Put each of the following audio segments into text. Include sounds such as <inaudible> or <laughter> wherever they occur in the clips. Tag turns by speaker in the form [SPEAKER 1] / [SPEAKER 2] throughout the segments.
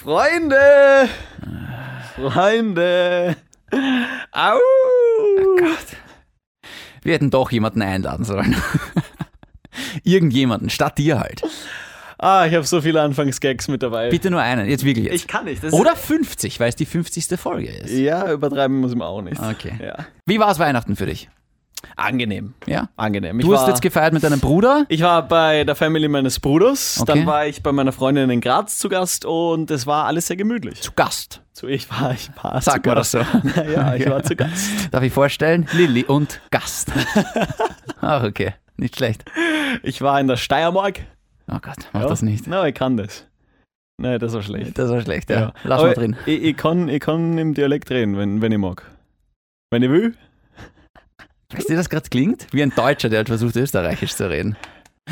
[SPEAKER 1] Freunde! Freunde! Au!
[SPEAKER 2] Wir hätten doch jemanden einladen sollen. <laughs> Irgendjemanden, statt dir halt.
[SPEAKER 1] Ah, ich habe so viele Anfangsgags mit dabei.
[SPEAKER 2] Bitte nur einen, jetzt wirklich jetzt.
[SPEAKER 1] Ich kann nicht. Das
[SPEAKER 2] Oder 50, weil es die 50. Folge ist.
[SPEAKER 1] Ist, ja, übertreiben muss man auch nicht.
[SPEAKER 2] Ah, Okay.
[SPEAKER 1] Ja.
[SPEAKER 2] Wie war es Weihnachten für dich?
[SPEAKER 1] Angenehm.
[SPEAKER 2] Ja.
[SPEAKER 1] Angenehm. Ich
[SPEAKER 2] Du hast
[SPEAKER 1] war-
[SPEAKER 2] jetzt gefeiert mit deinem Bruder.
[SPEAKER 1] Ich war bei der Family meines Bruders,
[SPEAKER 2] Okay.
[SPEAKER 1] dann war ich bei meiner Freundin in Graz zu Gast und es war alles sehr gemütlich.
[SPEAKER 2] Zu Gast.
[SPEAKER 1] So, ich war, ich war
[SPEAKER 2] Sag
[SPEAKER 1] zu
[SPEAKER 2] mal das
[SPEAKER 1] Gast.
[SPEAKER 2] so.
[SPEAKER 1] <laughs> Ja, ich war zu Gast.
[SPEAKER 2] Darf ich vorstellen? Lilly und Gast.
[SPEAKER 1] <laughs>
[SPEAKER 2] Ach, okay. Nicht schlecht.
[SPEAKER 1] Ich war in der Steiermark.
[SPEAKER 2] Oh Gott, mach
[SPEAKER 1] Ja.
[SPEAKER 2] das nicht.
[SPEAKER 1] Na, ich kann das. Nein, das war schlecht.
[SPEAKER 2] Das war schlecht, ja.
[SPEAKER 1] Ja.
[SPEAKER 2] Lass mal
[SPEAKER 1] Aber
[SPEAKER 2] drin.
[SPEAKER 1] Ich, ich, kann, ich kann im Dialekt reden, wenn, wenn ich mag. Wenn ich will.
[SPEAKER 2] Weißt du, wie das gerade klingt? Wie ein Deutscher, der halt versucht, Österreichisch zu reden.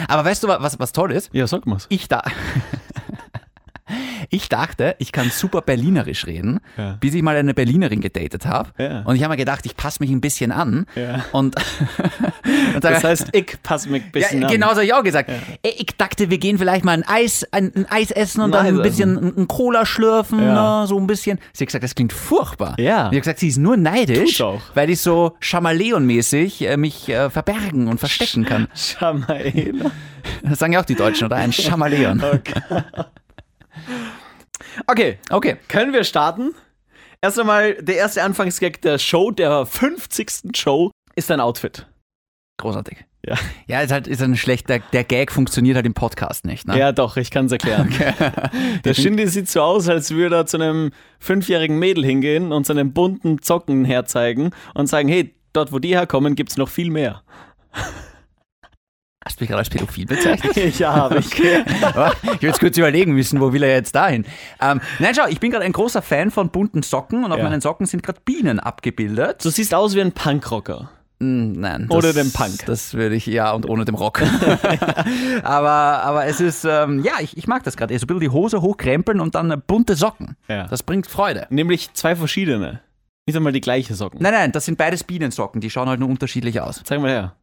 [SPEAKER 2] Aber weißt du, wa- was, was toll ist?
[SPEAKER 1] Ja, sag mal's.
[SPEAKER 2] Ich, da <laughs> ich dachte, ich kann super Berlinerisch reden,
[SPEAKER 1] Ja.
[SPEAKER 2] bis ich mal eine Berlinerin gedatet habe.
[SPEAKER 1] Ja.
[SPEAKER 2] Und ich habe mir gedacht, ich passe mich ein bisschen an.
[SPEAKER 1] Ja.
[SPEAKER 2] Und, <laughs> und
[SPEAKER 1] Das heißt, ich passe mich ein bisschen
[SPEAKER 2] ja,
[SPEAKER 1] an.
[SPEAKER 2] genau so habe ich auch gesagt. Ey, Ich dachte, wir gehen vielleicht mal ein Eis, ein, ein Eis essen und
[SPEAKER 1] Ein
[SPEAKER 2] dann
[SPEAKER 1] Eis
[SPEAKER 2] ein bisschen ein, ein Cola schlürfen,
[SPEAKER 1] Ja.
[SPEAKER 2] ne, so ein bisschen. Sie hat gesagt, das klingt furchtbar.
[SPEAKER 1] Ja.
[SPEAKER 2] Und ich habe gesagt, sie ist nur neidisch,
[SPEAKER 1] Tut auch.
[SPEAKER 2] weil ich so Chamaleon-mäßig äh, mich äh, verbergen und verstecken kann.
[SPEAKER 1] Schau mal hin.
[SPEAKER 2] Das sagen ja auch die Deutschen, oder?
[SPEAKER 1] <laughs>
[SPEAKER 2] Ein Chamaleon.
[SPEAKER 1] Okay,
[SPEAKER 2] <laughs> Okay.
[SPEAKER 1] können wir starten? Erst einmal, der erste Anfangsgag der Show, der 50. Show, ist ein Outfit.
[SPEAKER 2] Großartig.
[SPEAKER 1] Ja.
[SPEAKER 2] Ja, ist halt ist ein schlechter, der Gag funktioniert halt im Podcast nicht, ne?
[SPEAKER 1] Ja, doch, ich kann es erklären. <laughs> Der Shindy sieht so aus, als würde er zu einem fünfjährigen Mädel hingehen und seinen bunten Zocken herzeigen und sagen, hey, dort wo die herkommen, gibt's noch viel mehr. <laughs>
[SPEAKER 2] Hast du mich gerade als pädophil bezeichnet? <laughs>
[SPEAKER 1] ja, habe ich.
[SPEAKER 2] Aber ich habe jetzt kurz überlegen müssen, wo will er jetzt dahin? Ähm, nein, schau, ich bin gerade ein großer Fan von bunten Socken und auf
[SPEAKER 1] Ja.
[SPEAKER 2] meinen Socken sind gerade Bienen abgebildet.
[SPEAKER 1] Du siehst aus wie ein Punkrocker.
[SPEAKER 2] Mm, Nein. Das,
[SPEAKER 1] Ohne den Punk.
[SPEAKER 2] Das würde ich, ja, und ohne
[SPEAKER 1] <laughs>
[SPEAKER 2] dem Rock. <laughs> aber, aber es ist, ähm, ja, ich, ich mag das gerade. So ein bisschen die Hose hochkrempeln und dann äh, bunte Socken.
[SPEAKER 1] Ja.
[SPEAKER 2] Das bringt Freude.
[SPEAKER 1] Nämlich zwei verschiedene. Nicht einmal die gleiche Socken.
[SPEAKER 2] Nein, nein, das sind beides Bienensocken, die schauen halt nur unterschiedlich aus.
[SPEAKER 1] Zeig mal her.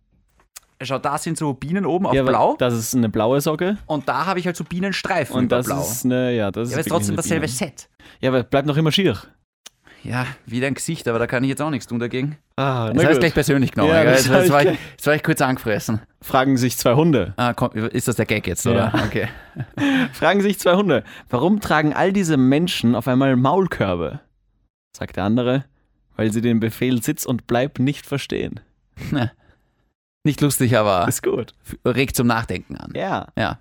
[SPEAKER 2] Schau, da sind so Bienen oben auf
[SPEAKER 1] Ja, aber
[SPEAKER 2] blau
[SPEAKER 1] Das ist eine blaue Socke.
[SPEAKER 2] und da habe ich halt so Bienenstreifen
[SPEAKER 1] Und
[SPEAKER 2] über
[SPEAKER 1] das
[SPEAKER 2] blau.
[SPEAKER 1] ist eine, ja, das
[SPEAKER 2] ja,
[SPEAKER 1] ist.
[SPEAKER 2] aber ist
[SPEAKER 1] wirklich
[SPEAKER 2] trotzdem
[SPEAKER 1] eine
[SPEAKER 2] dasselbe
[SPEAKER 1] Biene.
[SPEAKER 2] Set.
[SPEAKER 1] Ja, aber bleibt noch immer schier.
[SPEAKER 2] Ja, wie dein Gesicht, aber da kann ich jetzt auch nichts tun dagegen.
[SPEAKER 1] Ah,
[SPEAKER 2] Das heißt gleich persönlich genommen.
[SPEAKER 1] Ja,
[SPEAKER 2] gell?
[SPEAKER 1] das
[SPEAKER 2] jetzt,
[SPEAKER 1] hab
[SPEAKER 2] jetzt,
[SPEAKER 1] ich
[SPEAKER 2] war ich,
[SPEAKER 1] gleich-
[SPEAKER 2] jetzt war ich kurz angefressen.
[SPEAKER 1] Fragen sich zwei Hunde.
[SPEAKER 2] Ah, komm, ist das der Gag jetzt, oder? Okay.
[SPEAKER 1] Fragen sich zwei Hunde. Warum tragen all diese Menschen auf einmal Maulkörbe? Sagt der andere, weil sie den Befehl Sitz und Bleib nicht verstehen.
[SPEAKER 2] Nicht lustig, aber
[SPEAKER 1] Ist gut.
[SPEAKER 2] f- regt zum Nachdenken an.
[SPEAKER 1] Ja.
[SPEAKER 2] Ah. Ja.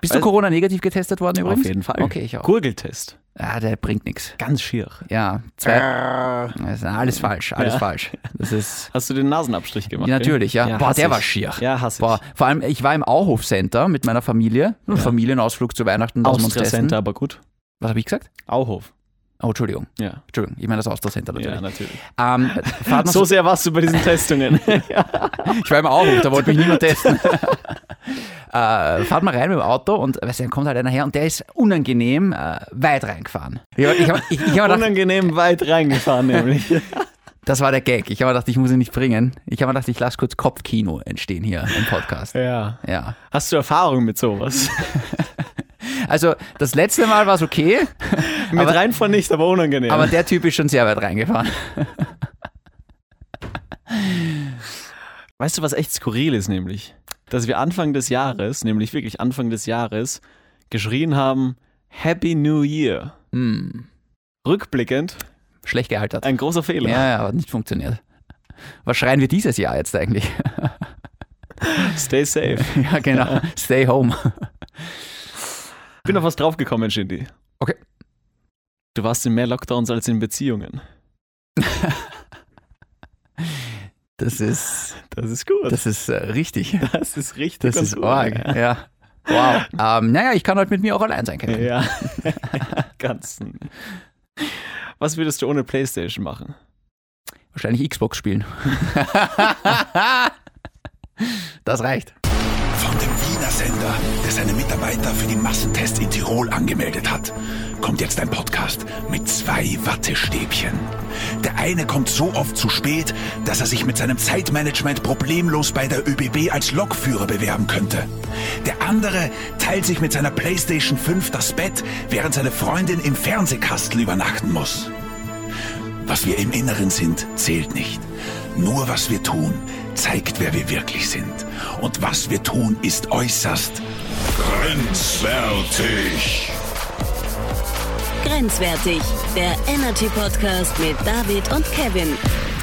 [SPEAKER 2] Bist du
[SPEAKER 1] Weiß-
[SPEAKER 2] Corona-negativ getestet worden übrigens?
[SPEAKER 1] Auf jeden Fall.
[SPEAKER 2] Okay, ich auch.
[SPEAKER 1] Gurgeltest.
[SPEAKER 2] Ah, der bringt nichts.
[SPEAKER 1] Ganz schier.
[SPEAKER 2] Ja, zwei, das ist alles falsch, alles falsch. Das ist
[SPEAKER 1] Hast du den Nasenabstrich gemacht?
[SPEAKER 2] Ja, natürlich, ja. Boah,
[SPEAKER 1] hass
[SPEAKER 2] der
[SPEAKER 1] ich.
[SPEAKER 2] war schier.
[SPEAKER 1] Ja, hasse
[SPEAKER 2] Boah,
[SPEAKER 1] ich.
[SPEAKER 2] vor allem, ich war im Auhof Center mit meiner Familie. Ein Familienausflug zu Weihnachten. lassen wir uns
[SPEAKER 1] Austria
[SPEAKER 2] testen.
[SPEAKER 1] Center, aber gut.
[SPEAKER 2] Was habe ich gesagt?
[SPEAKER 1] Auhof.
[SPEAKER 2] Oh, Entschuldigung.
[SPEAKER 1] Ja,
[SPEAKER 2] Entschuldigung. Ich meine das Austria Center natürlich.
[SPEAKER 1] ja natürlich.
[SPEAKER 2] Ähm, fahrt <laughs> noch
[SPEAKER 1] So sehr warst du bei diesen
[SPEAKER 2] <laughs>
[SPEAKER 1] Testungen.
[SPEAKER 2] Ich war im Auhof, da wollte mich <laughs> niemand testen. äh, fahrt mal rein mit dem Auto und weißt du, dann kommt halt einer her und der ist unangenehm äh, weit reingefahren. Ich hab, ich hab, ich, ich hab mir gedacht,
[SPEAKER 1] Unangenehm weit reingefahren, nämlich.
[SPEAKER 2] das war der Gag. Ich habe mir gedacht, ich muss ihn nicht bringen. Ich habe mir gedacht, ich lasse kurz Kopfkino entstehen hier im Podcast.
[SPEAKER 1] Ja.
[SPEAKER 2] Ja.
[SPEAKER 1] Hast du Erfahrung mit
[SPEAKER 2] <laughs>
[SPEAKER 1] sowas?
[SPEAKER 2] Also das letzte Mal war es okay,
[SPEAKER 1] mit
[SPEAKER 2] Aber-
[SPEAKER 1] reinfahren nicht, aber unangenehm.
[SPEAKER 2] aber der Typ ist schon sehr weit reingefahren.
[SPEAKER 1] Weißt du, was echt skurril ist, nämlich? Dass wir Anfang des Jahres, nämlich wirklich Anfang des Jahres, geschrien haben: Happy New Year.
[SPEAKER 2] Hm,
[SPEAKER 1] Rückblickend
[SPEAKER 2] schlecht gealtert.
[SPEAKER 1] ein großer Fehler.
[SPEAKER 2] Ja, ja, aber nicht funktioniert. Was schreien wir dieses Jahr jetzt eigentlich? <laughs>
[SPEAKER 1] <laughs> Stay safe.
[SPEAKER 2] ja, genau. Stay home.
[SPEAKER 1] Bin auf was draufgekommen, Shindy.
[SPEAKER 2] Okay.
[SPEAKER 1] Du warst in mehr Lockdowns als in Beziehungen.
[SPEAKER 2] Das ist,
[SPEAKER 1] Das ist gut.
[SPEAKER 2] das ist äh, richtig.
[SPEAKER 1] Das ist richtig.
[SPEAKER 2] Das
[SPEAKER 1] und
[SPEAKER 2] ist
[SPEAKER 1] gut.
[SPEAKER 2] arg, ja. <laughs> Wow. Ähm, naja, ich kann halt mit mir auch allein sein, Kevin.
[SPEAKER 1] Ja. <laughs> Ganzen. Was würdest du ohne Playstation machen?
[SPEAKER 2] Wahrscheinlich Xbox <laughs> spielen. das reicht.
[SPEAKER 3] Von dem Wiener Sender, der seine Mitarbeiter für die Massentests in Tirol angemeldet hat, kommt jetzt ein Podcast mit zwei Wattestäbchen. Der eine kommt so oft zu spät, dass er sich mit seinem Zeitmanagement problemlos bei der ÖBB als Lokführer bewerben könnte. Der andere teilt sich mit seiner PlayStation 5 das Bett, während seine Freundin im Fernsehkastel übernachten muss. Was wir im Inneren sind, zählt nicht. Nur was wir tun, zeigt, wer wir wirklich sind. Und was wir tun, ist äußerst
[SPEAKER 4] Grenzwertig.
[SPEAKER 5] Grenzwertig, der Energy Podcast mit David und Kevin.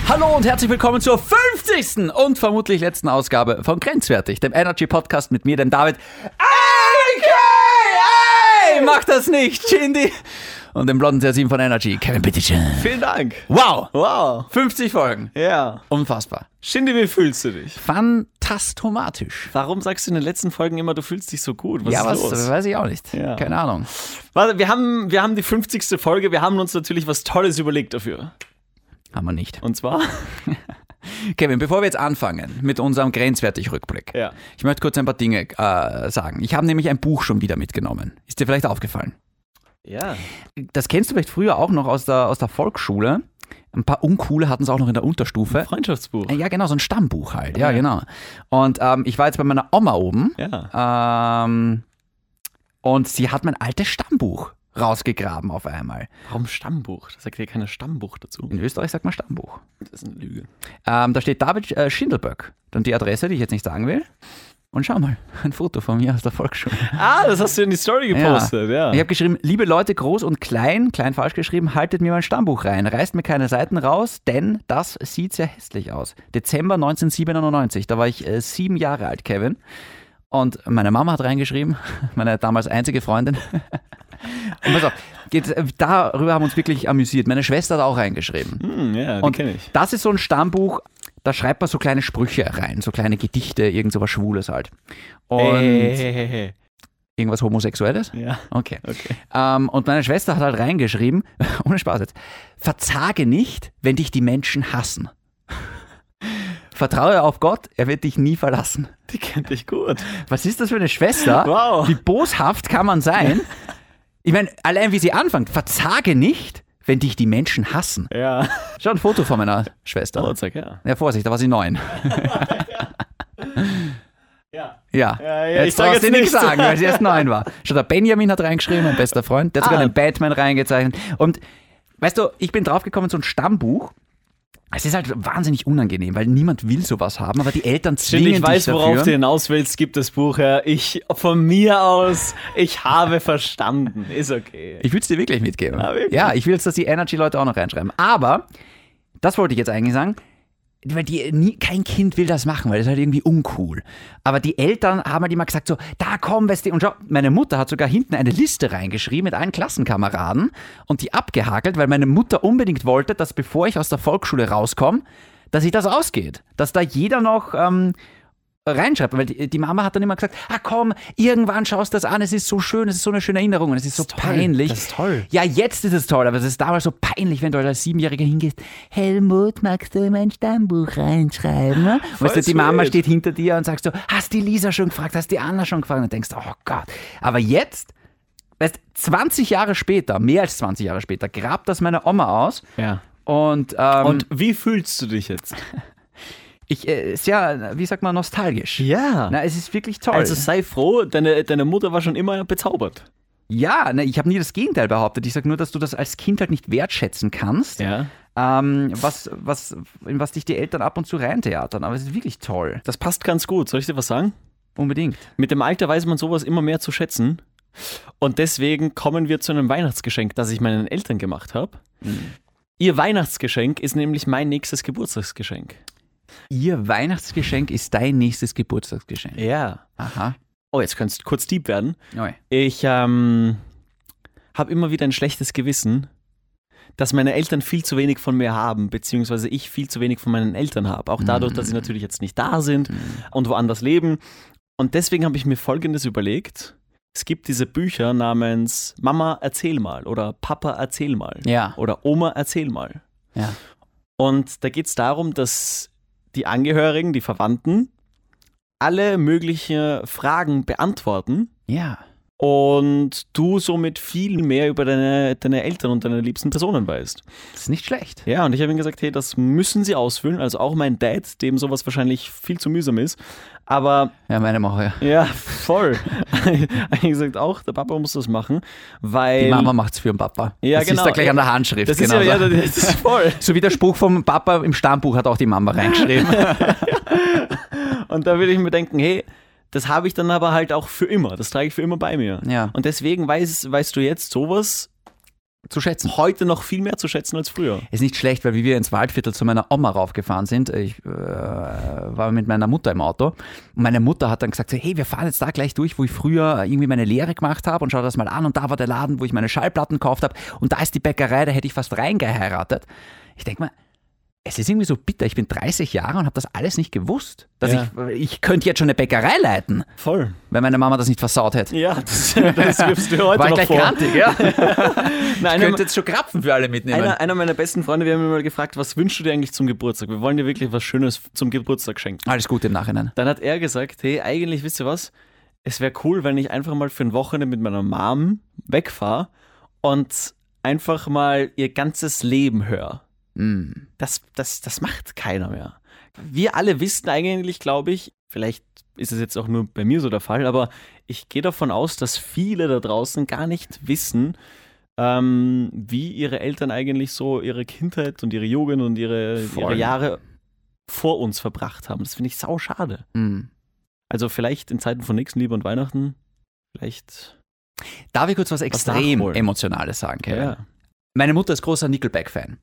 [SPEAKER 2] Hallo und herzlich willkommen zur 50. und vermutlich letzten Ausgabe von Grenzwertig, dem Energy Podcast mit mir, dem David. Ey, ey, mach das nicht, Shindy. Und dem blonden Sersim von Energy, Kevin Bittichen.
[SPEAKER 1] Vielen Dank.
[SPEAKER 2] Wow,
[SPEAKER 1] Wow.
[SPEAKER 2] 50 Folgen.
[SPEAKER 1] Ja.
[SPEAKER 2] Unfassbar.
[SPEAKER 1] Shindy, wie fühlst du dich?
[SPEAKER 2] Fantastomatisch.
[SPEAKER 1] Warum sagst du in den letzten Folgen immer, du fühlst dich so gut? Was
[SPEAKER 2] ja,
[SPEAKER 1] ist
[SPEAKER 2] was
[SPEAKER 1] los?
[SPEAKER 2] weiß ich auch nicht.
[SPEAKER 1] Ja.
[SPEAKER 2] Keine Ahnung.
[SPEAKER 1] Warte, wir haben, wir haben die 50. Folge, wir haben uns natürlich was Tolles überlegt dafür.
[SPEAKER 2] Haben wir nicht.
[SPEAKER 1] Und <laughs> zwar,
[SPEAKER 2] Kevin, bevor wir jetzt anfangen mit unserem Grenzwertig-Rückblick,
[SPEAKER 1] Ja.
[SPEAKER 2] ich möchte kurz ein paar Dinge äh, sagen. Ich habe nämlich ein Buch schon wieder mitgenommen. Ist dir vielleicht aufgefallen?
[SPEAKER 1] ja,
[SPEAKER 2] Das kennst du vielleicht früher auch noch aus der, aus der Volksschule. Ein paar Uncoole hatten es auch noch in der Unterstufe.
[SPEAKER 1] Freundschaftsbuch.
[SPEAKER 2] Ja, genau, so ein Stammbuch halt. Ja, genau. Und ähm, ich war jetzt bei meiner Oma oben
[SPEAKER 1] Ja.
[SPEAKER 2] ähm, und sie hat mein altes Stammbuch rausgegraben auf einmal.
[SPEAKER 1] Warum Stammbuch? Da sagt ja keiner Stammbuch dazu.
[SPEAKER 2] In Österreich sagt man Stammbuch.
[SPEAKER 1] Das ist eine Lüge.
[SPEAKER 2] Ähm, da steht David äh, Schindelböck. Dann die Adresse, die ich jetzt nicht sagen will. Und schau mal, <laughs> ein Foto von mir aus der Volksschule.
[SPEAKER 1] Ah, das hast du in die Story gepostet, ja.
[SPEAKER 2] Ich habe geschrieben, liebe Leute, groß und klein, klein falsch geschrieben, haltet mir mein Stammbuch rein, reißt mir keine Seiten raus, denn das sieht sehr hässlich aus. Dezember 1997, da war ich äh, sieben Jahre alt, Kevin. Und meine Mama hat reingeschrieben, <laughs> meine damals einzige Freundin. <laughs> Und pass auf, jetzt, äh, darüber haben wir uns wirklich amüsiert. Meine Schwester hat auch reingeschrieben.
[SPEAKER 1] Hm, ja, den
[SPEAKER 2] Und
[SPEAKER 1] kenne ich.
[SPEAKER 2] das ist so ein Stammbuch, da schreibt man so kleine Sprüche rein, so kleine Gedichte, irgend so was Schwules halt. Und
[SPEAKER 1] hey,
[SPEAKER 2] irgendwas Homosexuelles?
[SPEAKER 1] Äh. Ja.
[SPEAKER 2] Okay.
[SPEAKER 1] Okay.
[SPEAKER 2] Ähm, und meine Schwester hat halt reingeschrieben, <laughs> ohne Spaß jetzt, verzage nicht, wenn dich die Menschen hassen. <laughs> Vertraue auf Gott, er wird dich nie verlassen.
[SPEAKER 1] Die kennt dich gut.
[SPEAKER 2] Was ist das für eine Schwester?
[SPEAKER 1] Wow.
[SPEAKER 2] Wie boshaft kann man sein? Ich meine, allein wie sie anfängt, verzage nicht, wenn dich die Menschen hassen.
[SPEAKER 1] Ja.
[SPEAKER 2] Schau ein Foto von meiner Schwester.
[SPEAKER 1] Oh, sag ja.
[SPEAKER 2] Ja, Vorsicht, da war sie neun.
[SPEAKER 1] <laughs> Ja.
[SPEAKER 2] Ja,
[SPEAKER 1] Ja, ja, ich
[SPEAKER 2] jetzt
[SPEAKER 1] sag
[SPEAKER 2] darfst du
[SPEAKER 1] jetzt
[SPEAKER 2] nichts
[SPEAKER 1] nichts.
[SPEAKER 2] sagen, weil sie erst
[SPEAKER 1] <laughs>
[SPEAKER 2] neun war. Schon der Benjamin hat reingeschrieben, mein bester Freund, der hat sogar
[SPEAKER 1] Ah.
[SPEAKER 2] den Batman reingezeichnet. Und weißt du, ich bin draufgekommen, so ein Stammbuch. Es ist halt wahnsinnig unangenehm, weil niemand will sowas haben, aber die Eltern zwingen
[SPEAKER 1] Shindy, ich weiß,
[SPEAKER 2] dich dafür.
[SPEAKER 1] worauf du hinaus willst, gib das Buch her. Ich, von mir aus, ich habe verstanden. Ist okay.
[SPEAKER 2] Ich würde es dir wirklich mitgeben.
[SPEAKER 1] Ah, wirklich?
[SPEAKER 2] Ja, ich will jetzt, dass die Energy-Leute auch noch reinschreiben. Aber, das wollte ich jetzt eigentlich sagen, weil die, nie, kein Kind will das machen, weil das ist halt irgendwie uncool. Aber die Eltern haben halt immer gesagt so, da komm, weißt du, und schau, meine Mutter hat sogar hinten eine Liste reingeschrieben mit allen Klassenkameraden und die abgehakelt, weil meine Mutter unbedingt wollte, dass bevor ich aus der Volksschule rauskomme, dass sich das ausgeht. Dass da jeder noch... Ähm, reinschreibt, weil die, die Mama hat dann immer gesagt, ah komm, irgendwann schaust du das an, es ist so schön, es ist so eine schöne Erinnerung und es ist so peinlich.
[SPEAKER 1] das ist toll.
[SPEAKER 2] Ja, jetzt ist es toll, aber es ist damals so peinlich, wenn du als Siebenjähriger hingehst, Helmut, magst du in mein Stammbuch reinschreiben? ne? Weißt du, die
[SPEAKER 1] sweet.
[SPEAKER 2] Mama steht hinter dir und sagst so, hast die Lisa schon gefragt, hast die Anna schon gefragt und denkst, oh Gott. Aber jetzt, weißt 20 Jahre später, mehr als 20 Jahre später, grabt das meine Oma aus
[SPEAKER 1] Ja.
[SPEAKER 2] und, ähm,
[SPEAKER 1] Und wie fühlst du dich jetzt?
[SPEAKER 2] ich, äh, ist ja, wie sagt man, nostalgisch.
[SPEAKER 1] Ja.
[SPEAKER 2] Na, es ist wirklich toll.
[SPEAKER 1] Also sei froh, deine, deine Mutter war schon immer bezaubert.
[SPEAKER 2] Ja, ne, ich habe nie das Gegenteil behauptet. Ich sage nur, dass du das als Kind halt nicht wertschätzen kannst,
[SPEAKER 1] Ja.
[SPEAKER 2] ähm, was, was, in was dich die Eltern ab und zu reintheatern. Aber es ist wirklich toll.
[SPEAKER 1] Das passt ganz gut. Soll ich dir was sagen?
[SPEAKER 2] Unbedingt.
[SPEAKER 1] Mit dem Alter weiß man sowas immer mehr zu schätzen. Und deswegen kommen wir zu einem Weihnachtsgeschenk, das ich meinen Eltern gemacht habe. Ihr Weihnachtsgeschenk ist nämlich mein nächstes Geburtstagsgeschenk.
[SPEAKER 2] Ihr Weihnachtsgeschenk ist dein nächstes Geburtstagsgeschenk.
[SPEAKER 1] Ja.
[SPEAKER 2] Aha.
[SPEAKER 1] Oh, jetzt könntest du kurz deep werden.
[SPEAKER 2] Neu.
[SPEAKER 1] Ich ähm, habe immer wieder ein schlechtes Gewissen, dass meine Eltern viel zu wenig von mir haben, beziehungsweise ich viel zu wenig von meinen Eltern habe. Auch dadurch, dass sie natürlich jetzt nicht da sind und woanders leben. Und deswegen habe ich mir Folgendes überlegt. Es gibt diese Bücher namens Mama erzähl mal oder Papa erzähl mal
[SPEAKER 2] Ja.
[SPEAKER 1] oder Oma erzähl mal.
[SPEAKER 2] Ja.
[SPEAKER 1] Und da geht es darum, dass die Angehörigen, die Verwandten alle möglichen Fragen beantworten
[SPEAKER 2] Ja.
[SPEAKER 1] und du somit viel mehr über deine, deine Eltern und deine liebsten Personen weißt.
[SPEAKER 2] Das ist nicht schlecht.
[SPEAKER 1] Ja, und ich habe ihm gesagt, hey, das müssen sie ausfüllen. Also auch mein Dad, dem sowas wahrscheinlich viel zu mühsam ist. Aber
[SPEAKER 2] Ja, meine Mama, ja.
[SPEAKER 1] ja, voll. <laughs> habe ich gesagt, auch der Papa muss das machen, weil...
[SPEAKER 2] Die Mama macht's für den Papa.
[SPEAKER 1] Ja,
[SPEAKER 2] das
[SPEAKER 1] genau.
[SPEAKER 2] ist da gleich an der Handschrift.
[SPEAKER 1] das
[SPEAKER 2] genau
[SPEAKER 1] ist ja,
[SPEAKER 2] so.
[SPEAKER 1] ja das ist voll.
[SPEAKER 2] so wie der Spruch vom Papa im Stammbuch hat auch die Mama <laughs> reingeschrieben.
[SPEAKER 1] Und da würde ich mir denken, hey, das habe ich dann aber halt auch für immer. Das trage ich für immer bei mir.
[SPEAKER 2] Ja.
[SPEAKER 1] Und deswegen weiß, weißt du jetzt sowas
[SPEAKER 2] Zu schätzen.
[SPEAKER 1] heute noch viel mehr zu schätzen als früher.
[SPEAKER 2] Ist nicht schlecht, weil wie wir ins Waldviertel zu meiner Oma raufgefahren sind, ich äh, war mit meiner Mutter im Auto und meine Mutter hat dann gesagt, so, hey, wir fahren jetzt da gleich durch, wo ich früher irgendwie meine Lehre gemacht habe und schau das mal an und da war der Laden, wo ich meine Schallplatten gekauft habe und da ist die Bäckerei, da hätte ich fast reingeheiratet. Ich denke mal, es ist irgendwie so bitter, ich bin 30 Jahre und habe das alles nicht gewusst. Dass
[SPEAKER 1] Ja.
[SPEAKER 2] ich, ich könnte jetzt schon eine Bäckerei leiten,
[SPEAKER 1] Voll.
[SPEAKER 2] wenn meine Mama das nicht versaut hätte.
[SPEAKER 1] Ja, das, das wirfst du heute
[SPEAKER 2] War ich
[SPEAKER 1] noch
[SPEAKER 2] gleich
[SPEAKER 1] vor.
[SPEAKER 2] grantig, ja? <laughs>
[SPEAKER 1] Nein,
[SPEAKER 2] Ich
[SPEAKER 1] einer,
[SPEAKER 2] könnte jetzt schon Krapfen für alle mitnehmen.
[SPEAKER 1] einer, einer meiner besten Freunde, wir haben ihn mal gefragt, was wünschst du dir eigentlich zum Geburtstag? Wir wollen dir wirklich was Schönes zum Geburtstag schenken.
[SPEAKER 2] Alles Gute im Nachhinein.
[SPEAKER 1] Dann hat er gesagt, hey, eigentlich wisst ihr was? Es wäre cool, wenn ich einfach mal für ein Wochenende mit meiner Mom wegfahre und einfach mal ihr ganzes Leben höre.
[SPEAKER 2] Mm.
[SPEAKER 1] das, das, das macht keiner mehr. Wir alle wissen eigentlich, glaube ich, vielleicht ist es jetzt auch nur bei mir so der Fall, aber ich gehe davon aus, dass viele da draußen gar nicht wissen, ähm, wie ihre Eltern eigentlich so ihre Kindheit und ihre Jugend und ihre, ihre
[SPEAKER 2] Voll.
[SPEAKER 1] Jahre vor uns verbracht haben. Das finde ich sau schade.
[SPEAKER 2] Mm.
[SPEAKER 1] Also vielleicht in Zeiten von Nächstenliebe und Weihnachten, vielleicht.
[SPEAKER 2] Darf ich kurz was extrem
[SPEAKER 1] nachholen?
[SPEAKER 2] Emotionales sagen, Kevin? Meine Mutter ist großer Nickelback-Fan.
[SPEAKER 1] Ah.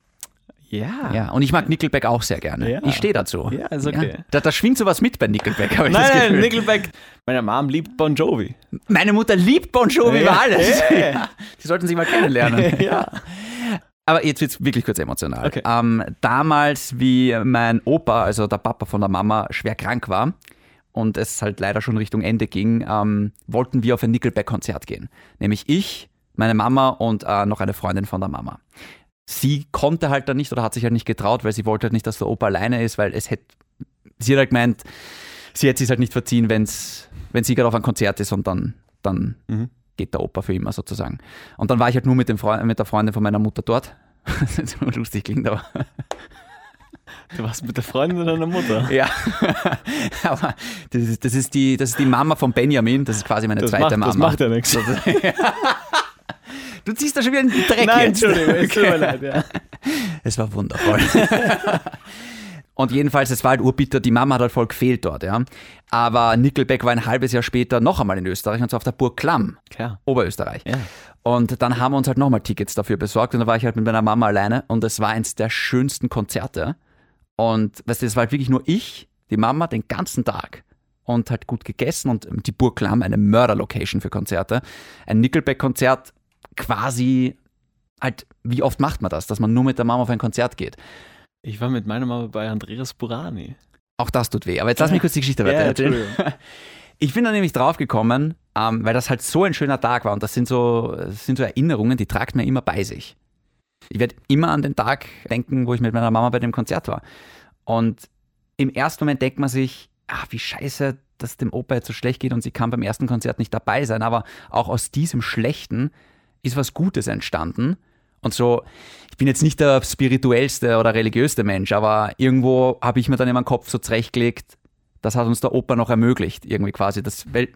[SPEAKER 1] Ja.
[SPEAKER 2] Ja, und ich mag Nickelback auch sehr gerne.
[SPEAKER 1] Ja.
[SPEAKER 2] Ich stehe dazu.
[SPEAKER 1] Ja, ist okay.
[SPEAKER 2] Da, da schwingt sowas mit bei Nickelback, habe ich das
[SPEAKER 1] Nein,
[SPEAKER 2] Gefühl.
[SPEAKER 1] nein, Nickelback. Meine Mom liebt Bon Jovi.
[SPEAKER 2] Meine Mutter liebt Bon Jovi
[SPEAKER 1] <laughs>
[SPEAKER 2] über
[SPEAKER 1] Ja.
[SPEAKER 2] alles.
[SPEAKER 1] Hey.
[SPEAKER 2] Ja. Die sollten sich mal
[SPEAKER 1] <laughs>
[SPEAKER 2] kennenlernen.
[SPEAKER 1] Ja.
[SPEAKER 2] Aber jetzt wird's wirklich kurz emotional.
[SPEAKER 1] Okay.
[SPEAKER 2] Ähm, damals, wie mein Opa, also der Papa von der Mama, schwer krank war und es halt leider schon Richtung Ende ging, ähm, wollten wir auf ein Nickelback-Konzert gehen. Nämlich ich, meine Mama und äh, noch eine Freundin von der Mama. Sie konnte halt dann nicht oder hat sich halt nicht getraut, weil sie wollte halt nicht, dass der Opa alleine ist, weil es hätte, sie hat halt gemeint, sie hätte sich halt nicht verziehen, wenn's, wenn sie gerade auf ein Konzert ist und dann, dann geht der Opa für immer sozusagen. Und dann war ich halt nur mit, dem Freund, mit der Freundin von meiner Mutter dort. <laughs> Das ist immer lustig klingt, aber <laughs>
[SPEAKER 1] Du warst mit der Freundin deiner Mutter.
[SPEAKER 2] ja. aber das ist, das, ist die, das ist die Mama von Benjamin, das ist quasi meine zweite Mama.
[SPEAKER 1] Das macht ja
[SPEAKER 2] <laughs>
[SPEAKER 1] nichts.
[SPEAKER 2] du ziehst da schon wieder einen Dreck jetzt.
[SPEAKER 1] es tut mir leid, ja.
[SPEAKER 2] <laughs> Es war wundervoll. <laughs> Und jedenfalls, es war halt urbitter, die Mama hat halt voll gefehlt dort, ja. Aber Nickelback war ein halbes Jahr später noch einmal in Österreich, und zwar auf der Burg Klamm,
[SPEAKER 1] Klar.
[SPEAKER 2] Oberösterreich.
[SPEAKER 1] Ja.
[SPEAKER 2] Und dann haben wir uns halt nochmal Tickets dafür besorgt und dann war ich halt mit meiner Mama alleine und es war eins der schönsten Konzerte. Und weißt du, es war halt wirklich nur ich, die Mama, den ganzen Tag und halt gut gegessen und die Burg Klamm, eine Mörderlocation für Konzerte. Ein Nickelback-Konzert quasi halt, wie oft macht man das, dass man nur mit der Mama auf ein Konzert geht?
[SPEAKER 1] Ich war mit meiner Mama bei Andreas Burani.
[SPEAKER 2] Auch das tut weh. Aber jetzt lass mich kurz die Geschichte weiter erzählen. Ich bin da nämlich draufgekommen, ähm, weil das halt so ein schöner Tag war und das sind so, das sind so Erinnerungen, die tragt man immer bei sich. Ich werde immer an den Tag denken, wo ich mit meiner Mama bei dem Konzert war. Und im ersten Moment denkt man sich, ach, wie scheiße, dass dem Opa jetzt so schlecht geht und sie kann beim ersten Konzert nicht dabei sein. Aber auch aus diesem Schlechten ist was Gutes entstanden. Und so, ich bin jetzt nicht der spirituellste oder religiöste Mensch, aber irgendwo habe ich mir dann immer den Kopf so zurechtgelegt, das hat uns der Opa noch ermöglicht, irgendwie quasi. Das, weil,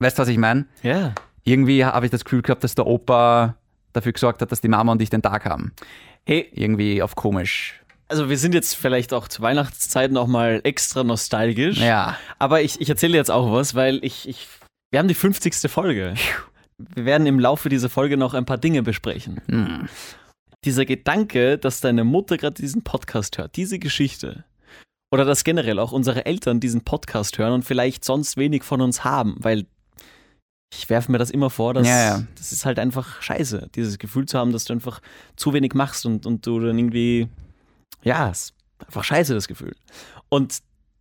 [SPEAKER 2] weißt du, was ich meine?
[SPEAKER 1] Ja.
[SPEAKER 2] Irgendwie habe ich das Gefühl gehabt, dass der Opa dafür gesorgt hat, dass die Mama und ich den Tag haben.
[SPEAKER 1] Hey,
[SPEAKER 2] Irgendwie auf komisch.
[SPEAKER 1] also wir sind jetzt vielleicht auch zu Weihnachtszeiten auch mal extra nostalgisch.
[SPEAKER 2] Ja.
[SPEAKER 1] Aber ich, ich erzähle jetzt auch was, weil ich, ich. Wir haben die 50. Folge. Wir werden im Laufe dieser Folge noch ein paar Dinge besprechen.
[SPEAKER 2] Hm.
[SPEAKER 1] Dieser Gedanke, dass deine Mutter gerade diesen Podcast hört, diese Geschichte. Oder dass generell auch unsere Eltern diesen Podcast hören und vielleicht sonst wenig von uns haben, weil ich werfe mir das immer vor, dass
[SPEAKER 2] Ja, ja.
[SPEAKER 1] das ist halt einfach scheiße, dieses Gefühl zu haben, dass du einfach zu wenig machst und, und du dann irgendwie, ja, ist einfach scheiße das Gefühl. Und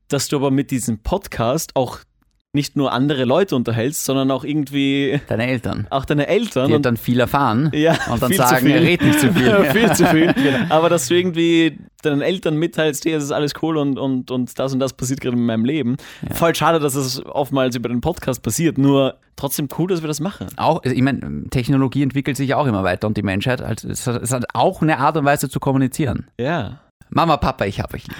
[SPEAKER 1] dass du aber mit diesem Podcast auch nicht nur andere Leute unterhältst, sondern auch irgendwie
[SPEAKER 2] Deine Eltern.
[SPEAKER 1] auch deine Eltern
[SPEAKER 2] Die
[SPEAKER 1] und
[SPEAKER 2] hat dann viel erfahren
[SPEAKER 1] ja,
[SPEAKER 2] und dann
[SPEAKER 1] viel
[SPEAKER 2] sagen,
[SPEAKER 1] zu viel. <laughs>
[SPEAKER 2] <laughs> er redet nicht zu viel.
[SPEAKER 1] viel zu viel. Aber dass du irgendwie deinen Eltern mitteilst, hey, es ist alles cool und, und, und das und das passiert gerade in meinem Leben. Voll schade, dass es oftmals über den Podcast passiert, nur trotzdem cool, dass wir das machen.
[SPEAKER 2] Auch, also ich meine, Technologie entwickelt sich ja auch immer weiter und die Menschheit, also es hat, es hat auch eine Art und Weise zu kommunizieren.
[SPEAKER 1] Ja.
[SPEAKER 2] Mama, Papa, ich hab euch lieb.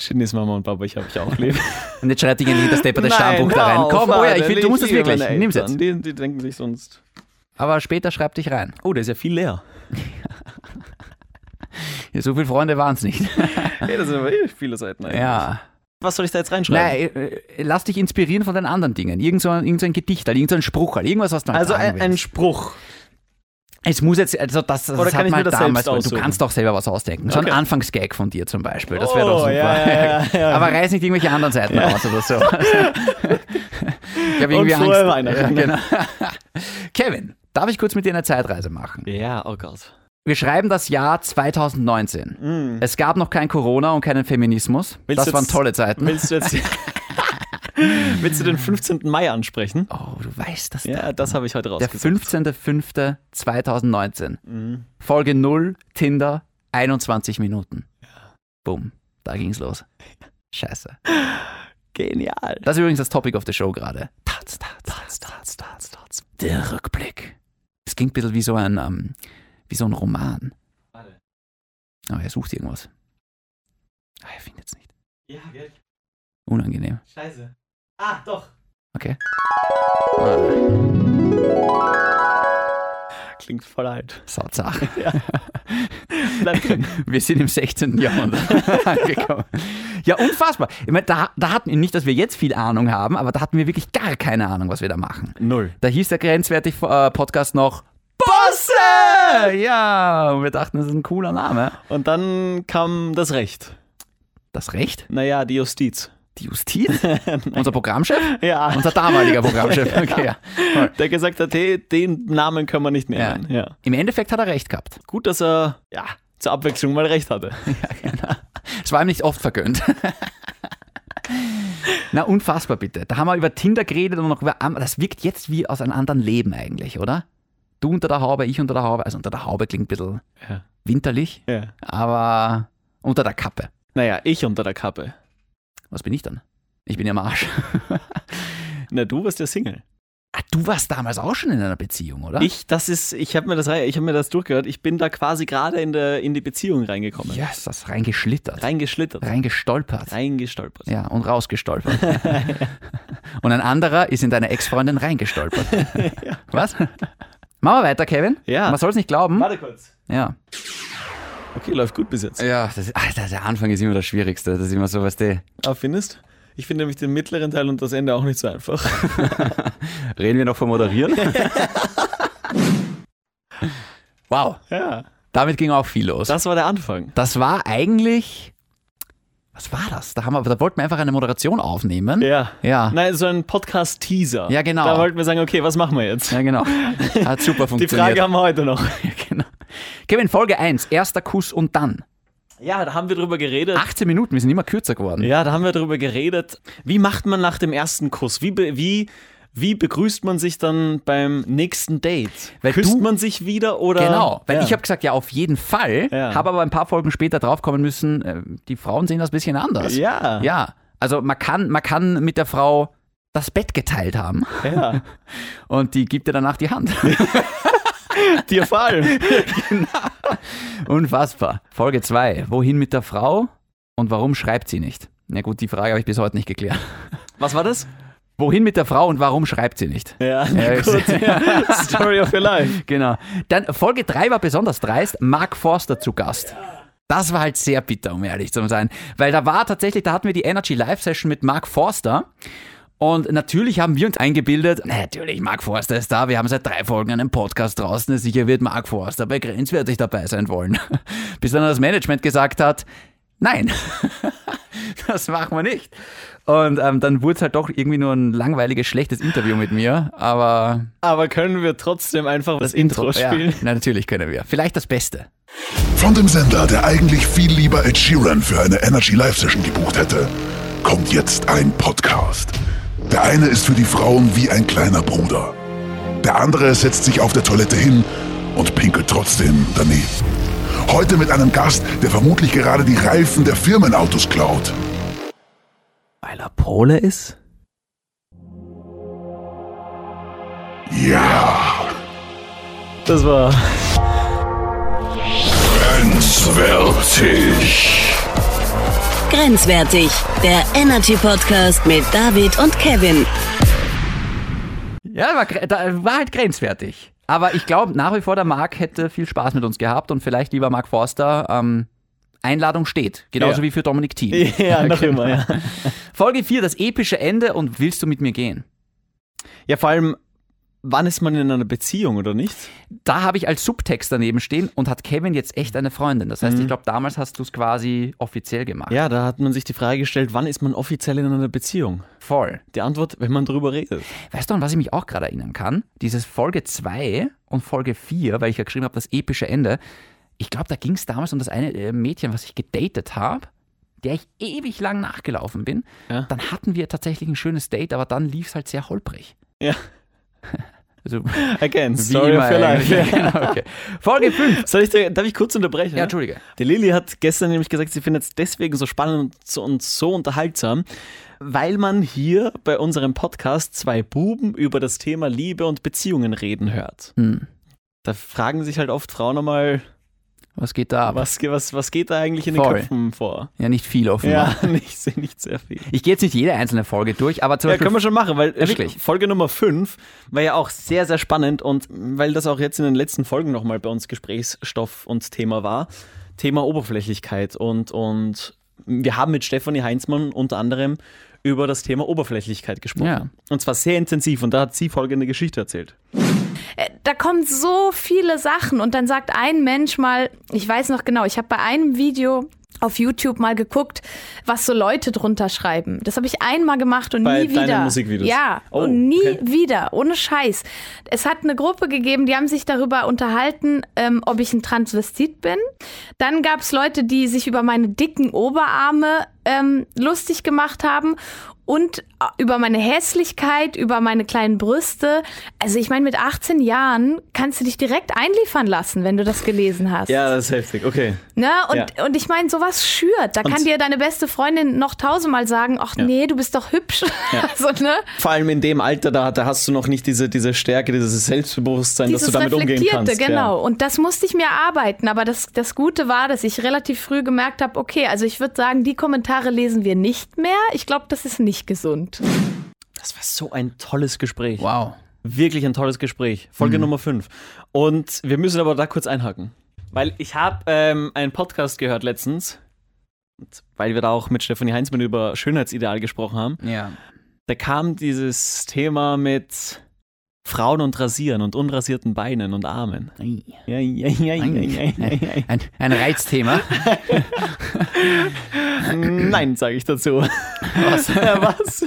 [SPEAKER 1] Schinis Mama und Papa, ich habe dich auch
[SPEAKER 2] <laughs>
[SPEAKER 1] lieb.
[SPEAKER 2] Und jetzt schreit ich in das Depp das
[SPEAKER 1] Nein,
[SPEAKER 2] Stammbuch
[SPEAKER 1] hör
[SPEAKER 2] da rein.
[SPEAKER 1] auf,
[SPEAKER 2] Komm, oh ja, ich
[SPEAKER 1] Alter,
[SPEAKER 2] will, du musst es
[SPEAKER 1] liebe
[SPEAKER 2] wirklich.
[SPEAKER 1] meine
[SPEAKER 2] Nimm's
[SPEAKER 1] Eltern.
[SPEAKER 2] jetzt.
[SPEAKER 1] Die, die denken sich sonst.
[SPEAKER 2] Aber später schreib dich rein.
[SPEAKER 1] Oh, der ist ja viel leer.
[SPEAKER 2] So viele Freunde waren es
[SPEAKER 1] <laughs>
[SPEAKER 2] nicht.
[SPEAKER 1] Hey, das sind aber eh viele Seiten eigentlich.
[SPEAKER 2] Ja.
[SPEAKER 1] Was soll ich da jetzt reinschreiben?
[SPEAKER 2] Nein, äh, äh, lass dich inspirieren von den anderen Dingen. Irgend so ein, irgend so ein Gedicht, halt, irgend so ein Spruch, halt, irgendwas, was du halt
[SPEAKER 1] Also
[SPEAKER 2] sagen
[SPEAKER 1] ein, ein
[SPEAKER 2] willst.
[SPEAKER 1] Spruch.
[SPEAKER 2] Es muss jetzt, also das, das
[SPEAKER 1] Oder
[SPEAKER 2] hat
[SPEAKER 1] kann ich
[SPEAKER 2] man
[SPEAKER 1] mir das
[SPEAKER 2] damals,
[SPEAKER 1] selbst aussuchen?
[SPEAKER 2] du kannst doch selber was ausdenken. So
[SPEAKER 1] Okay.
[SPEAKER 2] ein Anfangsgag von dir zum Beispiel, das wäre
[SPEAKER 1] Oh,
[SPEAKER 2] doch super.
[SPEAKER 1] ja, ja,
[SPEAKER 2] <laughs>
[SPEAKER 1] ja, ja.
[SPEAKER 2] Aber reiß nicht irgendwelche anderen Seiten raus
[SPEAKER 1] <laughs>
[SPEAKER 2] oder so. ich habe irgendwie
[SPEAKER 1] Und frohe
[SPEAKER 2] Angst.
[SPEAKER 1] Weihnachten. ne?
[SPEAKER 2] Ja, genau. <laughs> Kevin, darf ich kurz mit dir eine Zeitreise machen?
[SPEAKER 1] Ja, oh Gott.
[SPEAKER 2] Wir schreiben das Jahr 2019.
[SPEAKER 1] Mm.
[SPEAKER 2] Es gab noch kein Corona und keinen Feminismus.
[SPEAKER 1] Willst du
[SPEAKER 2] das waren
[SPEAKER 1] jetzt-
[SPEAKER 2] tolle Zeiten.
[SPEAKER 1] Willst du jetzt. Willst du den 15. Mai ansprechen?
[SPEAKER 2] oh, du weißt das
[SPEAKER 1] Ja, das habe ich heute
[SPEAKER 2] Der
[SPEAKER 1] rausgesucht.
[SPEAKER 2] 15.05.2019. Folge 0, Tinder, 21 Minuten. Bumm, da ging's los. Scheiße.
[SPEAKER 1] Genial.
[SPEAKER 2] Das ist übrigens das Topic of the Show gerade. Taz, taz, taz, taz, taz, taz. Der Rückblick. Es klingt ein bisschen wie so ein, ähm, wie so ein Roman. Aber er sucht irgendwas. Ah, er findet es nicht.
[SPEAKER 1] Ja, gell?
[SPEAKER 2] Unangenehm.
[SPEAKER 1] Scheiße. Ah, doch.
[SPEAKER 2] Okay.
[SPEAKER 1] Klingt voll alt.
[SPEAKER 2] Sauzach.
[SPEAKER 1] <laughs> Bleib drin.
[SPEAKER 2] <laughs> Wir sind im 16. Jahrhundert <laughs> angekommen. Ja, unfassbar. Ich meine, da, da hatten wir nicht, dass wir jetzt viel Ahnung haben, aber da hatten wir wirklich gar keine Ahnung, was wir da machen.
[SPEAKER 1] Null.
[SPEAKER 2] Da hieß der grenzwertig äh, Podcast noch Bosse! Ja, und wir dachten, das ist ein cooler Name.
[SPEAKER 1] Und dann kam das Recht.
[SPEAKER 2] Das Recht?
[SPEAKER 1] Naja, die Justiz.
[SPEAKER 2] Die
[SPEAKER 1] <laughs>
[SPEAKER 2] Justiz? Unser Programmchef?
[SPEAKER 1] Ja. <laughs>
[SPEAKER 2] Unser damaliger Programmchef. Okay, ja. Voll.
[SPEAKER 1] der gesagt hat, hey, den Namen können wir nicht nehmen. Ja.
[SPEAKER 2] Im Endeffekt hat er recht gehabt.
[SPEAKER 1] Gut, dass er ja, zur Abwechslung mal recht hatte.
[SPEAKER 2] Es war ihm nicht oft vergönnt. <laughs> Na, unfassbar bitte. Da haben wir über Tinder geredet und noch über. an- Das wirkt jetzt wie aus einem anderen Leben eigentlich, oder? Du unter der Haube, ich unter der Haube. Also unter der Haube klingt ein bisschen
[SPEAKER 1] Ja.
[SPEAKER 2] winterlich,
[SPEAKER 1] Ja.
[SPEAKER 2] aber unter der Kappe.
[SPEAKER 1] Naja, ich unter der Kappe.
[SPEAKER 2] Was bin ich dann? Ich bin ja am Arsch. <laughs>
[SPEAKER 1] Na, du warst ja Single.
[SPEAKER 2] Ah, du warst damals auch schon in einer Beziehung, oder?
[SPEAKER 1] Ich, das ist, ich habe mir das, rei- ich habe mir das durchgehört. Ich bin da quasi gerade in der in die Beziehung reingekommen,
[SPEAKER 2] Ja, yes, das reingeschlittert.
[SPEAKER 1] reingeschlittert,
[SPEAKER 2] Reingestolpert.
[SPEAKER 1] reingestolpert.
[SPEAKER 2] Ja, und
[SPEAKER 1] <laughs>
[SPEAKER 2] rausgestolpert. und ein anderer ist in deine Ex-Freundin reingestolpert. Was? Machen wir weiter, Kevin.
[SPEAKER 1] Ja.
[SPEAKER 2] Man soll es nicht glauben.
[SPEAKER 1] Warte kurz.
[SPEAKER 2] Ja.
[SPEAKER 1] Okay, läuft gut bis jetzt.
[SPEAKER 2] Ja, das, Alter, der Anfang ist immer das Schwierigste. Das ist immer so, was der.
[SPEAKER 1] Ah, findest? Ich finde nämlich den mittleren Teil und das Ende auch nicht so einfach.
[SPEAKER 2] Reden wir noch vom Moderieren? <laughs> wow,
[SPEAKER 1] <laughs> Ja.
[SPEAKER 2] damit ging auch viel los. Das,
[SPEAKER 1] Das war der Anfang.
[SPEAKER 2] war eigentlich. Was war das? Da, haben wir, da wollten wir einfach eine Moderation aufnehmen.
[SPEAKER 1] Ja.
[SPEAKER 2] Ja.
[SPEAKER 1] Nein, so ein Podcast-Teaser.
[SPEAKER 2] Ja, genau.
[SPEAKER 1] Da wollten wir sagen, okay, was machen wir jetzt?
[SPEAKER 2] Ja,
[SPEAKER 1] <laughs>
[SPEAKER 2] genau. Hat super
[SPEAKER 1] Die
[SPEAKER 2] funktioniert.
[SPEAKER 1] Frage haben wir heute noch.
[SPEAKER 2] <laughs> genau. Kevin, Folge 1, erster Kuss und dann.
[SPEAKER 1] Ja, da haben wir drüber geredet.
[SPEAKER 2] 18 Minuten, wir sind immer kürzer geworden.
[SPEAKER 1] Ah. Ja, da haben wir drüber geredet. Wie macht man nach dem ersten Kuss? Wie, be wie, wie begrüßt man sich dann beim nächsten Date?
[SPEAKER 2] Weil
[SPEAKER 1] Küsst
[SPEAKER 2] du-
[SPEAKER 1] man sich wieder oder?
[SPEAKER 2] Genau, weil
[SPEAKER 1] ja.
[SPEAKER 2] ich habe gesagt, ja, auf jeden Fall,
[SPEAKER 1] Ja.
[SPEAKER 2] habe aber ein paar Folgen später draufkommen müssen, äh, die Frauen sehen das ein bisschen anders.
[SPEAKER 1] Ja.
[SPEAKER 2] Ja, also man kann, man kann mit der Frau das Bett geteilt haben
[SPEAKER 1] Ja,
[SPEAKER 2] und die gibt dir danach
[SPEAKER 1] <laughs>
[SPEAKER 2] die Hand.
[SPEAKER 1] dir vor allem.
[SPEAKER 2] Unfassbar. Folge 2, wohin mit der Frau und warum schreibt sie nicht? Na gut, die Frage habe ich bis heute nicht geklärt.
[SPEAKER 1] Was war das?
[SPEAKER 2] Wohin mit der Frau und warum schreibt sie nicht?
[SPEAKER 1] Ja,
[SPEAKER 2] Ja, ich-
[SPEAKER 1] gut. Ja. <laughs> Story of your life.
[SPEAKER 2] <laughs> Genau. Dann Folge 3 war besonders dreist. Mark Forster zu Gast. Das war halt sehr bitter, um ehrlich zu sein. Weil da war tatsächlich, da hatten wir die Energy Live Session mit Mark Forster. Und natürlich haben wir uns eingebildet, na, natürlich, Mark Forster ist da, wir haben seit drei Folgen einen Podcast draußen, sicher wird Mark Forster bei Grenzwertig dabei sein wollen. <laughs> Bis dann das Management gesagt hat, nein, <laughs> das machen wir nicht. Und ähm, dann wurde es halt doch irgendwie nur ein langweiliges, schlechtes Interview mit mir, aber
[SPEAKER 1] Aber können wir trotzdem einfach das, Intro spielen?
[SPEAKER 2] ja, na, natürlich können wir. Vielleicht das Beste.
[SPEAKER 3] Von dem Sender, der eigentlich viel lieber Ed Sheeran für eine Energy Live Session gebucht hätte, kommt jetzt ein Podcast. Der eine ist für die Frauen wie ein kleiner Bruder. Der andere setzt sich auf der Toilette hin und pinkelt trotzdem daneben. Heute mit einem Gast, der vermutlich gerade die Reifen der Firmenautos klaut.
[SPEAKER 1] Weil er Pole ist?
[SPEAKER 3] Ja,
[SPEAKER 1] <laughs> Das war.
[SPEAKER 3] grenzwertig.
[SPEAKER 5] Grenzwertig, der Energy Podcast mit David und Kevin.
[SPEAKER 2] Ja, war, gre- da, war halt grenzwertig. Aber ich glaube nach wie vor, der Marc hätte viel Spaß mit uns gehabt und vielleicht lieber Marc Forster. Ähm, Einladung steht, genauso
[SPEAKER 1] Ja.
[SPEAKER 2] wie für Dominik Thiem.
[SPEAKER 1] <laughs> <laughs> Ja, noch immer, ja.
[SPEAKER 2] Folge 4, das epische Ende und willst du mit mir gehen?
[SPEAKER 1] Ja, vor allem, wann ist man in einer Beziehung oder nicht?
[SPEAKER 2] Da habe ich als Subtext daneben stehen und hat Kevin jetzt echt eine Freundin. Das heißt, ich glaube, damals hast du es quasi offiziell gemacht.
[SPEAKER 1] Mhm. Ja, da hat man sich die Frage gestellt, wann ist man offiziell in einer Beziehung?
[SPEAKER 2] Voll.
[SPEAKER 1] Die Antwort, wenn man drüber redet.
[SPEAKER 2] Weißt du, an was ich mich auch gerade erinnern kann? Dieses Folge 2 und Folge 4, weil ich ja geschrieben habe, das epische Ende. Ich glaube, da ging es damals um das eine äh, Mädchen, was ich gedatet habe, der ich ewig lang nachgelaufen bin.
[SPEAKER 1] Ja.
[SPEAKER 2] Dann hatten wir tatsächlich ein schönes Date, aber dann lief es halt sehr holprig.
[SPEAKER 1] Ja, <laughs>
[SPEAKER 2] Also,
[SPEAKER 1] again,
[SPEAKER 2] wie
[SPEAKER 1] sorry
[SPEAKER 2] immer
[SPEAKER 1] for life.
[SPEAKER 2] <laughs> eigentlich. Genau, okay. Folge 5.
[SPEAKER 1] <laughs> Soll ich, dir- darf ich kurz unterbrechen?
[SPEAKER 2] Ja, Entschuldige.
[SPEAKER 1] Die Lilly hat gestern nämlich gesagt, sie findet es deswegen so spannend und so, und so unterhaltsam, weil man hier bei unserem Podcast zwei Buben über das Thema Liebe und Beziehungen reden hört.
[SPEAKER 2] Hm,
[SPEAKER 1] Da fragen sich halt oft Frauen einmal,
[SPEAKER 2] was geht da ab?
[SPEAKER 1] was, ge- was, was geht da eigentlich in den
[SPEAKER 2] Voll. Genau.
[SPEAKER 1] Köpfen vor?
[SPEAKER 2] Ja, nicht viel offenbar.
[SPEAKER 1] Ja, <laughs> nicht, nicht sehr viel.
[SPEAKER 2] Ich gehe jetzt nicht jede einzelne Folge durch, aber zum
[SPEAKER 1] Ja,
[SPEAKER 2] Beispiel
[SPEAKER 1] können wir schon machen, weil
[SPEAKER 2] wirklich?
[SPEAKER 1] Folge Nummer 5 war ja auch sehr, sehr spannend und weil das auch jetzt in den letzten Folgen nochmal bei uns Gesprächsstoff und Thema war, Thema Oberflächlichkeit und, und wir haben mit Stefanie Heinzmann unter anderem über das Thema Oberflächlichkeit gesprochen.
[SPEAKER 2] Ja.
[SPEAKER 1] Und zwar sehr intensiv und da hat sie folgende Geschichte erzählt.
[SPEAKER 4] da kommen so viele Sachen und dann sagt ein Mensch mal, ich weiß noch genau, ich habe bei einem Video auf YouTube mal geguckt, was so Leute drunter schreiben. Das habe ich einmal gemacht und
[SPEAKER 1] Bei
[SPEAKER 4] nie wieder.
[SPEAKER 1] deinen Musikvideos?
[SPEAKER 4] Ja,
[SPEAKER 1] Oh,
[SPEAKER 4] und nie
[SPEAKER 1] okay.
[SPEAKER 4] wieder, ohne Scheiß. Es hat eine Gruppe gegeben, die haben sich darüber unterhalten, ähm, ob ich ein Transvestit bin. Dann gab es Leute, die sich über meine dicken Oberarme ähm, lustig gemacht haben und äh, über meine Hässlichkeit, über meine kleinen Brüste. Also ich meine, mit 18 Jahren kannst du dich direkt einliefern lassen, wenn du das gelesen hast.
[SPEAKER 1] Ja, das ist heftig, okay.
[SPEAKER 4] Ne? Und, und ich meine, sowas schürt. Da kann dir deine beste Freundin noch tausendmal sagen, ach nee, du bist doch hübsch. <laughs> Also, ne?
[SPEAKER 1] Vor allem in dem Alter, da, da hast du noch nicht diese, diese Stärke, dieses Selbstbewusstsein, dass du
[SPEAKER 4] Dieses
[SPEAKER 1] damit umgehen
[SPEAKER 4] Reflektierte,
[SPEAKER 1] kannst. ja.
[SPEAKER 4] genau. Und das musste ich mir arbeiten. Aber das, das Gute war, dass ich relativ früh gemerkt habe, okay, also ich würde sagen, die Kommentare lesen wir nicht mehr. Ich glaube, das ist nicht gesund.
[SPEAKER 1] Das war so ein tolles Gespräch.
[SPEAKER 2] Wow.
[SPEAKER 1] Wirklich ein tolles Gespräch. Folge Nummer 5. Und wir müssen aber da kurz einhaken. Weil ich habe ähm, einen Podcast gehört letztens, und weil wir da auch mit Stefanie Heinzmann über Schönheitsideal gesprochen haben.
[SPEAKER 2] Ja.
[SPEAKER 1] Da kam dieses Thema mit Frauen und Rasieren und unrasierten Beinen und Armen. Ja, ja, ja, ja, ja, ja, <laughs> ja.
[SPEAKER 2] Ein, ein Reizthema.
[SPEAKER 1] <laughs> Nein, sage ich dazu. Was? <laughs> Ja, was?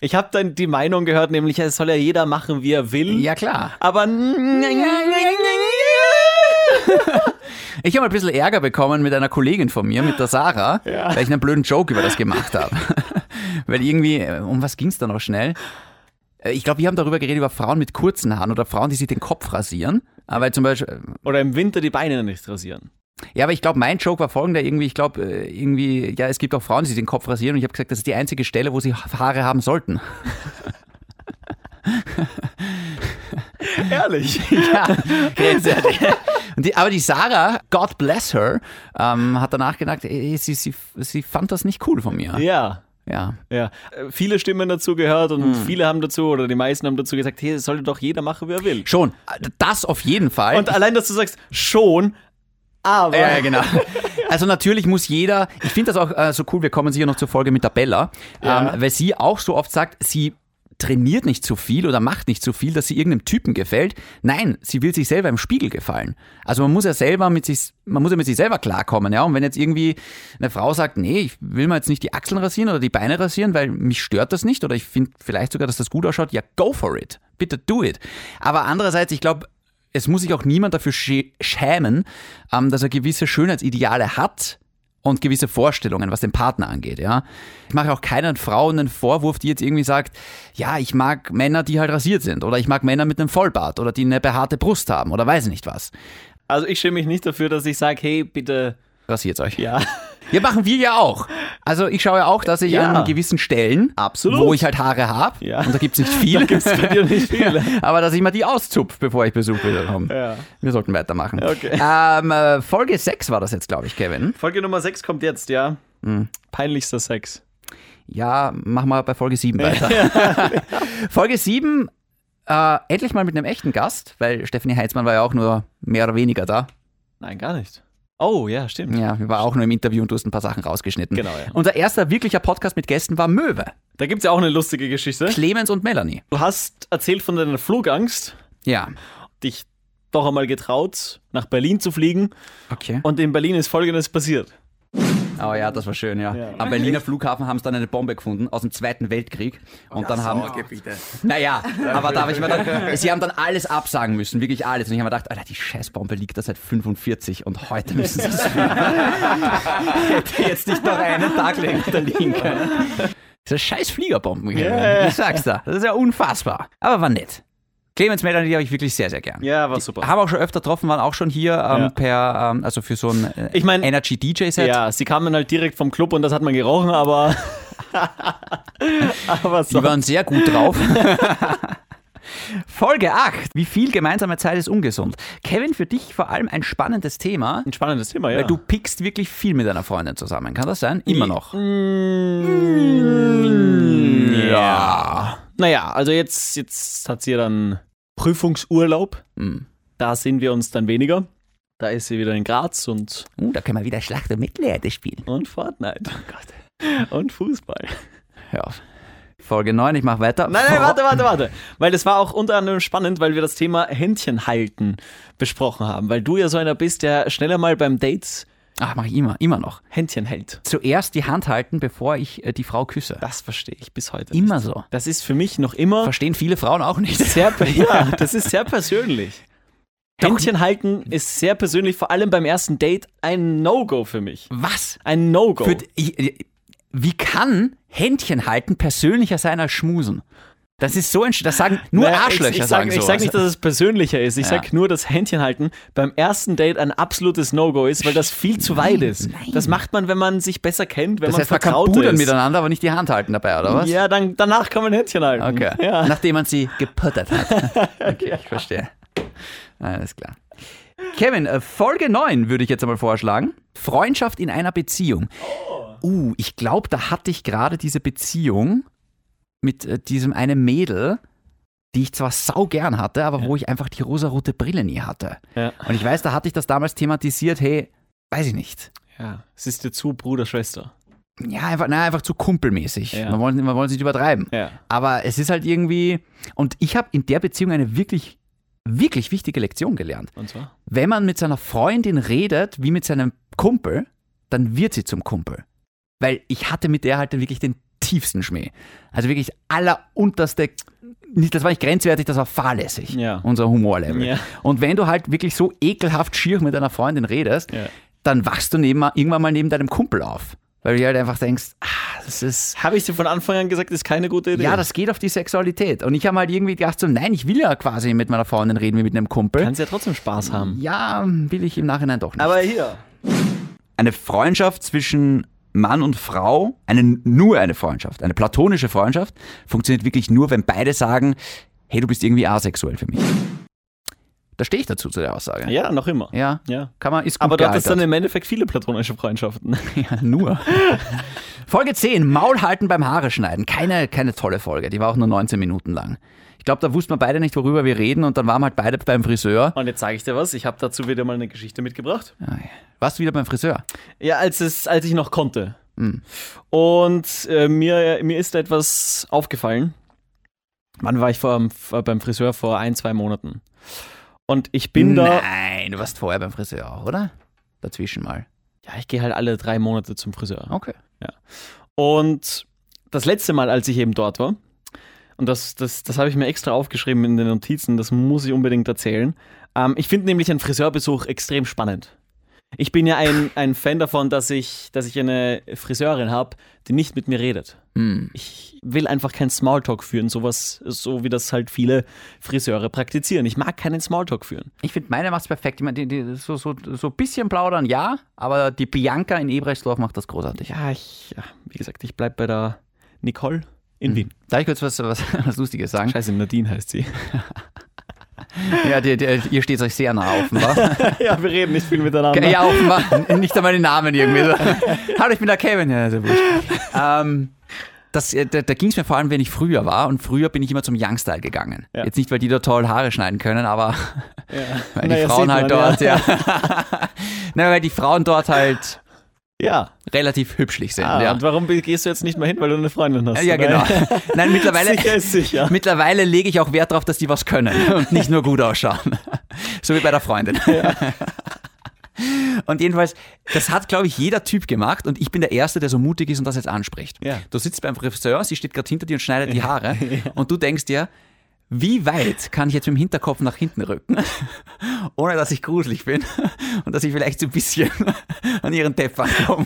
[SPEAKER 1] Ich habe dann die Meinung gehört, nämlich es soll ja jeder machen, wie er will.
[SPEAKER 2] ja, klar.
[SPEAKER 1] Aber
[SPEAKER 2] <laughs> Ich habe ein bisschen Ärger bekommen mit einer Kollegin von mir, mit der Sarah, weil ich einen blöden Joke über das gemacht habe. <laughs> weil irgendwie, äh, um was ging es da noch schnell? Äh, Ich glaube, wir haben darüber geredet, über Frauen mit kurzen Haaren oder Frauen, die sich den Kopf rasieren. Aber zum Beispiel, äh,
[SPEAKER 1] oder im Winter die Beine nicht rasieren.
[SPEAKER 2] ja, aber ich glaube, mein Joke war folgender, irgendwie, ich glaube, äh, irgendwie, ja, es gibt auch Frauen, die sich den Kopf rasieren und ich habe gesagt, das ist die einzige Stelle, wo sie Ha- Haare haben sollten.
[SPEAKER 1] Ehrlich.
[SPEAKER 2] Ja, grenzwertig. Und die, aber die Sarah, God bless her, ähm, hat danach gedacht, äh, sie, sie, sie fand das nicht cool von mir.
[SPEAKER 1] <laughs> Ja.
[SPEAKER 2] ja.
[SPEAKER 1] Ja, Äh, viele Stimmen dazu gehört und viele haben dazu oder die meisten haben dazu gesagt, hey, das sollte doch jeder machen, wie er will.
[SPEAKER 2] Schon, das auf jeden Fall.
[SPEAKER 1] Und allein, dass du sagst, schon, aber.
[SPEAKER 2] ja, ja, genau. Also natürlich muss jeder, ich finde das auch äh, so cool, wir kommen sicher noch zur Folge mit der Bella, ähm, weil sie auch so oft sagt, sie trainiert nicht zu viel oder macht nicht zu viel, dass sie irgendeinem Typen gefällt. Nein, sie will sich selber im Spiegel gefallen. Also man muss ja selber mit sich, man muss ja mit sich selber klarkommen, ja. Und wenn jetzt irgendwie eine Frau sagt, nee, ich will mir jetzt nicht die Achseln rasieren oder die Beine rasieren, weil mich stört das nicht oder ich finde vielleicht sogar, dass das gut ausschaut, ja, go for it. Bitte do it. Aber andererseits, ich glaube, es muss sich auch niemand dafür schä- schämen, ähm, dass er gewisse Schönheitsideale hat und gewisse Vorstellungen, was den Partner angeht. Ja? Ich mache auch keiner Frau einen Vorwurf, die jetzt irgendwie sagt, ja, ich mag Männer, die halt rasiert sind oder ich mag Männer mit einem Vollbart oder die eine behaarte Brust haben oder weiß nicht was.
[SPEAKER 1] Also ich schäme mich nicht dafür, dass ich sage, hey, bitte,
[SPEAKER 2] Rasiert euch.
[SPEAKER 1] ja.
[SPEAKER 2] Ja, machen wir ja auch. Also ich schaue ja auch, dass ich
[SPEAKER 1] Ja.
[SPEAKER 2] an gewissen Stellen,
[SPEAKER 1] Absolut.
[SPEAKER 2] wo ich halt Haare habe,
[SPEAKER 1] Ja.
[SPEAKER 2] und da
[SPEAKER 1] <laughs>
[SPEAKER 2] gibt's nicht
[SPEAKER 1] <laughs>
[SPEAKER 2] viel,
[SPEAKER 1] Gibt's
[SPEAKER 2] <laughs>
[SPEAKER 1] bei dir <laughs> nicht viele.
[SPEAKER 2] aber dass ich mal die auszupf, bevor ich Besuch wieder komme.
[SPEAKER 1] Ja.
[SPEAKER 2] Wir sollten weitermachen.
[SPEAKER 1] Okay.
[SPEAKER 2] Ähm, äh, Folge 6 war das jetzt, glaube ich, Kevin.
[SPEAKER 1] Folge Nummer 6 kommt jetzt, ja. Hm. Peinlichster Sex.
[SPEAKER 2] Ja, machen wir bei Folge 7 weiter. <laughs> Folge 7, äh, endlich mal mit einem echten Gast, weil Stephanie Heitzmann war ja auch nur mehr oder weniger da.
[SPEAKER 1] Nein, gar nicht. Oh, ja, stimmt.
[SPEAKER 2] Ja, wir war auch nur im Interview und du hast ein paar Sachen rausgeschnitten.
[SPEAKER 1] Genau, ja.
[SPEAKER 2] Unser erster wirklicher Podcast mit Gästen war Möwe,
[SPEAKER 1] Da gibt es ja auch eine lustige Geschichte.
[SPEAKER 2] Clemens und Melanie.
[SPEAKER 1] Du hast erzählt von deiner Flugangst,
[SPEAKER 2] Ja.
[SPEAKER 1] dich doch einmal getraut, nach Berlin zu fliegen.
[SPEAKER 2] Okay.
[SPEAKER 1] Und in Berlin ist Folgendes passiert.
[SPEAKER 2] Oh ja, das war schön, ja. Am Berliner Flughafen haben sie dann eine Bombe gefunden aus dem Zweiten Weltkrieg. Und dann haben. Naja, aber da habe ich mir dann. Sie haben dann alles absagen müssen, wirklich alles. Und ich habe mir gedacht, Alter, die Scheißbombe liegt da seit 45 und heute müssen sie <laughs> es Hätte jetzt nicht noch einen Tag länger liegen können. Diese scheiß Fliegerbomben. Yeah. Ich sag's da. Das ist ja unfassbar. Aber war nett. Clemens Melanie, die habe ich wirklich sehr, sehr gern.
[SPEAKER 1] Ja, war super.
[SPEAKER 2] Haben auch schon öfter getroffen, waren auch schon hier ähm,
[SPEAKER 1] Ja.
[SPEAKER 2] per, ähm, also für so ein äh,
[SPEAKER 1] Ich mein-
[SPEAKER 2] Energy DJ-Set.
[SPEAKER 1] Ja, sie kamen halt direkt vom Club und das hat man gerochen, <laughs> aber. aber so.
[SPEAKER 2] Die waren sehr gut drauf. <laughs> Folge 8. Wie viel gemeinsame Zeit ist ungesund? Kevin, für dich vor allem ein spannendes Thema,
[SPEAKER 1] Ein spannendes Thema, ja.
[SPEAKER 2] weil du pickst wirklich viel mit deiner Freundin zusammen. Kann das sein? Immer noch.
[SPEAKER 1] Mm, Ja. Naja, also jetzt, jetzt hat sie ja dann Prüfungsurlaub. Da sehen wir uns dann weniger. Da ist sie wieder in Graz und,
[SPEAKER 2] Uh, da können wir wieder Schlacht um Mittelerde spielen.
[SPEAKER 1] und Fortnite. <laughs> Und Fußball.
[SPEAKER 2] Hör auf. Folge 9, ich mache weiter.
[SPEAKER 1] Nein, nein, warte, warte, warte. Weil das war auch unter anderem spannend, weil wir das Thema Händchen halten besprochen haben. Weil du ja so einer bist, der schneller mal beim Dates
[SPEAKER 2] Ach, mache ich immer, immer noch.
[SPEAKER 1] Händchen hält.
[SPEAKER 2] Zuerst die Hand halten, bevor ich äh, die Frau küsse.
[SPEAKER 1] Das verstehe ich bis heute. nicht.
[SPEAKER 2] Immer so.
[SPEAKER 1] Das ist für mich noch immer
[SPEAKER 2] Verstehen viele Frauen auch nicht.
[SPEAKER 1] sehr,
[SPEAKER 2] <laughs>
[SPEAKER 1] per- ja, das ist sehr persönlich. Händchen halten ist sehr persönlich, vor allem beim ersten Date, ein No-Go für mich.
[SPEAKER 2] Was?
[SPEAKER 1] Ein No-Go.
[SPEAKER 2] Für, ich, ich- wie kann Händchen halten persönlicher sein als Schmusen? Das ist so ein, das sagen nur
[SPEAKER 1] Naja,
[SPEAKER 2] Arschlöcher
[SPEAKER 1] ich, ich
[SPEAKER 2] sagen
[SPEAKER 1] sag, Ich sag
[SPEAKER 2] sowas.
[SPEAKER 1] nicht, dass es persönlicher ist. Ich
[SPEAKER 2] Ja.
[SPEAKER 1] sag nur, dass Händchen halten beim ersten Date ein absolutes No-Go ist, weil das viel zu weit ist. Das macht man, wenn man sich besser kennt, wenn
[SPEAKER 2] das
[SPEAKER 1] man
[SPEAKER 2] heißt, man kann
[SPEAKER 1] vertraut
[SPEAKER 2] pudern
[SPEAKER 1] ist.
[SPEAKER 2] miteinander, aber nicht die Hand halten dabei, oder was?
[SPEAKER 1] Ja, dann, danach kann man Händchen halten.
[SPEAKER 2] Okay.
[SPEAKER 1] <laughs> Ja.
[SPEAKER 2] Nachdem man sie geputtert hat.
[SPEAKER 1] <laughs>
[SPEAKER 2] Okay, ich verstehe. Alles klar. Kevin, äh, Folge 9 würde ich jetzt einmal vorschlagen. Freundschaft in einer Beziehung.
[SPEAKER 1] Oh.
[SPEAKER 2] Uh, ich glaube, da hatte ich gerade diese Beziehung mit äh, diesem einen Mädel, die ich zwar sau gern hatte, aber wo ich einfach die rosarote Brille nie hatte.
[SPEAKER 1] Ja.
[SPEAKER 2] Und ich weiß, da hatte ich das damals thematisiert, hey, weiß ich nicht.
[SPEAKER 1] ja. Es ist dir zu, Bruder, Schwester.
[SPEAKER 2] Ja, einfach, na, einfach zu kumpelmäßig.
[SPEAKER 1] Ja.
[SPEAKER 2] Man wollte man wollte es nicht übertreiben.
[SPEAKER 1] Ja.
[SPEAKER 2] Aber es ist halt irgendwie. Und ich habe in der Beziehung eine wirklich, wirklich wichtige Lektion gelernt.
[SPEAKER 1] Und zwar?
[SPEAKER 2] Wenn man mit seiner Freundin redet, wie mit seinem Kumpel, dann wird sie zum Kumpel. Weil ich hatte mit der halt wirklich den tiefsten Schmäh. Also wirklich allerunterste. Nicht, das war nicht grenzwertig, das war fahrlässig.
[SPEAKER 1] Ja.
[SPEAKER 2] Unser Humorlevel.
[SPEAKER 1] Ja.
[SPEAKER 2] Und wenn du halt wirklich so ekelhaft schier mit deiner Freundin redest,
[SPEAKER 1] Ja.
[SPEAKER 2] dann wachst du neben, irgendwann mal neben deinem Kumpel auf. Weil du dir halt einfach denkst, ah, das ist.
[SPEAKER 1] Habe ich dir von Anfang an gesagt, ist keine gute Idee.
[SPEAKER 2] Ja, das geht auf die Sexualität. Und ich habe halt irgendwie gedacht, so, nein, ich will ja quasi mit meiner Freundin reden wie mit einem Kumpel.
[SPEAKER 1] Kannst ja trotzdem Spaß haben.
[SPEAKER 2] ja, will ich im Nachhinein doch nicht.
[SPEAKER 1] Hm. hier.
[SPEAKER 2] eine Freundschaft zwischen Mann und Frau, eine, nur eine Freundschaft, eine platonische Freundschaft, funktioniert wirklich nur, wenn beide sagen, hey, du bist irgendwie asexuell für mich. Da stehe ich dazu zu der Aussage.
[SPEAKER 1] Ja, noch immer.
[SPEAKER 2] Ja.
[SPEAKER 1] Ja.
[SPEAKER 2] Kann man, ist gut
[SPEAKER 1] Aber du hattest dann
[SPEAKER 2] gealtert.
[SPEAKER 1] im Endeffekt viele platonische Freundschaften.
[SPEAKER 2] Ja, nur. Folge 10, Maul halten beim Haare schneiden. Keine, keine tolle Folge, die war auch nur 19 Minuten lang. Ich glaube, da wussten wir beide nicht, worüber wir reden und dann waren wir halt beide beim Friseur.
[SPEAKER 1] <laughs> Und jetzt sage ich dir was, ich habe dazu wieder mal eine Geschichte mitgebracht.
[SPEAKER 2] Warst du wieder beim Friseur?
[SPEAKER 1] Ja, als, es, als ich noch konnte. Und äh, mir, mir ist da etwas aufgefallen. Wann war ich vor, vor- beim Friseur? Vor ein, zwei Monaten. Und ich bin da.
[SPEAKER 2] Nein, du warst vorher beim Friseur auch, oder? Dazwischen mal.
[SPEAKER 1] Ja, ich gehe halt alle drei Monate zum Friseur.
[SPEAKER 2] Okay.
[SPEAKER 1] Und das letzte Mal, als ich eben dort war, und das, das, das habe ich mir extra aufgeschrieben in den Notizen, das muss ich unbedingt erzählen. Ähm, ich finde nämlich einen Friseurbesuch extrem spannend. Ich bin ja ein, ein Fan davon, dass ich, dass ich eine Friseurin habe, die nicht mit mir redet.
[SPEAKER 2] Hm.
[SPEAKER 1] Ich will einfach keinen Smalltalk führen, sowas, so wie das halt viele Friseure praktizieren. Ich mag keinen Smalltalk führen.
[SPEAKER 2] Ich finde, meine macht es perfekt. Ich mein, die, die, so, so, so ein bisschen plaudern, ja, aber die Bianca in Ebrechtsdorf macht das großartig.
[SPEAKER 1] Ja, ich, ja, wie gesagt, ich bleib bei der Nicole in Wien.
[SPEAKER 2] Darf ich kurz was, was, was Lustiges sagen?
[SPEAKER 1] Scheiße, Nadine heißt sie.
[SPEAKER 2] Ja, die, die, ihr steht euch sehr nah
[SPEAKER 1] <laughs>
[SPEAKER 2] offenbar.
[SPEAKER 1] ja, wir reden nicht viel miteinander.
[SPEAKER 2] ja,
[SPEAKER 1] <laughs>
[SPEAKER 2] offenbar. Nicht einmal den Namen irgendwie. So. Hallo, ich bin der Kevin. Ja, sehr wurscht. ähm, das, äh, da da ging es mir vor allem, wenn ich früher war. Und früher bin ich immer zum Youngstyle gegangen.
[SPEAKER 1] Ja.
[SPEAKER 2] Jetzt nicht, weil die da toll Haare schneiden können, aber weil die
[SPEAKER 1] Naja, sieht
[SPEAKER 2] Frauen
[SPEAKER 1] man,
[SPEAKER 2] halt dort, ja.
[SPEAKER 1] <laughs>
[SPEAKER 2] Nein, weil die Frauen dort halt
[SPEAKER 1] Ja.
[SPEAKER 2] relativ hübschlich sind.
[SPEAKER 1] Ah,
[SPEAKER 2] ja.
[SPEAKER 1] Und warum gehst du jetzt nicht mehr hin, weil du eine Freundin hast?
[SPEAKER 2] Ja,
[SPEAKER 1] oder?
[SPEAKER 2] genau. Nein, mittlerweile,
[SPEAKER 1] <laughs> Sicher ist sicher.
[SPEAKER 2] mittlerweile lege ich auch Wert darauf, dass die was können und nicht nur gut ausschauen. So wie bei der Freundin. Und jedenfalls, das hat, glaube ich, jeder Typ gemacht und ich bin der Erste, der so mutig ist und das jetzt anspricht.
[SPEAKER 1] Ja.
[SPEAKER 2] Du sitzt beim Friseur, sie steht gerade hinter dir und schneidet die Haare und du denkst dir, wie weit kann ich jetzt mit dem Hinterkopf nach hinten rücken, ohne dass ich gruselig bin <laughs> und dass ich vielleicht so ein bisschen <laughs> an ihren Teppich komme.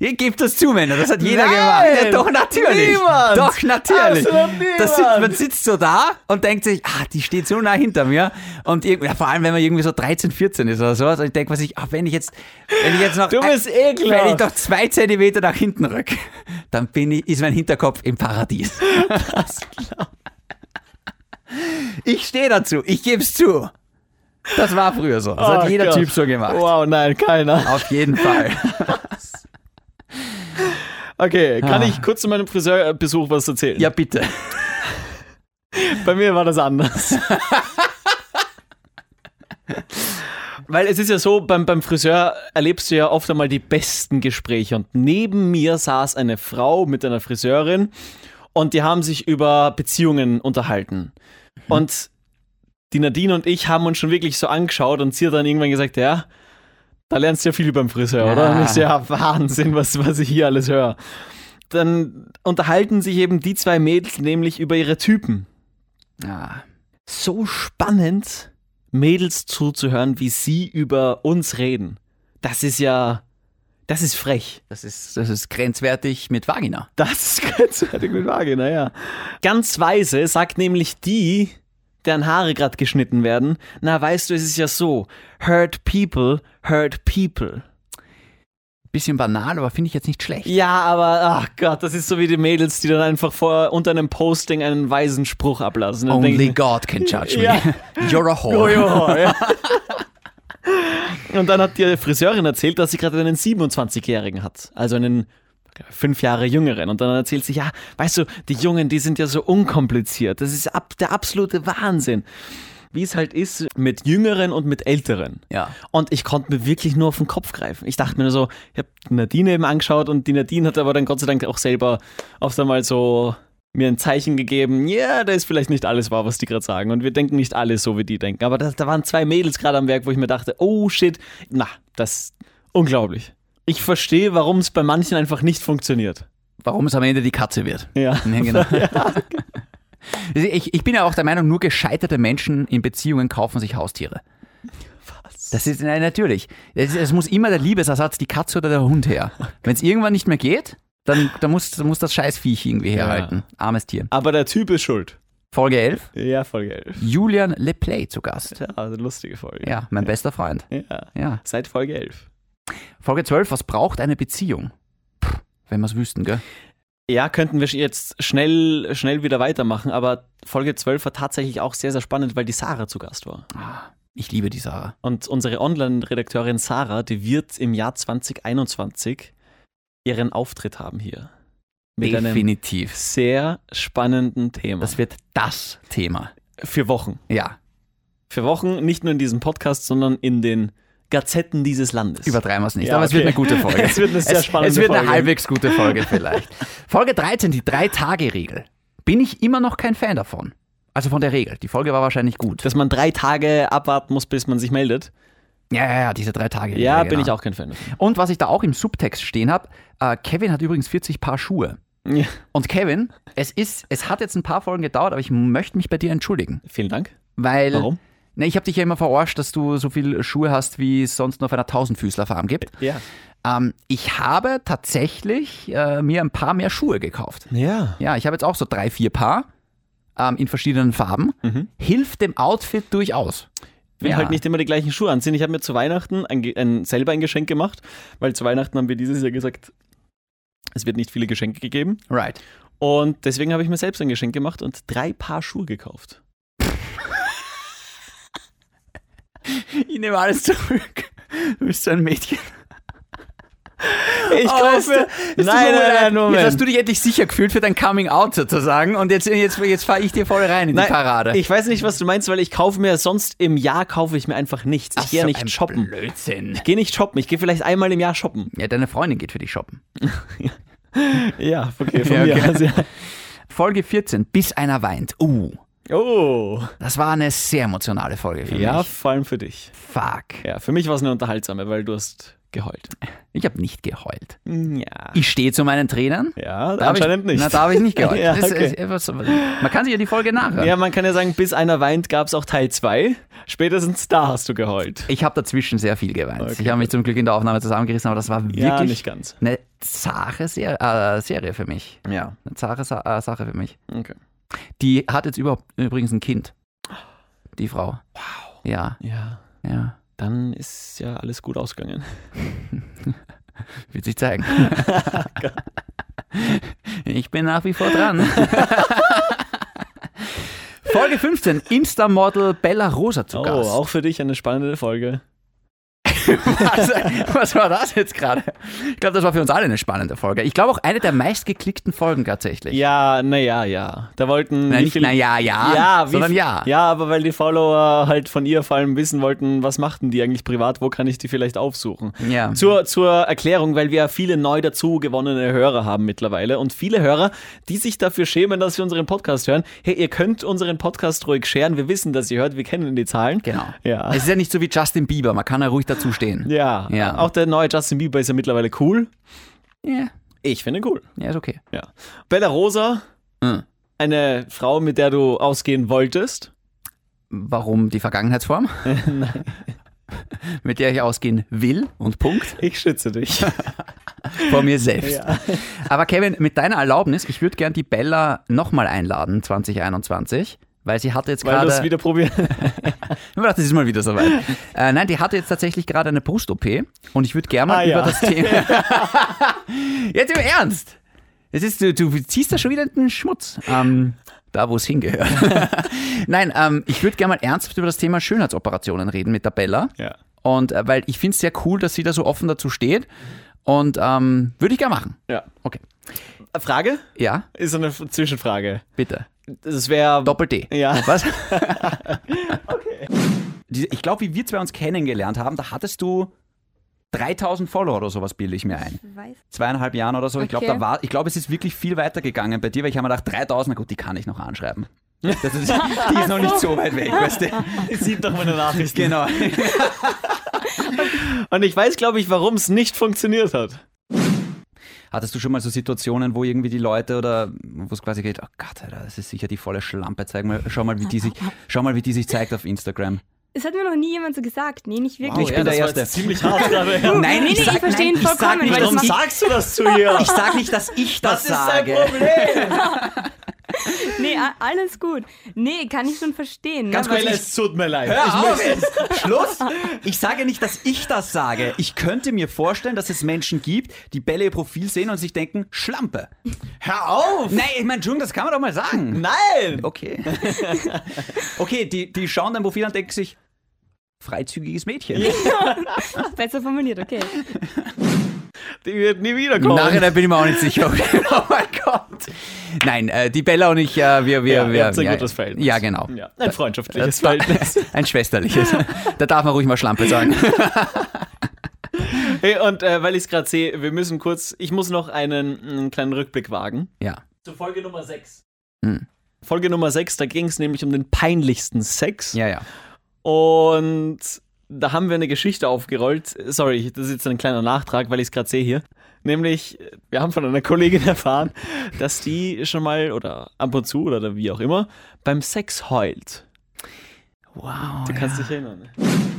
[SPEAKER 2] Ihr gebt das zu, Männer. Das hat jeder
[SPEAKER 1] Nein!
[SPEAKER 2] gemacht. Ja, doch, natürlich.
[SPEAKER 1] Niemand!
[SPEAKER 2] Doch, natürlich.
[SPEAKER 1] Absolut niemand!
[SPEAKER 2] Das sitzt, man sitzt so da und denkt sich, ah, die steht so nah hinter mir. Und irgendwie, ja, vor allem, wenn man irgendwie so 13, 14 ist oder sowas. Und ich denke, was ich, ach, wenn ich jetzt, wenn ich jetzt noch,
[SPEAKER 1] Du bist ekelhaft.
[SPEAKER 2] wenn ich noch zwei Zentimeter nach hinten rück, dann bin ich, ist mein Hinterkopf im Paradies. ich stehe dazu. Ich gebe es zu. Das war früher so. Das
[SPEAKER 1] Oh
[SPEAKER 2] hat jeder
[SPEAKER 1] Gott.
[SPEAKER 2] Typ so gemacht.
[SPEAKER 1] Wow, nein, keiner.
[SPEAKER 2] Auf jeden Fall.
[SPEAKER 1] Okay,
[SPEAKER 2] Ah.
[SPEAKER 1] kann ich kurz zu meinem Friseurbesuch was erzählen?
[SPEAKER 2] Ja, bitte.
[SPEAKER 1] Bei mir war das anders. <laughs> Weil es ist ja so, beim, beim Friseur erlebst du ja oft einmal die besten Gespräche. Und neben mir saß eine Frau mit einer Friseurin und die haben sich über Beziehungen unterhalten. Und die Nadine und ich haben uns schon wirklich so angeschaut und sie hat dann irgendwann gesagt, ja, da lernst du ja viel beim Friseur, oder? Und ich so, ja, Wahnsinn, was, was ich hier alles höre. Dann unterhalten sich eben die zwei Mädels nämlich über ihre Typen
[SPEAKER 2] Ah.
[SPEAKER 1] so spannend, Mädels zuzuhören, wie sie über uns reden. Das ist ja, das ist frech.
[SPEAKER 2] Das ist, das ist grenzwertig mit Vagina.
[SPEAKER 1] Das ist grenzwertig mit Waage, naja. Ganz weise sagt nämlich die, deren Haare gerade geschnitten werden, na weißt du, es ist ja so, hurt people, hurt people.
[SPEAKER 2] Bisschen banal, aber finde ich jetzt nicht schlecht.
[SPEAKER 1] Ja, aber, ach Gott, das ist so wie die Mädels, die dann einfach vor, unter einem Posting einen weisen Spruch ablassen. Dann denk ich
[SPEAKER 2] Only
[SPEAKER 1] mir,
[SPEAKER 2] God can judge me.
[SPEAKER 1] Ja.
[SPEAKER 2] You're a
[SPEAKER 1] Oh
[SPEAKER 2] whore.
[SPEAKER 1] ja, ja. Und dann hat die Friseurin erzählt, dass sie gerade einen 27-Jährigen hat. Also einen fünf Jahre jüngeren. Und dann erzählt sie, ja, weißt du, die Jungen, die sind ja so unkompliziert. Das ist ab, der absolute Wahnsinn. Wie es halt ist mit Jüngeren und mit Älteren.
[SPEAKER 2] Ja.
[SPEAKER 1] Und ich konnte mir wirklich nur auf den Kopf greifen. Ich dachte mir nur so, ich habe Nadine eben angeschaut und die Nadine hat aber dann Gott sei Dank auch selber oft einmal so mir ein Zeichen gegeben, ja, da ist vielleicht nicht alles wahr, was die gerade sagen. Und wir denken nicht alles so, wie die denken. Aber das, da waren zwei Mädels gerade am Werk, wo ich mir dachte, oh shit, na, das ist unglaublich. Ich verstehe, warum es bei manchen einfach nicht funktioniert.
[SPEAKER 2] Warum es am Ende die Katze wird.
[SPEAKER 1] Ja.
[SPEAKER 2] Ja, genau. Ich, ich bin ja auch der Meinung, nur gescheiterte Menschen in Beziehungen kaufen sich Haustiere. Was? Das ist, nein, natürlich. Es, es muss immer der Liebesersatz, die Katze oder der Hund her. Wenn es irgendwann nicht mehr geht, dann, dann, muss, dann muss das Scheißviech irgendwie herhalten. Armes Tier.
[SPEAKER 1] Aber der Typ ist schuld.
[SPEAKER 2] Folge 11,
[SPEAKER 1] Ja, Folge 11.
[SPEAKER 2] Julian LePlay zu Gast.
[SPEAKER 1] Ja, also lustige Folge.
[SPEAKER 2] Ja, mein bester Freund.
[SPEAKER 1] ja.
[SPEAKER 2] Ja.
[SPEAKER 1] Seit Folge 11.
[SPEAKER 2] Folge 12, was braucht eine Beziehung? Pff, wenn wir es wüssten, gell?
[SPEAKER 1] Ja, könnten wir jetzt schnell, schnell wieder weitermachen, aber Folge 12 war tatsächlich auch sehr, sehr spannend, weil die Sarah zu Gast war.
[SPEAKER 2] Ah, ich liebe die Sarah.
[SPEAKER 1] Und unsere Online-Redakteurin Sarah, die wird im Jahr 2021 ihren Auftritt haben hier. Mit einem
[SPEAKER 2] Definitiv.
[SPEAKER 1] sehr spannenden Thema.
[SPEAKER 2] Das wird das Thema.
[SPEAKER 1] für Wochen.
[SPEAKER 2] Ja,
[SPEAKER 1] Für Wochen, nicht nur in diesem Podcast, sondern in den Gazetten dieses Landes.
[SPEAKER 2] übertreiben wir es nicht.
[SPEAKER 1] Ja,
[SPEAKER 2] aber es wird
[SPEAKER 1] okay.
[SPEAKER 2] eine gute
[SPEAKER 1] <laughs>
[SPEAKER 2] Folge.
[SPEAKER 1] Es wird eine sehr spannende
[SPEAKER 2] Es wird eine
[SPEAKER 1] Folge.
[SPEAKER 2] halbwegs gute Folge vielleicht. Folge 13, die Drei-Tage-Regel. Bin ich immer noch kein Fan davon. Also von der Regel. Die Folge war wahrscheinlich gut.
[SPEAKER 1] Dass man drei Tage abwarten muss, bis man sich meldet.
[SPEAKER 2] ja, ja, ja, diese Drei-Tage-Regel.
[SPEAKER 1] Ja, bin
[SPEAKER 2] genau.
[SPEAKER 1] ich auch kein Fan davon.
[SPEAKER 2] Und was ich da auch im Subtext stehen habe, äh, Kevin hat übrigens 40 Paar Schuhe.
[SPEAKER 1] Ja.
[SPEAKER 2] Und Kevin, es ist, es hat jetzt ein paar Folgen gedauert, aber ich möchte mich bei dir entschuldigen.
[SPEAKER 1] Vielen Dank.
[SPEAKER 2] Weil
[SPEAKER 1] Warum?
[SPEAKER 2] Ne, ich habe dich ja immer verarscht, dass du so viel Schuhe hast, wie es sonst nur auf einer Tausendfüßlerfarm gibt.
[SPEAKER 1] Ja.
[SPEAKER 2] Ähm, ich habe tatsächlich äh, mir ein paar mehr Schuhe gekauft.
[SPEAKER 1] Ja.
[SPEAKER 2] Ja, ich habe jetzt auch so drei, vier Paar ähm, in verschiedenen Farben.
[SPEAKER 1] Mhm.
[SPEAKER 2] Hilft dem Outfit durchaus.
[SPEAKER 1] Will
[SPEAKER 2] Ja.
[SPEAKER 1] halt nicht immer die gleichen Schuhe anziehen. Ich habe mir zu Weihnachten ein, Ge- ein, selber ein Geschenk gemacht, weil zu Weihnachten haben wir dieses Jahr gesagt, es wird nicht viele Geschenke gegeben.
[SPEAKER 2] Right.
[SPEAKER 1] Und deswegen habe ich mir selbst ein Geschenk gemacht und drei Paar Schuhe gekauft.
[SPEAKER 2] Ich nehme alles zurück. Du bist so ein Mädchen. Oh,
[SPEAKER 1] Ich
[SPEAKER 2] nein, nein, nein, Jetzt hast
[SPEAKER 1] Moment.
[SPEAKER 2] du dich endlich sicher gefühlt für dein Coming Out sozusagen und jetzt, jetzt, jetzt fahre ich dir voll rein in die Parade.
[SPEAKER 1] Ich weiß nicht, was du meinst, weil ich kaufe mir sonst im Jahr kaufe ich mir einfach nichts. Ich
[SPEAKER 2] Ach,
[SPEAKER 1] gehe
[SPEAKER 2] so
[SPEAKER 1] nicht
[SPEAKER 2] ein
[SPEAKER 1] shoppen.
[SPEAKER 2] Blödsinn.
[SPEAKER 1] Ich gehe nicht shoppen. Ich gehe vielleicht einmal im Jahr shoppen.
[SPEAKER 2] Ja, deine Freundin geht für dich shoppen.
[SPEAKER 1] Ja, okay,
[SPEAKER 2] <laughs> Ja,
[SPEAKER 1] mir
[SPEAKER 2] okay.
[SPEAKER 1] aus, ja.
[SPEAKER 2] Folge 14, bis einer weint. Uh,
[SPEAKER 1] Oh,
[SPEAKER 2] das war eine sehr emotionale Folge für
[SPEAKER 1] ja,
[SPEAKER 2] mich.
[SPEAKER 1] vor allem für dich.
[SPEAKER 2] Fuck.
[SPEAKER 1] Ja, für mich war es eine unterhaltsame, weil du hast geheult.
[SPEAKER 2] Ich habe nicht geheult.
[SPEAKER 1] Ja.
[SPEAKER 2] Ich stehe zu meinen Tränen.
[SPEAKER 1] Ja,
[SPEAKER 2] Da hab
[SPEAKER 1] anscheinend
[SPEAKER 2] ich,
[SPEAKER 1] nicht.
[SPEAKER 2] Na, da habe
[SPEAKER 1] <laughs>
[SPEAKER 2] ich nicht geheult.
[SPEAKER 1] Ja,
[SPEAKER 2] Das ist-
[SPEAKER 1] okay.
[SPEAKER 2] ist etwas, man kann sich ja die Folge nachhören.
[SPEAKER 1] ja, man kann ja sagen, bis einer weint, gab es auch Teil 2. Spätestens da hast du geheult.
[SPEAKER 2] Ich habe dazwischen sehr viel geweint.
[SPEAKER 1] Okay,
[SPEAKER 2] ich habe mich zum Glück in der Aufnahme zusammengerissen, aber das war Äh, wirklich
[SPEAKER 1] Ja, nicht ganz.
[SPEAKER 2] eine zahre Ser äh, Serie für mich.
[SPEAKER 1] Ja.
[SPEAKER 2] Eine zahre Sa äh, Sache für mich.
[SPEAKER 1] Okay.
[SPEAKER 2] Die hat jetzt überhaupt übrigens ein Kind. Die Frau. Wow. Ja,
[SPEAKER 1] Ja,
[SPEAKER 2] ja.
[SPEAKER 1] dann ist ja alles gut ausgegangen.
[SPEAKER 2] Wird
[SPEAKER 1] <laughs>
[SPEAKER 2] sich zeigen. ich bin nach wie vor dran. <laughs> Folge 15. Instamodel Bella Rosa zu
[SPEAKER 1] Oh,
[SPEAKER 2] Gast. <laughs>
[SPEAKER 1] auch für dich eine spannende Folge.
[SPEAKER 2] Was, Also, was war das jetzt gerade? Ich glaube, das war für uns alle eine spannende Folge. Ich glaube auch eine der meistgeklickten Folgen tatsächlich.
[SPEAKER 1] Ja, naja, ja. Da wollten.
[SPEAKER 2] Nein,
[SPEAKER 1] wie
[SPEAKER 2] nicht
[SPEAKER 1] viele-
[SPEAKER 2] na ja, ja,
[SPEAKER 1] Ja, wie
[SPEAKER 2] sondern
[SPEAKER 1] viel-
[SPEAKER 2] ja.
[SPEAKER 1] Ja, aber weil die Follower halt von ihr vor allem wissen wollten, was machten die eigentlich privat, wo kann ich die vielleicht aufsuchen.
[SPEAKER 2] Ja.
[SPEAKER 1] Zur, zur Erklärung, weil wir viele neu dazu gewonnene Hörer haben mittlerweile und viele Hörer, die sich dafür schämen, dass wir unseren Podcast hören. Hey, ihr könnt unseren Podcast ruhig scheren, wir wissen, dass ihr hört, wir kennen die Zahlen.
[SPEAKER 2] Genau.
[SPEAKER 1] Ja.
[SPEAKER 2] Es ist ja nicht so wie Justin Bieber, man kann ja ruhig dazu stehen.
[SPEAKER 1] Ja.
[SPEAKER 2] Ja.
[SPEAKER 1] auch der neue Justin Bieber ist ja mittlerweile cool.
[SPEAKER 2] Ja,
[SPEAKER 1] Ich finde cool.
[SPEAKER 2] ja ist okay.
[SPEAKER 1] Ja. Bella Rosa,
[SPEAKER 2] Mhm.
[SPEAKER 1] eine Frau, mit der du ausgehen wolltest.
[SPEAKER 2] Warum
[SPEAKER 1] <laughs>
[SPEAKER 2] die Vergangenheitsform? Mit der ich ausgehen will und Punkt.
[SPEAKER 1] Ich schütze
[SPEAKER 2] <laughs>
[SPEAKER 1] dich.
[SPEAKER 2] Vor mir selbst. Aber Kevin, mit deiner Erlaubnis, ich würde gern die Bella nochmal einladen 2021, weil sie hatte jetzt
[SPEAKER 1] Weil du es
[SPEAKER 2] gerade.
[SPEAKER 1] wieder
[SPEAKER 2] <laughs>
[SPEAKER 1] probieren.
[SPEAKER 2] Ich hab mir gedacht, das ist mal wieder soweit. <laughs> Äh, nein, die hatte jetzt tatsächlich gerade eine Brust-OP und ich würde gerne mal
[SPEAKER 1] Ah,
[SPEAKER 2] über
[SPEAKER 1] ja. <laughs>
[SPEAKER 2] das Thema. jetzt im Ernst! Es ist, du, du ziehst da schon wieder den Schmutz. Ähm, da, wo es hingehört. <laughs> nein, ähm, ich würde gerne mal ernsthaft über das Thema Schönheitsoperationen reden mit der Bella.
[SPEAKER 1] Ja.
[SPEAKER 2] Und äh, weil ich finde es sehr cool, dass sie da so offen dazu steht. Und ähm, würde ich gerne machen.
[SPEAKER 1] Ja.
[SPEAKER 2] Okay.
[SPEAKER 1] Frage?
[SPEAKER 2] Ja,
[SPEAKER 1] Ist eine F- Zwischenfrage.
[SPEAKER 2] bitte.
[SPEAKER 1] Das wäre.
[SPEAKER 2] Doppel-D.
[SPEAKER 1] Ja.
[SPEAKER 2] <laughs> Was? okay. Ich glaube, wie wir zwei uns kennengelernt haben, da hattest du 3000 Follower oder sowas bilde ich mir ein. Zweieinhalb Jahren oder so. Ich glaube,
[SPEAKER 4] Okay.
[SPEAKER 2] da war, ich glaube, es ist wirklich viel weiter gegangen bei dir, weil ich habe mir gedacht, 3000, na gut, die kann ich noch anschreiben. Das
[SPEAKER 6] <laughs>
[SPEAKER 2] ist, die ist noch nicht so weit weg, weißt du?
[SPEAKER 1] Ich <laughs> sieht doch meine Nachricht.
[SPEAKER 2] <laughs> Genau.
[SPEAKER 1] Und ich weiß, glaube ich, warum es nicht funktioniert hat.
[SPEAKER 2] Hattest du schon mal so Situationen, wo irgendwie die Leute oder wo es quasi geht, oh Gott, Alter, das ist sicher die volle Schlampe, zeig mal, schau mal, wie die sich, schau mal, wie die sich zeigt auf Instagram.
[SPEAKER 6] Es hat mir noch nie jemand so gesagt. Nee, nicht wirklich.
[SPEAKER 2] Oh, Ich bin der
[SPEAKER 1] das war
[SPEAKER 2] Erste.
[SPEAKER 1] jetzt ziemlich hart gerade.
[SPEAKER 2] <laughs>
[SPEAKER 1] ja.
[SPEAKER 2] Nein,
[SPEAKER 6] nee, nee, ich verstehe ihn vollkommen, weil das
[SPEAKER 1] Warum
[SPEAKER 6] macht-
[SPEAKER 1] sagst du das zu ihr?
[SPEAKER 2] Ich sag nicht, dass ich das, sage.
[SPEAKER 1] Problem.
[SPEAKER 6] Nee, a- alles gut. Nee, kann ich schon verstehen.
[SPEAKER 2] Ganz
[SPEAKER 6] ne?
[SPEAKER 2] kurz,
[SPEAKER 6] weil
[SPEAKER 1] Es tut mir leid.
[SPEAKER 2] Hör auf jetzt. Schluss. Ich sage nicht, dass ich das sage. Ich könnte mir vorstellen, dass es Menschen gibt, die Bälle ihr Profil sehen und sich denken, Schlampe. Hör auf. Nein, ich meine, Entschuldigung, das kann man doch mal sagen.
[SPEAKER 1] Nein!
[SPEAKER 2] Okay. Okay, die, die schauen dein Profil und denken sich, freizügiges Mädchen.
[SPEAKER 6] ich- besser formuliert, okay.
[SPEAKER 1] Die wird nie
[SPEAKER 2] Im
[SPEAKER 1] wiederkommen.
[SPEAKER 2] Nachhinein bin ich mir auch nicht sicher. <laughs> oh mein Gott. Nein, äh, die Bella und ich, äh, wir, wir,
[SPEAKER 1] ja,
[SPEAKER 2] wir.
[SPEAKER 1] ihr habt ein
[SPEAKER 2] ja,
[SPEAKER 1] gutes Verhältnis.
[SPEAKER 2] Ja, genau.
[SPEAKER 1] Ja, ein freundschaftliches
[SPEAKER 2] Das war-
[SPEAKER 1] Verhältnis. <laughs>
[SPEAKER 2] Ein schwesterliches. Da darf man ruhig mal Schlampe sagen.
[SPEAKER 1] Hey, und äh, weil ich es gerade sehe, wir müssen kurz, ich muss noch einen, einen kleinen Rückblick wagen.
[SPEAKER 2] Ja.
[SPEAKER 1] Zu Folge Nummer 6.
[SPEAKER 2] Hm.
[SPEAKER 1] Folge Nummer 6, da ging es nämlich um den peinlichsten Sex.
[SPEAKER 2] Ja, ja.
[SPEAKER 1] Und da haben wir eine Geschichte aufgerollt. Sorry, das ist jetzt ein kleiner Nachtrag, weil ich es gerade sehe hier. Nämlich, wir haben von einer Kollegin <laughs> erfahren, dass die schon mal oder ab und zu oder wie auch immer beim Sex heult.
[SPEAKER 2] Wow.
[SPEAKER 1] Du kannst dich erinnern.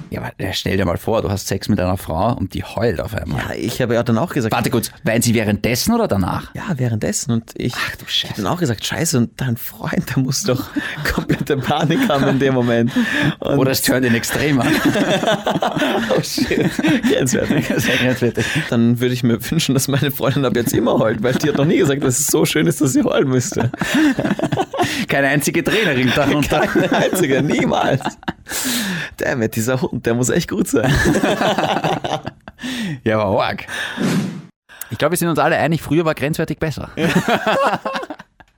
[SPEAKER 2] Ja, aber stell dir mal vor, du hast Sex mit einer Frau und die heult auf einmal.
[SPEAKER 1] Ja, ich habe ja dann auch gesagt.
[SPEAKER 2] Warte kurz, weint sie währenddessen oder danach?
[SPEAKER 1] Ja, währenddessen. Und ich
[SPEAKER 2] Ach du Scheiße.
[SPEAKER 1] hab dann auch gesagt, scheiße, und dein Freund, der muss <laughs> doch komplette Panik haben in dem Moment. Und
[SPEAKER 2] Oder es turnt in extremer.
[SPEAKER 1] oh shit, <laughs> grenzwertig. Dann würde ich mir wünschen, dass meine Freundin ab jetzt immer heult, weil die hat noch nie gesagt, dass es so schön ist, dass sie heulen müsste.
[SPEAKER 2] Keine einzige Trainerin da und da.
[SPEAKER 1] Keine einzige, niemals. Damn it, dieser Hund, der muss echt gut sein.
[SPEAKER 2] Ja, aber arg. Ich glaube, wir sind uns alle einig, früher war grenzwertig besser. <laughs>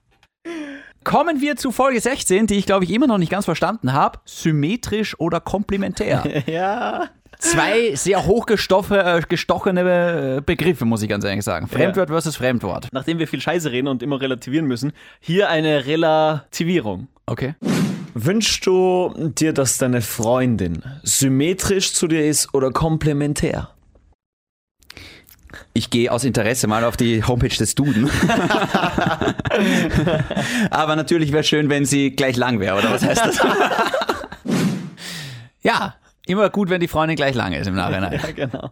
[SPEAKER 2] Kommen wir zu Folge 16, die ich glaube ich immer noch nicht ganz verstanden habe. Symmetrisch oder komplementär?
[SPEAKER 1] <laughs> Ja.
[SPEAKER 2] Zwei sehr hochgestoche- äh, gestochene äh, Begriffe, muss ich ganz ehrlich sagen. Fremdwort versus Fremdwort.
[SPEAKER 1] Nachdem wir viel Scheiße reden und immer relativieren müssen, hier eine Relativierung.
[SPEAKER 2] Okay.
[SPEAKER 1] Wünschst du dir, dass deine Freundin symmetrisch zu dir ist oder komplementär?
[SPEAKER 2] Ich gehe aus Interesse mal auf die Homepage des <laughs> Duden. Aber natürlich wäre schön, wenn sie gleich lang wäre, oder was heißt das? <laughs> ja, immer gut, wenn die Freundin gleich lang ist im Nachhinein.
[SPEAKER 1] genau.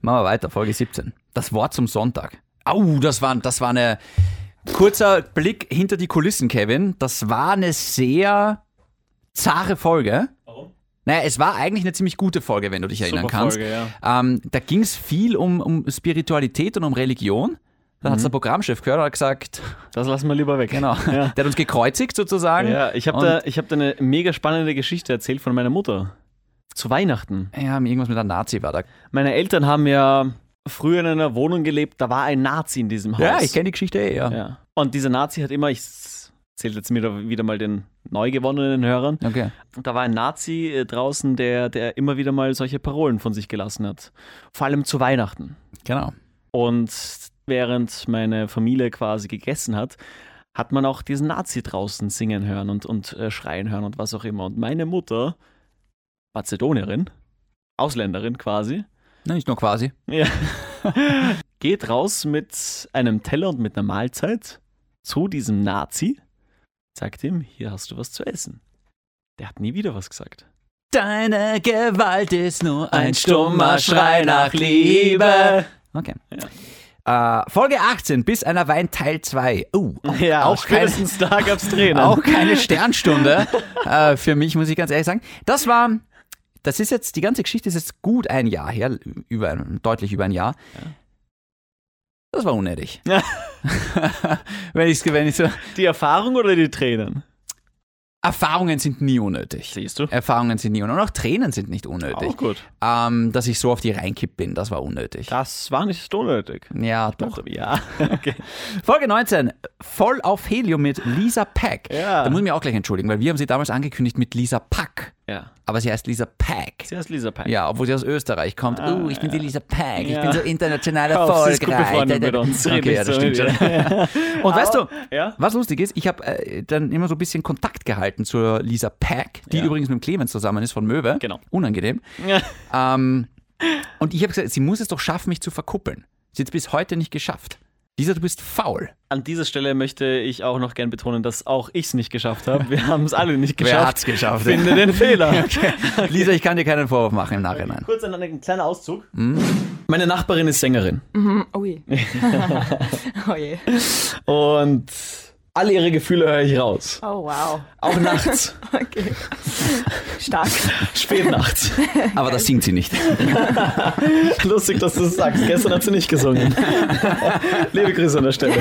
[SPEAKER 2] Machen wir weiter, Folge 17. Das Wort zum Sonntag. Au, das war, das war eine. Kurzer Blick hinter die Kulissen, Kevin. Das war eine sehr zahre Folge. Naja, es war eigentlich eine ziemlich gute Folge, wenn du dich erinnern
[SPEAKER 1] Super
[SPEAKER 2] kannst.
[SPEAKER 1] Folge,
[SPEAKER 2] ähm, da ging es viel um, um Spiritualität und um Religion. Dann
[SPEAKER 1] Mhm.
[SPEAKER 2] hat der Programmchef gehört und hat gesagt,
[SPEAKER 1] Das lassen wir lieber weg.
[SPEAKER 2] genau,
[SPEAKER 1] <laughs>
[SPEAKER 2] <laughs>
[SPEAKER 1] Ja.
[SPEAKER 2] der hat uns gekreuzigt sozusagen.
[SPEAKER 1] Ja, ich habe
[SPEAKER 2] Und-
[SPEAKER 1] da, ich hab da eine mega spannende Geschichte erzählt von meiner Mutter. Zu Weihnachten.
[SPEAKER 2] Ja, irgendwas mit einem Nazi war da.
[SPEAKER 1] Meine Eltern haben ja früher in einer Wohnung gelebt, da war ein Nazi in diesem Haus.
[SPEAKER 2] Ja, ich kenne die Geschichte eh, ja.
[SPEAKER 1] Ja. Und dieser Nazi hat immer, ich zähle jetzt wieder, wieder mal den neu gewonnenen Hörern,
[SPEAKER 2] Okay.
[SPEAKER 1] Und da war ein Nazi äh, draußen, der, der immer wieder mal solche Parolen von sich gelassen hat. Vor allem zu Weihnachten.
[SPEAKER 2] Genau.
[SPEAKER 1] Und während meine Familie quasi gegessen hat, hat man auch diesen Nazi draußen singen hören und, und äh, schreien hören und was auch immer. Und meine Mutter, Mazedonierin, Ausländerin quasi,
[SPEAKER 2] Na, Nicht nur quasi.
[SPEAKER 1] ja, <laughs> geht raus mit einem Teller und mit einer Mahlzeit zu diesem Nazi, sagt ihm, hier hast du was zu essen. Der hat nie wieder was gesagt.
[SPEAKER 2] Deine Gewalt ist nur
[SPEAKER 1] ein stummer Schrei nach Liebe.
[SPEAKER 2] Okay. Äh, Folge 18, bis einer Wein Teil 2. Uh, auch,
[SPEAKER 1] Ja,
[SPEAKER 2] auch,
[SPEAKER 1] <laughs>
[SPEAKER 2] keine,
[SPEAKER 1] spätestens da gab's Tränen.
[SPEAKER 2] <laughs> auch keine Sternstunde äh, für mich, muss ich ganz ehrlich sagen. Das war, das ist jetzt, die ganze Geschichte ist jetzt gut ein Jahr her, über, ein- deutlich über ein Jahr. Das war
[SPEAKER 1] <laughs>
[SPEAKER 2] unnötig. <laughs> wenn ich wenn ich so,
[SPEAKER 1] die Erfahrung oder die Tränen?
[SPEAKER 2] Erfahrungen sind nie unnötig.
[SPEAKER 1] Siehst du? Äh,
[SPEAKER 2] Erfahrungen sind nie unnötig. Und auch Tränen sind nicht unnötig.
[SPEAKER 1] Auch gut.
[SPEAKER 2] Ähm, dass ich so auf die reinkippt bin, das war unnötig.
[SPEAKER 1] Das war nicht unnötig. Also,
[SPEAKER 2] Ja, doch.
[SPEAKER 1] Ja, okay.
[SPEAKER 2] Folge 19, voll auf Helium mit Lisa Pack.
[SPEAKER 1] Ja.
[SPEAKER 2] Da muss ich mich auch gleich entschuldigen, weil wir haben sie damals angekündigt mit Lisa Pack.
[SPEAKER 1] Ja.
[SPEAKER 2] Aber sie heißt Lisa Pack.
[SPEAKER 1] Sie heißt Lisa Pein.
[SPEAKER 2] Ja, obwohl sie aus Österreich kommt. oh, ich bin die Lisa Pack. Ich
[SPEAKER 1] Ja.
[SPEAKER 2] bin so international
[SPEAKER 1] Kauf, sie ist gut
[SPEAKER 2] erfolgreich.
[SPEAKER 1] befreundet mit uns. Red
[SPEAKER 2] Okay,
[SPEAKER 1] nicht
[SPEAKER 2] <laughs> ja, das
[SPEAKER 1] so
[SPEAKER 2] stimmt
[SPEAKER 1] mit
[SPEAKER 2] schon.
[SPEAKER 1] ihr. <laughs>
[SPEAKER 2] Und weißt du,
[SPEAKER 1] Ja?
[SPEAKER 2] was lustig ist, ich habe äh, dann immer so ein bisschen Kontakt gehalten zur Lisa Pack, die
[SPEAKER 1] Ja.
[SPEAKER 2] übrigens mit dem Clemens zusammen ist von Möwe.
[SPEAKER 1] Genau.
[SPEAKER 2] Unangenehm.
[SPEAKER 1] Ja.
[SPEAKER 2] Ähm, und ich habe gesagt, sie muss es doch schaffen, mich zu verkuppeln. Sie hat es bis heute nicht geschafft. Lisa, du bist faul.
[SPEAKER 1] An dieser Stelle möchte ich auch noch gern betonen, dass auch ich es nicht geschafft habe. <laughs> Wir haben es alle nicht
[SPEAKER 2] Wer hat's
[SPEAKER 1] geschafft.
[SPEAKER 2] geschafft?
[SPEAKER 1] Finde den <laughs> Fehler.
[SPEAKER 2] <laughs> Lisa, ich kann dir keinen Vorwurf machen
[SPEAKER 1] <laughs>
[SPEAKER 2] im Nachhinein.
[SPEAKER 1] Kurz ein, ein kleiner Auszug. Meine Nachbarin ist Sängerin.
[SPEAKER 6] Mhm.
[SPEAKER 1] <laughs>
[SPEAKER 6] Oh je. <laughs> oh je.
[SPEAKER 1] Und alle ihre Gefühle höre ich raus.
[SPEAKER 6] Oh wow.
[SPEAKER 1] Auch nachts.
[SPEAKER 6] <laughs> Okay. Stark.
[SPEAKER 1] Spät
[SPEAKER 6] <laughs>
[SPEAKER 1] nachts.
[SPEAKER 2] Aber das singt sie nicht.
[SPEAKER 1] Lustig, dass du das sagst. Gestern hat sie nicht
[SPEAKER 6] <laughs>
[SPEAKER 1] gesungen. Liebe Grüße an der Stelle.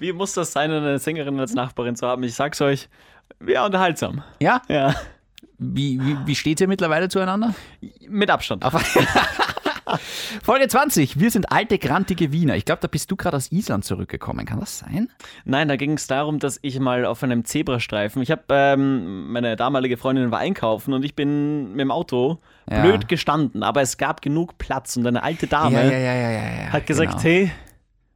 [SPEAKER 1] Wie muss das sein, eine Sängerin als Nachbarin zu haben? Ich sag's euch, ja, unterhaltsam.
[SPEAKER 2] Ja?
[SPEAKER 1] Ja,
[SPEAKER 2] Wie, wie, wie steht ihr mittlerweile zueinander?
[SPEAKER 1] mit Abstand.
[SPEAKER 2] <laughs> Folge 20. Wir sind alte, grantige Wiener. Ich glaube, da bist du gerade aus Island zurückgekommen. Kann das sein?
[SPEAKER 1] Nein, da ging es darum, dass ich mal auf einem Zebrastreifen, ich habe, ähm, meine damalige Freundin war einkaufen und ich bin mit dem Auto
[SPEAKER 2] Ja.
[SPEAKER 1] blöd gestanden, aber es gab genug Platz und eine alte Dame
[SPEAKER 2] ja, ja, ja.
[SPEAKER 1] hat gesagt,
[SPEAKER 2] genau.
[SPEAKER 1] hey,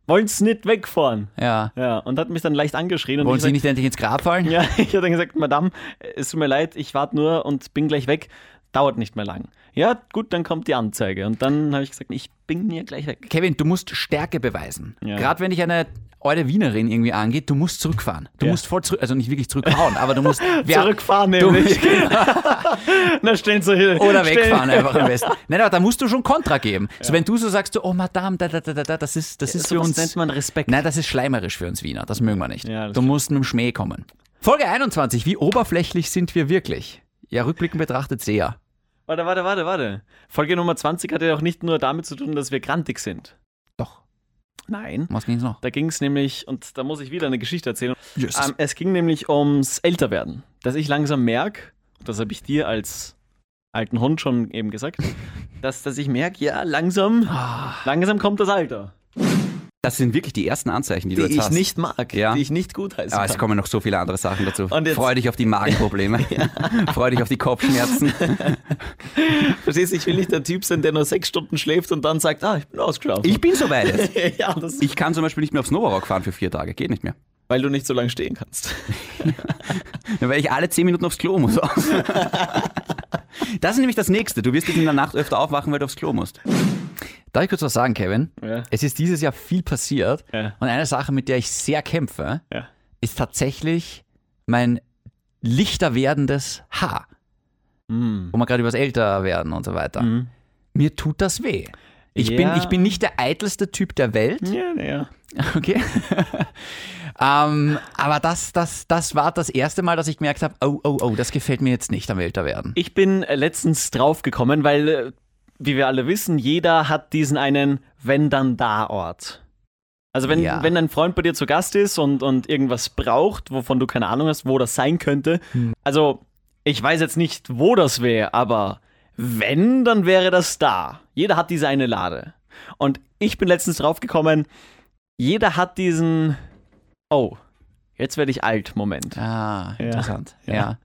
[SPEAKER 1] wollen's nicht wegfahren?
[SPEAKER 2] Ja.
[SPEAKER 1] Ja, und hat mich dann leicht angeschrien. und
[SPEAKER 2] Wollen
[SPEAKER 1] ich <laughs>
[SPEAKER 2] Sie
[SPEAKER 1] sag-
[SPEAKER 2] nicht endlich ins Grab fallen?
[SPEAKER 1] Ja, ich habe dann gesagt, Madame, es tut mir leid, ich warte nur und bin gleich weg. Dauert nicht mehr lang. Ja, gut, dann kommt die Anzeige. Und dann habe ich gesagt, ich bin hier gleich weg.
[SPEAKER 2] Kevin, du musst Stärke beweisen.
[SPEAKER 1] Ja.
[SPEAKER 2] Gerade wenn dich eine eure Wienerin irgendwie angeht, du musst zurückfahren. Du
[SPEAKER 1] Ja.
[SPEAKER 2] musst voll zurück, also nicht wirklich zurückhauen, aber
[SPEAKER 1] <laughs>
[SPEAKER 2] du musst wer-
[SPEAKER 1] Zurückfahren
[SPEAKER 2] du- <laughs>
[SPEAKER 1] nämlich. <laughs> Na, stehen Sie hier.
[SPEAKER 2] Oder
[SPEAKER 1] Stehen-
[SPEAKER 2] wegfahren einfach
[SPEAKER 1] <laughs>
[SPEAKER 2] am besten. Nein, aber da musst du schon Kontra geben. So wenn du so sagst, so, oh Madame, da, da, da, da, da, das ist, das ist für
[SPEAKER 1] sowas
[SPEAKER 2] uns.
[SPEAKER 1] nennt man Respekt.
[SPEAKER 2] Nein, das ist schleimerisch für uns Wiener. Das mögen wir nicht.
[SPEAKER 1] Ja, das
[SPEAKER 2] du musst mit dem Schmäh kommen. Folge 21. Wie oberflächlich sind wir wirklich? Ja, rückblickend betrachtet sehr.
[SPEAKER 1] Warte, warte, warte, warte. Folge Nummer 20 hatte ja auch nicht nur damit zu tun, dass wir grantig sind.
[SPEAKER 2] Doch.
[SPEAKER 1] Nein.
[SPEAKER 2] Was ging's noch?
[SPEAKER 1] Da ging es nämlich, und da muss ich wieder eine Geschichte erzählen.
[SPEAKER 2] Yes.
[SPEAKER 1] Ähm, es ging nämlich ums Älterwerden. Dass ich langsam merke, das habe ich dir als alten Hund schon eben gesagt, <laughs> dass, dass ich merke, ja, langsam, langsam kommt das Alter,
[SPEAKER 2] Das sind wirklich die ersten Anzeichen,
[SPEAKER 1] die ich nicht mag,
[SPEAKER 2] Ja.
[SPEAKER 1] die ich nicht gut heiße.
[SPEAKER 2] Ah, es kommen noch so viele andere Sachen dazu.
[SPEAKER 1] Und jetzt-
[SPEAKER 2] Freu dich auf die <laughs> Magenprobleme. Freu dich auf die Kopfschmerzen.
[SPEAKER 1] Verstehst du, ich will nicht der Typ sein, der nur sechs Stunden schläft und dann sagt, ah, ich <laughs> bin ausgeschlafen.
[SPEAKER 2] Ich bin soweit jetzt.
[SPEAKER 1] ja, das
[SPEAKER 2] Ich kann zum Beispiel nicht mehr aufs Novarock fahren für vier Tage. Geht nicht mehr.
[SPEAKER 1] weil du nicht so lange stehen kannst.
[SPEAKER 2] Ja, weil ich alle 10 Minuten aufs Klo <laughs> muss. Das ist nämlich das Nächste. Du wirst dich in der Nacht öfter aufwachen, weil du aufs Klo musst. Darf ich kurz was sagen, Kevin?
[SPEAKER 1] Ja.
[SPEAKER 2] Es ist dieses Jahr viel passiert.
[SPEAKER 1] Ja.
[SPEAKER 2] Und eine Sache, mit der ich sehr kämpfe,
[SPEAKER 1] Ja.
[SPEAKER 2] ist tatsächlich mein lichter werdendes Haar.
[SPEAKER 1] Mm.
[SPEAKER 2] Wo man gerade über das Älterwerden und so weiter. Mir tut das weh. Ich,
[SPEAKER 1] Ja.
[SPEAKER 2] bin, ich bin nicht der eitelste Typ der Welt.
[SPEAKER 1] Ja, naja. <laughs>
[SPEAKER 2] Okay. ähm, aber das, das, das war das erste Mal, dass ich gemerkt habe, oh, oh, oh, das gefällt mir jetzt nicht am Älterwerden.
[SPEAKER 1] Ich bin äh, letztens draufgekommen, weil, äh, wie wir alle wissen, jeder hat diesen einen Wenn-dann-da-Ort. Also wenn,
[SPEAKER 2] Ja.
[SPEAKER 1] wenn ein Freund bei dir zu Gast ist und, und irgendwas braucht, wovon du keine Ahnung hast, wo das sein könnte. Also ich weiß jetzt nicht, wo das wäre, aber wenn, dann wäre das da. Jeder hat diese eine Lade. Und ich bin letztens draufgekommen, jeder hat diesen, oh, jetzt werde ich alt, Moment.
[SPEAKER 2] Ah, interessant. Ja.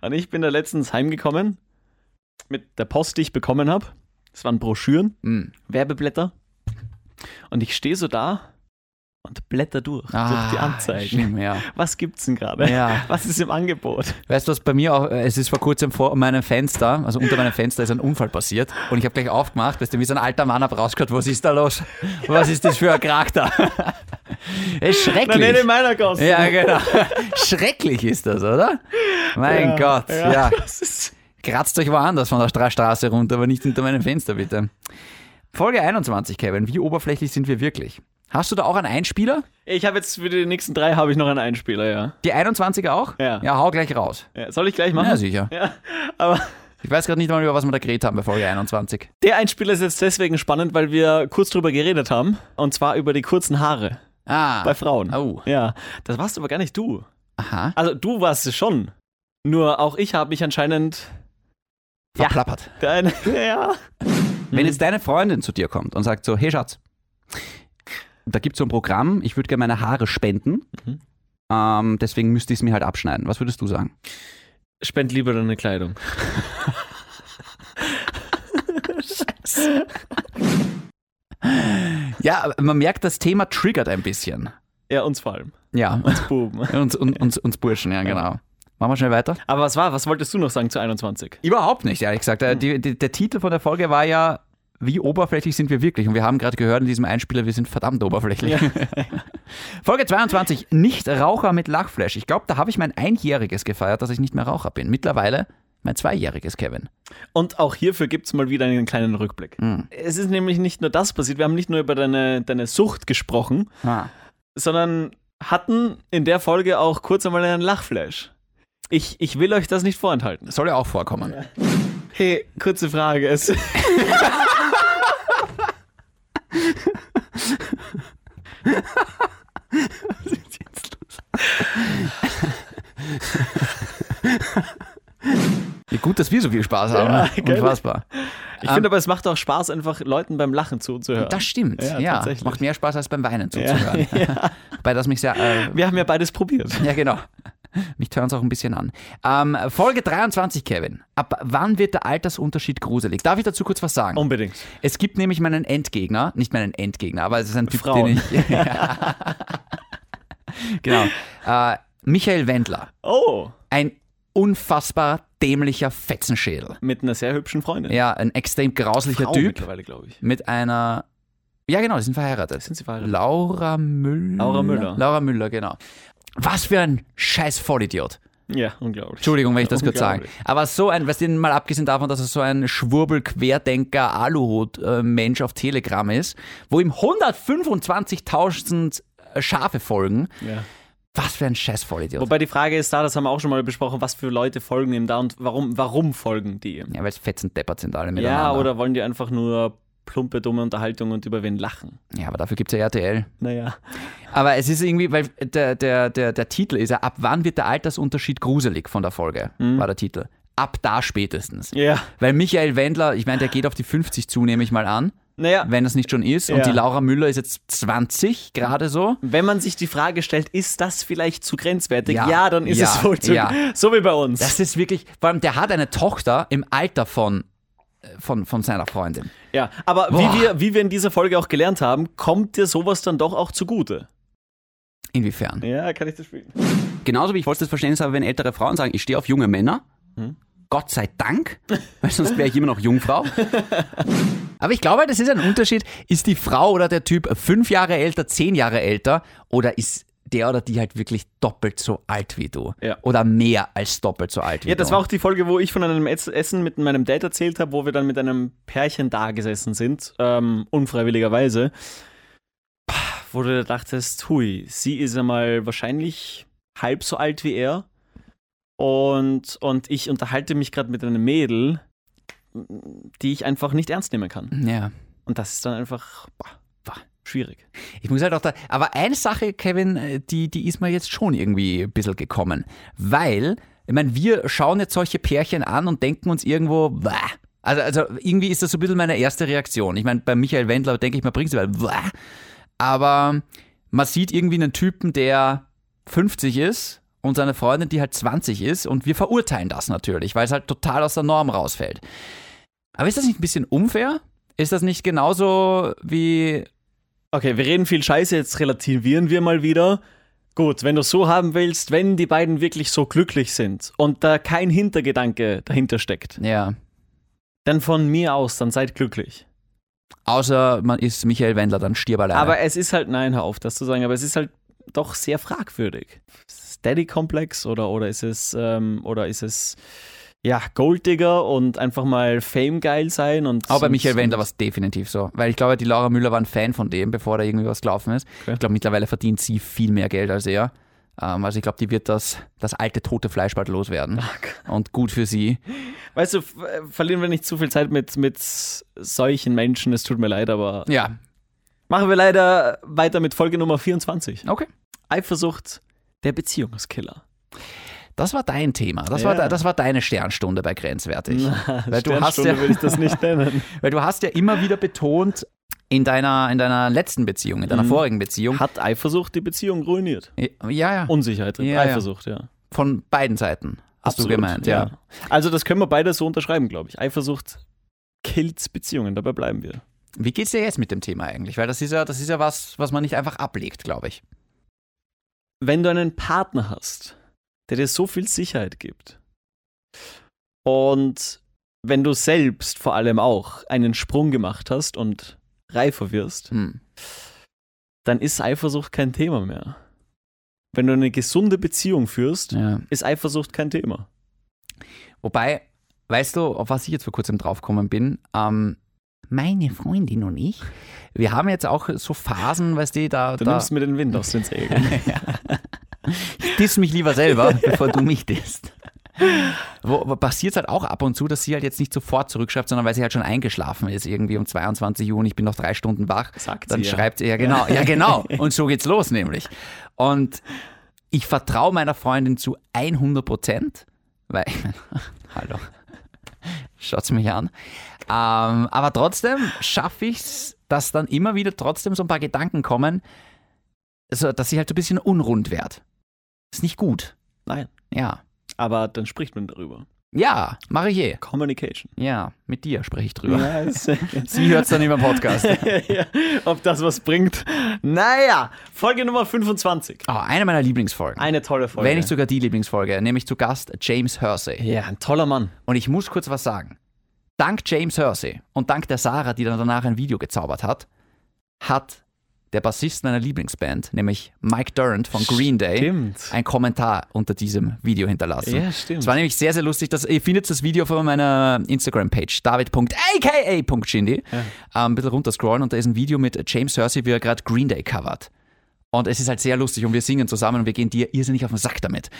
[SPEAKER 1] Und ich bin da letztens heimgekommen mit der Post, die ich bekommen habe. Es waren Broschüren,
[SPEAKER 2] Mm.
[SPEAKER 1] Werbeblätter. Und ich stehe so da und blätter durch, durch die
[SPEAKER 2] Ah,
[SPEAKER 1] Anzeigen.
[SPEAKER 2] Schlimm, ja.
[SPEAKER 1] Was gibt's denn gerade?
[SPEAKER 2] Ja.
[SPEAKER 1] <laughs> Was ist im Angebot?
[SPEAKER 2] Weißt du, was bei mir auch, äh, es ist vor kurzem vor meinem Fenster, also unter meinem Fenster ist ein Unfall passiert und ich habe gleich aufgemacht, weißt du, wie so ein alter Mann hab rausgehört, was ist da los? Was ist das für ein Krach da? <laughs> Es ist schrecklich.
[SPEAKER 1] Dann hätte meiner Kosten.
[SPEAKER 2] ja, genau. <laughs> Schrecklich ist das, oder? Mein Gott, ja.
[SPEAKER 1] <laughs> Das ist
[SPEAKER 2] Kratzt euch woanders von der Stra Straße runter, aber nicht hinter meinem Fenster, bitte. Folge 21, Kevin. Wie oberflächlich sind wir wirklich? Hast du da auch einen Einspieler?
[SPEAKER 1] ich habe jetzt für die nächsten drei habe ich noch einen Einspieler, ja.
[SPEAKER 2] Die 21er auch?
[SPEAKER 1] Ja.
[SPEAKER 2] Ja, hau gleich raus.
[SPEAKER 1] ja. Soll ich gleich machen?
[SPEAKER 2] Ja, sicher.
[SPEAKER 1] ja. Aber
[SPEAKER 2] Ich weiß gerade nicht mal, über was wir da geredet haben bei Folge 21.
[SPEAKER 1] der Einspieler ist jetzt deswegen spannend, weil wir kurz drüber geredet haben. Und zwar über die kurzen Haare
[SPEAKER 2] Ah.
[SPEAKER 1] bei Frauen.
[SPEAKER 2] Oh.
[SPEAKER 1] Ja. Das warst aber gar nicht du.
[SPEAKER 2] Aha.
[SPEAKER 1] Also du warst es schon. Nur auch ich habe mich anscheinend
[SPEAKER 2] Verplappert. Mhm.
[SPEAKER 1] dein, <laughs> ja.
[SPEAKER 2] Wenn jetzt deine Freundin zu dir kommt und sagt so, hey Schatz, da gibt es so ein Programm, ich würde gerne meine Haare spenden, ähm, deswegen müsste ich es mir halt abschneiden. Was würdest du sagen?
[SPEAKER 1] Spend lieber deine Kleidung.
[SPEAKER 2] Ja, man merkt, das Thema triggert ein bisschen.
[SPEAKER 1] Ja, uns vor allem.
[SPEAKER 2] Ja,
[SPEAKER 1] Buben.
[SPEAKER 2] Uns, un, uns, uns Burschen, ja, genau. Machen wir schnell weiter?
[SPEAKER 1] Aber was war, was wolltest du noch sagen zu 21?
[SPEAKER 2] Überhaupt nicht, ehrlich gesagt.
[SPEAKER 1] Hm.
[SPEAKER 2] Äh, Die, die, der Titel von der Folge war ja, wie oberflächlich sind wir wirklich? Und wir haben gerade gehört in diesem Einspieler, wir sind verdammt oberflächlich. <laughs> Folge 22, Nichtraucher mit Lachflash. Ich glaube, da habe ich mein Einjähriges gefeiert, dass ich nicht mehr Raucher bin. Mittlerweile mein Zweijähriges, Kevin.
[SPEAKER 1] Und auch hierfür gibt es mal wieder einen kleinen Rückblick. Es ist nämlich nicht nur das passiert, wir haben nicht nur über deine, deine Sucht gesprochen, sondern hatten in der Folge auch kurz einmal einen Lachflash. Ich, ich will euch das nicht vorenthalten.
[SPEAKER 2] Soll ja auch vorkommen.
[SPEAKER 1] Hey, kurze Frage. Es
[SPEAKER 2] Wie Gut, dass wir so viel Spaß haben.
[SPEAKER 1] Ja, gell?
[SPEAKER 2] Unfassbar.
[SPEAKER 1] Ich finde aber, es macht auch Spaß, einfach Leuten beim Lachen zuzuhören.
[SPEAKER 2] Das stimmt,
[SPEAKER 1] Ja,
[SPEAKER 2] ja.
[SPEAKER 1] tatsächlich.
[SPEAKER 2] Macht mehr Spaß als beim
[SPEAKER 1] <laughs>
[SPEAKER 2] Weinen zuzuhören. Bei das mich sehr äh,
[SPEAKER 1] wir haben ja beides probiert.
[SPEAKER 2] Ja, genau. Mich turns auch ein bisschen an. Ähm, Folge 23, Kevin. Ab wann wird der Altersunterschied gruselig? Darf ich dazu kurz was sagen?
[SPEAKER 1] Unbedingt.
[SPEAKER 2] Es gibt nämlich meinen Endgegner, nicht meinen Endgegner, aber es ist ein Typ,
[SPEAKER 1] Frauen.
[SPEAKER 2] den ich. <laughs> genau. Äh, Michael Wendler.
[SPEAKER 1] Oh,
[SPEAKER 2] Ein unfassbar dämlicher Fetzenschädel.
[SPEAKER 1] Mit einer sehr hübschen Freundin.
[SPEAKER 2] Ja, ein extrem grauslicher
[SPEAKER 1] Frau
[SPEAKER 2] Typ
[SPEAKER 1] mittlerweile, glaube ich.
[SPEAKER 2] mit einer. Ja, genau, die sind verheiratet.
[SPEAKER 1] Sind sie verheiratet?
[SPEAKER 2] Laura Müller.
[SPEAKER 1] Laura Müller.
[SPEAKER 2] Laura Müller, genau. Was für ein scheiß Vollidiot.
[SPEAKER 1] Ja, unglaublich.
[SPEAKER 2] Entschuldigung, wenn ich das kurz sage.
[SPEAKER 1] Unglaublich.
[SPEAKER 2] Aber so ein, weißt du, mal abgesehen davon, dass er so ein Schwurbel-Querdenker-Aluhut-Mensch auf Telegram ist, wo ihm 125.000 Schafe folgen.
[SPEAKER 1] Ja.
[SPEAKER 2] Was für ein scheiß Vollidiot.
[SPEAKER 1] Wobei die Frage ist da, das haben wir auch schon mal besprochen, was für Leute folgen ihm da und warum, warum folgen die ihm?
[SPEAKER 2] ja, weil es fetzen deppert sind alle
[SPEAKER 1] Ja,
[SPEAKER 2] miteinander.
[SPEAKER 1] oder wollen die einfach nur plumpe, dumme Unterhaltung und über wen lachen?
[SPEAKER 2] ja, aber dafür gibt es ja RTL.
[SPEAKER 1] Naja.
[SPEAKER 2] Aber es ist irgendwie, weil der, der, der, der Titel ist ja, ab wann wird der Altersunterschied gruselig von der Folge, war der Titel. Ab da spätestens.
[SPEAKER 1] Mhm. Ja. Ah.
[SPEAKER 2] Weil Michael Wendler, ich meine, der geht auf die 50 zu, nehme ich mal an,
[SPEAKER 1] Naja.
[SPEAKER 2] wenn das nicht schon ist. Und
[SPEAKER 1] Ja.
[SPEAKER 2] die Laura Müller ist jetzt 20 gerade so.
[SPEAKER 1] Wenn man sich die Frage stellt, ist das vielleicht zu grenzwertig?
[SPEAKER 2] Ja.
[SPEAKER 1] Ja, dann ist
[SPEAKER 2] Ja.
[SPEAKER 1] es wohl zu.
[SPEAKER 2] Ja.
[SPEAKER 1] So wie bei uns.
[SPEAKER 2] Das ist wirklich, vor allem der hat eine Tochter im Alter von, äh, von, von seiner Freundin.
[SPEAKER 1] ja, aber
[SPEAKER 2] Boah.
[SPEAKER 1] wie wir, wie wir in dieser Folge auch gelernt haben, kommt dir sowas dann doch auch zugute.
[SPEAKER 2] Inwiefern?
[SPEAKER 1] Ja, kann ich das spielen?
[SPEAKER 7] Genauso wie ich vollstes Verständnis habe, wenn ältere Frauen sagen, ich stehe auf junge Männer.
[SPEAKER 2] Hm.
[SPEAKER 7] Gott sei Dank, weil sonst wäre ich immer noch Jungfrau.
[SPEAKER 2] <laughs> Aber ich glaube, das ist ein Unterschied. Ist die Frau oder der Typ fünf Jahre älter, zehn Jahre älter oder ist der oder die halt wirklich doppelt so alt wie du?
[SPEAKER 1] Ja.
[SPEAKER 2] Oder mehr als doppelt so alt wie
[SPEAKER 1] Ja,
[SPEAKER 2] du?
[SPEAKER 1] das war auch die Folge, wo ich von einem Ess- Essen mit meinem Dad erzählt habe, wo wir dann mit einem Pärchen da gesessen sind, ähm, unfreiwilligerweise. Pah, Wo du da dachtest, hui, sie ist einmal wahrscheinlich halb so alt wie er. Und, und ich unterhalte mich gerade mit einem Mädel, die ich einfach nicht ernst nehmen kann.
[SPEAKER 2] Ja.
[SPEAKER 1] Und das ist dann einfach boah, boah, schwierig.
[SPEAKER 2] Ich muss halt auch da. Aber eine Sache, Kevin, äh, die, die ist mir jetzt schon irgendwie ein bisschen gekommen. Weil, ich meine, wir schauen jetzt solche Pärchen an und denken uns irgendwo, "Bäh." also, also irgendwie ist das so ein bisschen meine erste Reaktion. Ich meine, bei Michael Wendler denke ich, man bringt sie weil, "Bäh." aber man sieht irgendwie einen Typen, der 50 ist und seine Freundin, die halt 20 ist und wir verurteilen das natürlich, weil es halt total aus der Norm rausfällt. Aber ist das nicht ein bisschen unfair? Ist das nicht genauso wie
[SPEAKER 1] Okay, wir reden viel Scheiße, jetzt relativieren wir mal wieder. Gut, wenn du so haben willst, wenn die beiden wirklich so glücklich sind und da kein Hintergedanke dahinter steckt,
[SPEAKER 2] Ja.
[SPEAKER 1] dann von mir aus, dann seid glücklich.
[SPEAKER 2] Außer man ist Michael Wendler, dann stirb alleine.
[SPEAKER 1] Aber es ist halt, nein, hör auf, das zu sagen, aber es ist halt doch sehr fragwürdig. Steady-Komplex oder, oder ist es, ähm, oder ist es, ja, Golddigger und einfach mal Fame-geil sein und.
[SPEAKER 2] aber bei
[SPEAKER 1] und-
[SPEAKER 2] Michael Wendler war es definitiv so. Weil ich glaube, die Laura Müller war ein Fan von dem, bevor da irgendwie was gelaufen ist.
[SPEAKER 1] Okay.
[SPEAKER 2] Ich glaube, mittlerweile verdient sie viel mehr Geld als er. Ähm, also ich glaube, die wird das, das alte tote Fleisch bald loswerden. Und gut für sie.
[SPEAKER 1] Weißt du, f- äh, verlieren wir nicht zu viel Zeit mit, mit solchen Menschen, es tut mir leid, aber
[SPEAKER 2] Ja,
[SPEAKER 1] Machen wir leider weiter mit Folge Nummer 24.
[SPEAKER 2] okay.
[SPEAKER 1] Eifersucht, der
[SPEAKER 2] <laughs>
[SPEAKER 1] Beziehungskiller.
[SPEAKER 2] Das war dein Thema. Das, war,
[SPEAKER 1] Ja.
[SPEAKER 2] de- das war deine Sternstunde bei Grenzwertig. weil, du hast ja,
[SPEAKER 1] Sternstunde will ich das <laughs> nicht nennen.
[SPEAKER 2] weil du hast ja immer wieder betont, in deiner, in deiner letzten Beziehung, in deiner vorigen Beziehung.
[SPEAKER 1] Mhm. Hat Eifersucht die Beziehung ruiniert?
[SPEAKER 2] Ja, ja.
[SPEAKER 1] Unsicherheit,
[SPEAKER 2] Ja, ja.
[SPEAKER 1] Eifersucht, ja.
[SPEAKER 2] Von beiden Seiten. Hast
[SPEAKER 1] Absolut,
[SPEAKER 2] du gemeint, ja.
[SPEAKER 1] Also das können wir beide so unterschreiben, glaube ich. Eifersucht killt Beziehungen, dabei bleiben wir.
[SPEAKER 2] Wie geht's dir jetzt mit dem Thema eigentlich? Weil das ist ja, das ist ja was, was man nicht einfach ablegt, glaube ich.
[SPEAKER 1] wenn du einen Partner hast, der dir so viel Sicherheit gibt und wenn du selbst vor allem auch einen Sprung gemacht hast und reifer wirst,
[SPEAKER 2] Hm.
[SPEAKER 1] dann ist Eifersucht kein Thema mehr. Wenn du eine gesunde Beziehung führst,
[SPEAKER 2] Ja.
[SPEAKER 1] ist Eifersucht kein Thema.
[SPEAKER 2] Wobei, weißt du, auf was ich jetzt vor kurzem draufgekommen bin? Ähm, meine Freundin und ich, wir haben jetzt auch so Phasen, weißt du, da,
[SPEAKER 1] Du
[SPEAKER 2] da
[SPEAKER 1] nimmst mir den Wind aus den Segeln.
[SPEAKER 2] <laughs> diss mich
[SPEAKER 1] <laughs>
[SPEAKER 2] lieber selber, bevor du mich disst. Wo, wo passiert halt auch ab und zu, dass sie halt jetzt nicht sofort zurückschreibt, sondern weil sie halt schon eingeschlafen ist, irgendwie um 22 Uhr und ich bin noch drei Stunden wach.
[SPEAKER 1] Sagt
[SPEAKER 2] dann
[SPEAKER 1] sie ja.
[SPEAKER 2] schreibt sie, ja genau, ja genau. Und so geht's los nämlich. Und ich vertraue meiner Freundin zu 100 Prozent, weil, <laughs> ich meine, hallo, schaut's mich an. Ähm, aber trotzdem schaffe ich's, dass dann immer wieder trotzdem so ein paar Gedanken kommen, so, dass sie halt so ein bisschen unrund wird. Ist nicht gut.
[SPEAKER 1] Nein,
[SPEAKER 2] Ja.
[SPEAKER 1] aber dann spricht man darüber.
[SPEAKER 2] Ja, mache ich eh.
[SPEAKER 1] Communication.
[SPEAKER 2] Ja, mit dir spreche ich drüber.
[SPEAKER 1] <laughs> Yes.
[SPEAKER 2] Sie hört es dann über den Podcast.
[SPEAKER 1] <laughs> Ob das was bringt? Naja, Folge Nummer 25.
[SPEAKER 2] Oh, eine meiner Lieblingsfolgen.
[SPEAKER 1] Eine tolle Folge.
[SPEAKER 2] Wenn nicht sogar die Lieblingsfolge, nämlich zu Gast James Hersey.
[SPEAKER 1] ja, ein toller Mann.
[SPEAKER 2] Und ich muss kurz was sagen. Dank James Hersey und dank der Sarah, die dann danach ein Video gezaubert hat, hat der Bassist meiner Lieblingsband, nämlich Mike Durant von Green Day,
[SPEAKER 1] Stimmt.
[SPEAKER 2] einen Kommentar unter diesem Video hinterlassen.
[SPEAKER 1] Ja, stimmt.
[SPEAKER 2] Es war nämlich sehr, sehr lustig. Dass, ihr findet das Video von meiner Instagram-Page, david.aka.shindy. Ähm, ein bisschen runterscrollen und da ist ein Video mit James Hersey, wie er gerade Green Day covert. Und es ist halt sehr lustig und wir singen zusammen und wir gehen dir irrsinnig auf den Sack damit.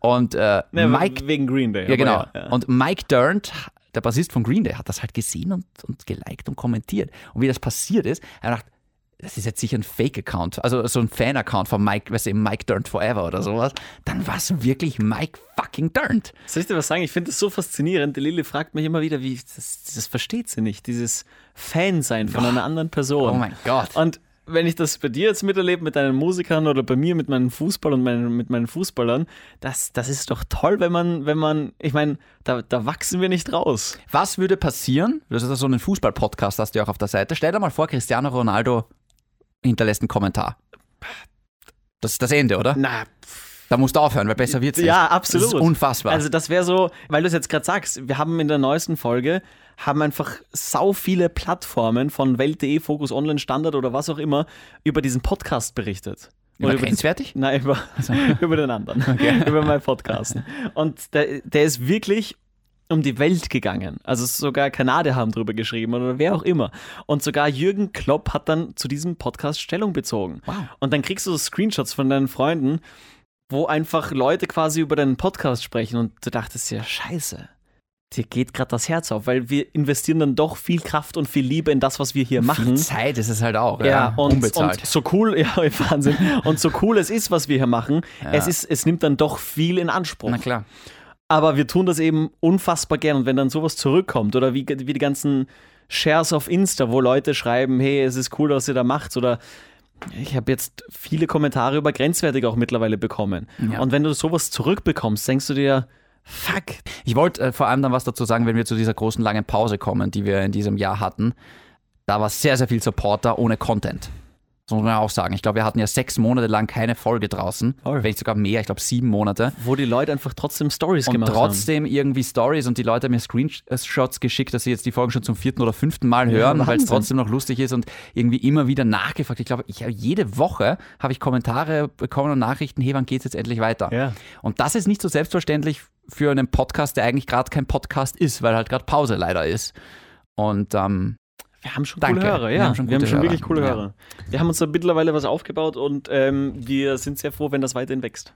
[SPEAKER 2] Und äh,
[SPEAKER 1] Ne,
[SPEAKER 2] Mike
[SPEAKER 1] wegen Green Day.
[SPEAKER 2] ja,
[SPEAKER 1] aber
[SPEAKER 2] genau.
[SPEAKER 1] ja.
[SPEAKER 2] Und Mike Durant, der Bassist von Green Day, hat das halt gesehen und, und geliked und kommentiert. Und wie das passiert ist, er hat gedacht, das ist jetzt sicher ein Fake-Account, also so ein Fan-Account von Mike, weißt du, Mike Durant Forever oder sowas. Dann war es wirklich Mike fucking Durant.
[SPEAKER 1] Soll ich dir was sagen? Ich finde das so faszinierend. Die Lilly fragt mich immer wieder, wie das, das versteht sie nicht, dieses Fan-Sein von einer anderen Person.
[SPEAKER 2] Oh mein Gott.
[SPEAKER 1] Und wenn ich das bei dir jetzt miterlebe, mit deinen Musikern oder bei mir mit meinen Fußball und meinen, mit meinen Fußballern, das, das ist doch toll, wenn man, wenn man, ich meine, da, da wachsen wir nicht raus.
[SPEAKER 2] Was würde passieren, das ist ja so ein Fußball-Podcast, hast du ja auch auf der Seite, stell dir mal vor, Cristiano Ronaldo hinterlässt einen Kommentar. Das ist das Ende, oder?
[SPEAKER 1] Na,
[SPEAKER 2] Da musst du aufhören, weil besser wird's nicht.
[SPEAKER 1] Ja, absolut.
[SPEAKER 2] Das ist unfassbar.
[SPEAKER 1] Also das wäre so, weil du es jetzt gerade sagst, wir haben in der neuesten Folge haben einfach sau viele Plattformen von Welt.de, Focus Online, Standard oder was auch immer über diesen Podcast berichtet.
[SPEAKER 2] Über
[SPEAKER 1] Und
[SPEAKER 2] grenzwertig?
[SPEAKER 1] Das, nein, über, über den anderen. <laughs> Über meinen Podcast. Und der, der ist wirklich um die Welt gegangen. Also sogar Kanadier haben drüber geschrieben oder wer auch immer. Und sogar Jürgen Klopp hat dann zu diesem Podcast Stellung bezogen. <laughs> Wow. Und dann kriegst du so Screenshots von deinen Freunden, wo einfach Leute quasi über deinen Podcast sprechen und du dachtest ja, scheiße, dir geht gerade das Herz auf, weil wir investieren dann doch viel Kraft und viel Liebe in das, was wir hier machen.
[SPEAKER 2] Viel Zeit ist es halt auch.
[SPEAKER 1] Mhm. Ja, und,
[SPEAKER 2] unbezahlt.
[SPEAKER 1] und so cool, <laughs> ja, Wahnsinn. Und so cool es ist, was wir hier machen, es, ist, es nimmt dann doch viel in Anspruch.
[SPEAKER 2] Na klar.
[SPEAKER 1] Aber wir tun das eben unfassbar gern. Und wenn dann sowas zurückkommt oder wie, wie die ganzen Shares auf Insta, wo Leute schreiben, hey, es ist cool, was ihr da macht oder ich habe jetzt viele Kommentare über grenzwertig auch mittlerweile bekommen. Und wenn du sowas zurückbekommst, denkst du dir, fuck,
[SPEAKER 2] Ich wollte äh, vor allem dann was dazu sagen, wenn wir zu dieser großen langen Pause kommen, die wir in diesem Jahr hatten. Da war sehr, sehr viel Supporter ohne Content. Das muss man ja auch sagen. Ich glaube, wir hatten ja sechs Monate lang keine Folge draußen.
[SPEAKER 1] Voll.
[SPEAKER 2] Wenn nicht sogar mehr, ich glaube sieben Monate.
[SPEAKER 1] wo die Leute einfach trotzdem Stories
[SPEAKER 2] Und
[SPEAKER 1] gemacht haben.
[SPEAKER 2] trotzdem irgendwie Stories und die Leute haben mir Screenshots geschickt, dass sie jetzt die Folgen schon zum vierten oder fünften Mal hören, weil es trotzdem noch lustig ist und irgendwie immer wieder nachgefragt. Ich glaube, ich habe jede Woche habe ich Kommentare bekommen und Nachrichten, hey, wann geht's jetzt endlich weiter?
[SPEAKER 1] Ja.
[SPEAKER 2] Und das ist nicht so selbstverständlich für einen Podcast, der eigentlich gerade kein Podcast ist, weil halt gerade Pause leider ist. Und ähm,
[SPEAKER 1] Wir haben schon
[SPEAKER 2] Danke.
[SPEAKER 1] coole Hörer, ja.
[SPEAKER 2] Wir haben schon gute Hörer.
[SPEAKER 1] wirklich coole
[SPEAKER 2] Ja.
[SPEAKER 1] Hörer. Wir haben uns da mittlerweile was aufgebaut und ähm, wir sind sehr froh, wenn das weiterhin wächst.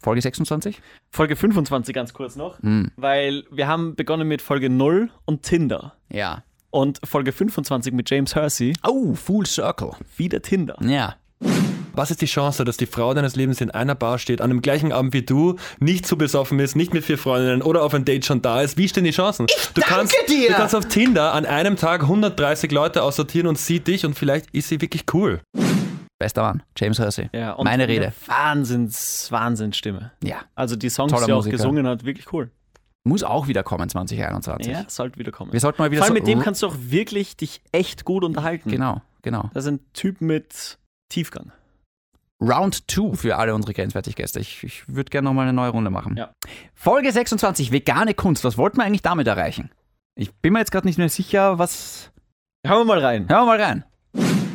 [SPEAKER 2] Folge Hm. 26?
[SPEAKER 1] Folge 25 ganz kurz noch, weil wir haben begonnen mit Folge 0 und Tinder.
[SPEAKER 2] Ja.
[SPEAKER 1] Und Folge 25 mit James Hersey,
[SPEAKER 2] Oh, Full Circle.
[SPEAKER 1] wieder Tinder.
[SPEAKER 2] Ja.
[SPEAKER 8] Was ist die Chance, dass die Frau deines Lebens in einer Bar steht, an dem gleichen Abend wie du, nicht zu besoffen ist, nicht mit vier Freundinnen oder auf ein Date schon da ist? Wie stehen die Chancen? du kannst,
[SPEAKER 2] dir!
[SPEAKER 8] Du kannst auf Tinder an einem Tag 130 Leute aussortieren und sie dich und vielleicht ist sie wirklich cool.
[SPEAKER 2] Bester Mann, James Hersey.
[SPEAKER 1] Ja, und
[SPEAKER 2] Meine
[SPEAKER 1] eine
[SPEAKER 2] Rede.
[SPEAKER 1] Wahnsinns, Wahnsinnsstimme.
[SPEAKER 2] Ja.
[SPEAKER 1] Also die Songs,
[SPEAKER 2] Toller
[SPEAKER 1] die er auch
[SPEAKER 2] Musiker.
[SPEAKER 1] gesungen hat, wirklich cool.
[SPEAKER 2] Muss auch wieder kommen 2021.
[SPEAKER 1] Ja, sollte wieder kommen.
[SPEAKER 2] Wir sollten mal wieder
[SPEAKER 1] Vor allem
[SPEAKER 2] so-
[SPEAKER 1] mit dem kannst du auch wirklich dich echt gut unterhalten.
[SPEAKER 2] Genau, genau.
[SPEAKER 1] Das ist ein Typ mit Tiefgang.
[SPEAKER 2] Round 2 für alle unsere Grenzwertig-Gäste. Ich, ich würde gerne nochmal eine neue Runde machen.
[SPEAKER 1] Ja.
[SPEAKER 2] Folge 26, vegane Kunst. Was wollten wir eigentlich damit erreichen? Ich bin mir jetzt gerade nicht mehr sicher, was.
[SPEAKER 1] Hören wir mal rein.
[SPEAKER 2] Hör mal rein.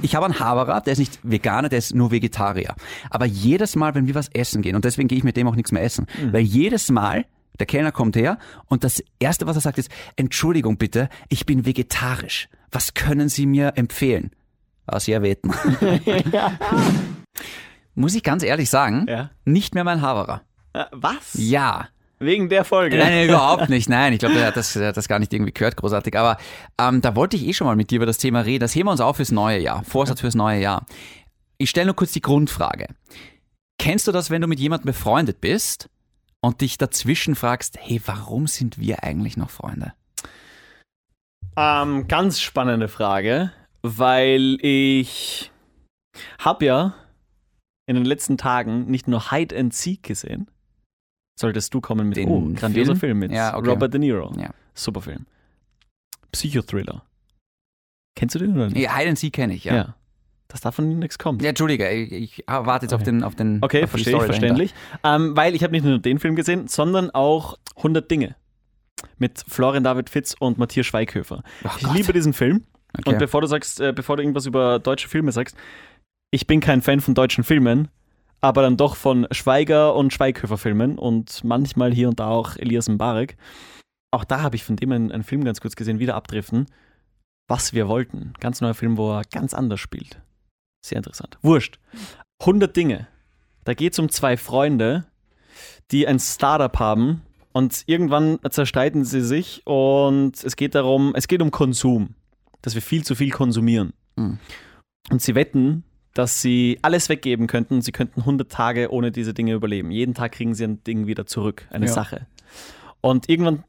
[SPEAKER 2] Ich habe einen Haberer, der ist nicht Veganer, der ist nur Vegetarier. Aber jedes Mal, wenn wir was essen gehen, und deswegen gehe ich mit dem auch nichts mehr essen, weil jedes Mal der Kellner kommt her und das Erste, was er sagt, ist, Entschuldigung bitte, ich bin vegetarisch. Was können Sie mir empfehlen? Ah, Aus Jahrweten. Muss ich ganz ehrlich sagen,
[SPEAKER 1] Ja.
[SPEAKER 2] nicht mehr mein Haberer.
[SPEAKER 1] Äh, Was?
[SPEAKER 2] Ja.
[SPEAKER 1] Wegen der Folge.
[SPEAKER 2] Nein, nein,
[SPEAKER 1] <laughs>
[SPEAKER 2] überhaupt nicht. Nein, ich glaube, der hat das, der hat das gar nicht irgendwie gehört, großartig. Aber ähm, da wollte ich eh schon mal mit dir über das Thema reden. Das heben wir uns auf fürs neue Jahr. Vorsatz fürs neue Jahr. Ich stelle nur kurz die Grundfrage. Kennst du das, wenn du mit jemandem befreundet bist und dich dazwischen fragst, hey, warum sind wir eigentlich noch Freunde?
[SPEAKER 1] Ähm, ganz spannende Frage, weil ich habe ja in den letzten Tagen nicht nur Hide and Seek gesehen, Solltest du kommen mit
[SPEAKER 2] Den
[SPEAKER 1] oh, grandioser
[SPEAKER 2] Film?
[SPEAKER 1] Film mit
[SPEAKER 2] Ja, okay.
[SPEAKER 1] Robert De Niro.
[SPEAKER 2] Ja.
[SPEAKER 1] Super Film. Psychothriller. Kennst du den oder nicht?
[SPEAKER 2] Ja, Hide and Seek kenne ich, ja. ja.
[SPEAKER 1] Dass davon nichts kommt.
[SPEAKER 2] Entschuldige, ich, ich warte jetzt auf
[SPEAKER 1] Okay.
[SPEAKER 2] den. Auf den
[SPEAKER 1] Okay,
[SPEAKER 2] auf die
[SPEAKER 1] verstehe ich,
[SPEAKER 2] Story dahinter.
[SPEAKER 1] verständlich. Ähm, weil ich habe nicht nur den Film gesehen, sondern auch 100 Dinge mit Florian David Fitz und Matthias Schweighöfer.
[SPEAKER 2] Oh
[SPEAKER 1] ich liebe diesen Film. Und bevor du sagst, äh, bevor du irgendwas über deutsche Filme sagst, ich bin kein Fan von deutschen Filmen, aber dann doch von Schweiger und Schweighöfer Filmen und manchmal hier und da auch Elias Mbarek. Auch da habe ich von dem einen, einen Film ganz kurz gesehen, wieder abdriften. Was wir wollten. Ganz neuer Film, wo er ganz anders spielt. Sehr interessant. Wurscht. 100 Dinge. Da geht es um zwei Freunde, die ein Startup haben und irgendwann zerstreiten sie sich und es geht darum, es geht um Konsum, dass wir viel zu viel konsumieren.
[SPEAKER 2] Mhm.
[SPEAKER 1] Und sie wetten, dass sie alles weggeben könnten und sie könnten 100 Tage ohne diese Dinge überleben. Jeden Tag kriegen sie ein Ding wieder zurück, eine
[SPEAKER 2] Ja.
[SPEAKER 1] Sache. Und irgendwann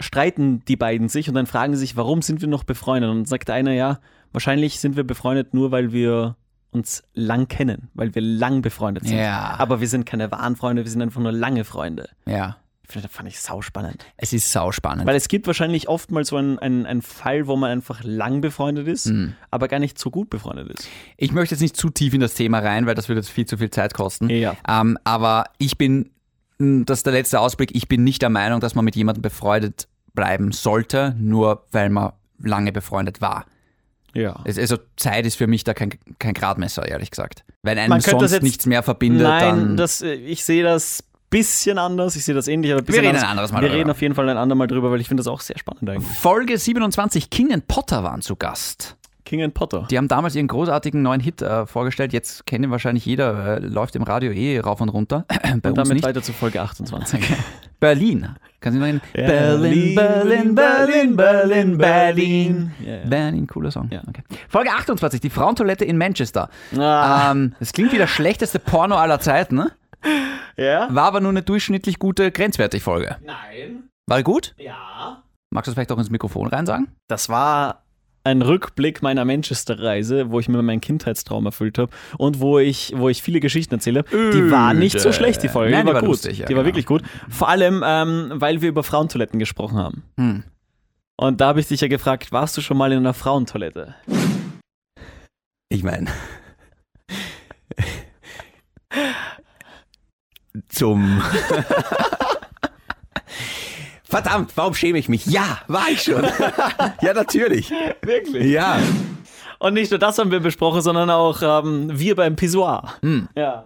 [SPEAKER 1] streiten die beiden sich und dann fragen sie sich, warum sind wir noch befreundet? Und dann sagt der eine, ja, wahrscheinlich sind wir befreundet nur, weil wir uns lang kennen, weil wir lang befreundet sind.
[SPEAKER 2] Ja,
[SPEAKER 1] Aber wir sind keine wahren Freunde, wir sind einfach nur lange Freunde.
[SPEAKER 2] ja.
[SPEAKER 1] Das fand ich sauspannend.
[SPEAKER 2] Es ist sauspannend.
[SPEAKER 1] Weil es gibt wahrscheinlich oftmals so einen, einen, einen Fall, wo man einfach lang befreundet ist,
[SPEAKER 2] Hm.
[SPEAKER 1] aber gar nicht so gut befreundet ist.
[SPEAKER 2] Ich möchte jetzt nicht zu tief in das Thema rein, weil das würde jetzt viel zu viel Zeit kosten.
[SPEAKER 1] Ja.
[SPEAKER 2] Ähm, aber ich bin, mh, das ist der letzte Ausblick, ich bin nicht der Meinung, dass man mit jemandem befreundet bleiben sollte, nur weil man lange befreundet war.
[SPEAKER 1] Ja.
[SPEAKER 2] Es, also Zeit ist für mich da kein, kein Gradmesser, ehrlich gesagt. Wenn einem
[SPEAKER 1] Man könnte das
[SPEAKER 2] sonst
[SPEAKER 1] jetzt-
[SPEAKER 2] nichts mehr verbindet,
[SPEAKER 1] Nein,
[SPEAKER 2] dann...
[SPEAKER 1] das, äh, ich sehe das bisschen anders, ich sehe das ähnlich, aber ein bisschen
[SPEAKER 2] reden ein
[SPEAKER 1] anders.
[SPEAKER 2] anderes Mal
[SPEAKER 1] Wir
[SPEAKER 2] drüber.
[SPEAKER 1] reden auf jeden Fall ein andermal drüber, weil ich finde das auch sehr spannend eigentlich.
[SPEAKER 2] Folge 27, King and Potter waren zu Gast.
[SPEAKER 1] King and Potter.
[SPEAKER 2] Die haben damals ihren großartigen neuen Hit äh, vorgestellt. Jetzt kennt ihn wahrscheinlich jeder, äh, läuft im Radio eh rauf und runter. <clears throat> Bei
[SPEAKER 1] Und
[SPEAKER 2] uns
[SPEAKER 1] damit
[SPEAKER 2] nicht.
[SPEAKER 1] weiter zu Folge
[SPEAKER 2] <laughs>
[SPEAKER 1] 28.
[SPEAKER 2] Berlin. Kannst du noch hin?
[SPEAKER 1] Ja. Ja, ja.
[SPEAKER 2] Berlin, cooler Song.
[SPEAKER 1] Ja.
[SPEAKER 2] Okay. Folge 28, die Frauentoilette in Manchester.
[SPEAKER 1] Ah,
[SPEAKER 2] Ähm, das klingt wie der schlechteste Porno aller Zeiten, ne?
[SPEAKER 1] ja?
[SPEAKER 2] War aber nur eine durchschnittlich gute Grenzwertig-Folge. Nein. War gut? Ja. Magst du das vielleicht auch ins Mikrofon rein sagen?
[SPEAKER 1] Das war ein Rückblick meiner Manchester-Reise, wo ich mir meinen Kindheitstraum erfüllt habe und wo ich, wo ich viele Geschichten erzähle. Die war nicht so schlecht, die Folge. die
[SPEAKER 2] Nein, die
[SPEAKER 1] war
[SPEAKER 2] war
[SPEAKER 1] gut.
[SPEAKER 2] lustig, ja,
[SPEAKER 1] die war
[SPEAKER 2] genau.
[SPEAKER 1] wirklich gut. Vor allem, ähm, weil wir über Frauentoiletten gesprochen haben.
[SPEAKER 2] Hm.
[SPEAKER 1] Und da habe ich dich ja gefragt, warst du schon mal in einer Frauentoilette?
[SPEAKER 2] Ich meine. Zum.
[SPEAKER 7] Verdammt, warum schäme ich mich? Ja, war ich schon. ja, natürlich.
[SPEAKER 1] Wirklich?
[SPEAKER 7] Ja.
[SPEAKER 1] Und nicht nur das haben wir besprochen, sondern auch ähm, wir beim Pissoir.
[SPEAKER 2] Hm.
[SPEAKER 1] Ja.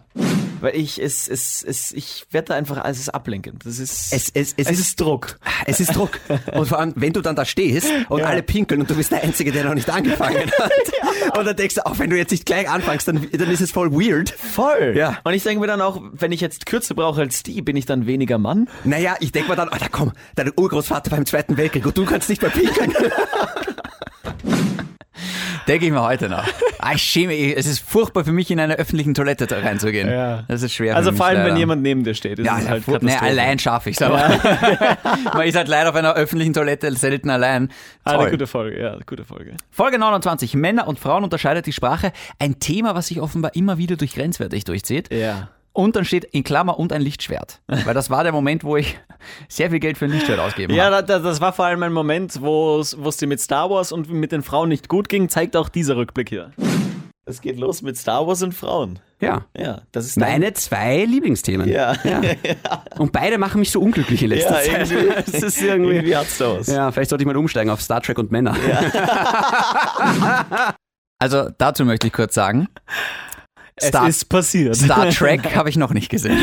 [SPEAKER 1] Weil ich, es, es, es, ich werde da einfach, es ist ablenkend. Das ist,
[SPEAKER 7] Es, es, es,
[SPEAKER 1] es
[SPEAKER 7] ist,
[SPEAKER 1] ist Druck.
[SPEAKER 7] es ist Druck. Und vor allem, wenn du dann da stehst und alle pinkeln und du bist der Einzige, der noch nicht
[SPEAKER 1] <laughs>
[SPEAKER 7] angefangen hat. Und dann denkst du, auch wenn du jetzt nicht gleich anfängst, dann, dann ist es voll weird.
[SPEAKER 1] Voll.
[SPEAKER 7] Ja.
[SPEAKER 1] Und ich denke mir dann auch, wenn ich jetzt Kürze brauche als die, bin ich dann weniger Mann?
[SPEAKER 7] Naja, ich denk mir dann, Alter, komm, dein Urgroßvater beim Zweiten Weltkrieg und du kannst nicht mehr pinkeln.
[SPEAKER 2] Denke ich mir heute noch. Ah, ich schäme mich. Es ist furchtbar für mich, in einer öffentlichen Toilette da reinzugehen.
[SPEAKER 1] Ja.
[SPEAKER 2] Das ist schwer.
[SPEAKER 1] Also
[SPEAKER 2] für mich,
[SPEAKER 1] vor allem,
[SPEAKER 2] leider.
[SPEAKER 1] wenn jemand neben dir steht. Ist
[SPEAKER 2] Ja,
[SPEAKER 1] es halt
[SPEAKER 7] ne,
[SPEAKER 2] fu- nee,
[SPEAKER 1] Katastrophe.
[SPEAKER 2] allein schaffe ich es, aber man ist halt leider auf einer öffentlichen Toilette selten allein.
[SPEAKER 1] Ah, Eine
[SPEAKER 2] Toll.
[SPEAKER 1] gute Folge, ja, gute Folge.
[SPEAKER 2] Folge 29. Männer und Frauen unterscheidet die Sprache. Ein Thema, was sich offenbar immer wieder durch grenzwertig durchzieht.
[SPEAKER 1] Ja.
[SPEAKER 2] Und dann steht in Klammer und ein Lichtschwert. Weil das war der Moment, wo ich sehr viel Geld für ein Lichtschwert ausgegeben
[SPEAKER 1] Ja,
[SPEAKER 2] habe.
[SPEAKER 1] da- da- das war vor allem ein Moment, wo es wo es dir mit Star Wars und mit den Frauen nicht gut ging, zeigt auch dieser Rückblick hier. Es geht los mit Star Wars und Frauen.
[SPEAKER 7] Ja.
[SPEAKER 1] Ja, das ist
[SPEAKER 7] Meine zwei Lieblingsthemen.
[SPEAKER 1] <laughs> Ja.
[SPEAKER 7] Und beide machen mich so unglücklich in letzter
[SPEAKER 1] Ja,
[SPEAKER 7] Zeit.
[SPEAKER 2] <laughs>
[SPEAKER 1] irgendwie-
[SPEAKER 7] Es ist irgendwie,
[SPEAKER 1] Irgendwie hat's da was.
[SPEAKER 7] Ja, vielleicht sollte ich mal umsteigen auf Star Trek und Männer.
[SPEAKER 2] <laughs> Also dazu möchte ich kurz sagen,
[SPEAKER 1] Es
[SPEAKER 2] Star-
[SPEAKER 1] ist passiert.
[SPEAKER 2] Star Trek habe ich noch nicht gesehen.
[SPEAKER 1] <laughs>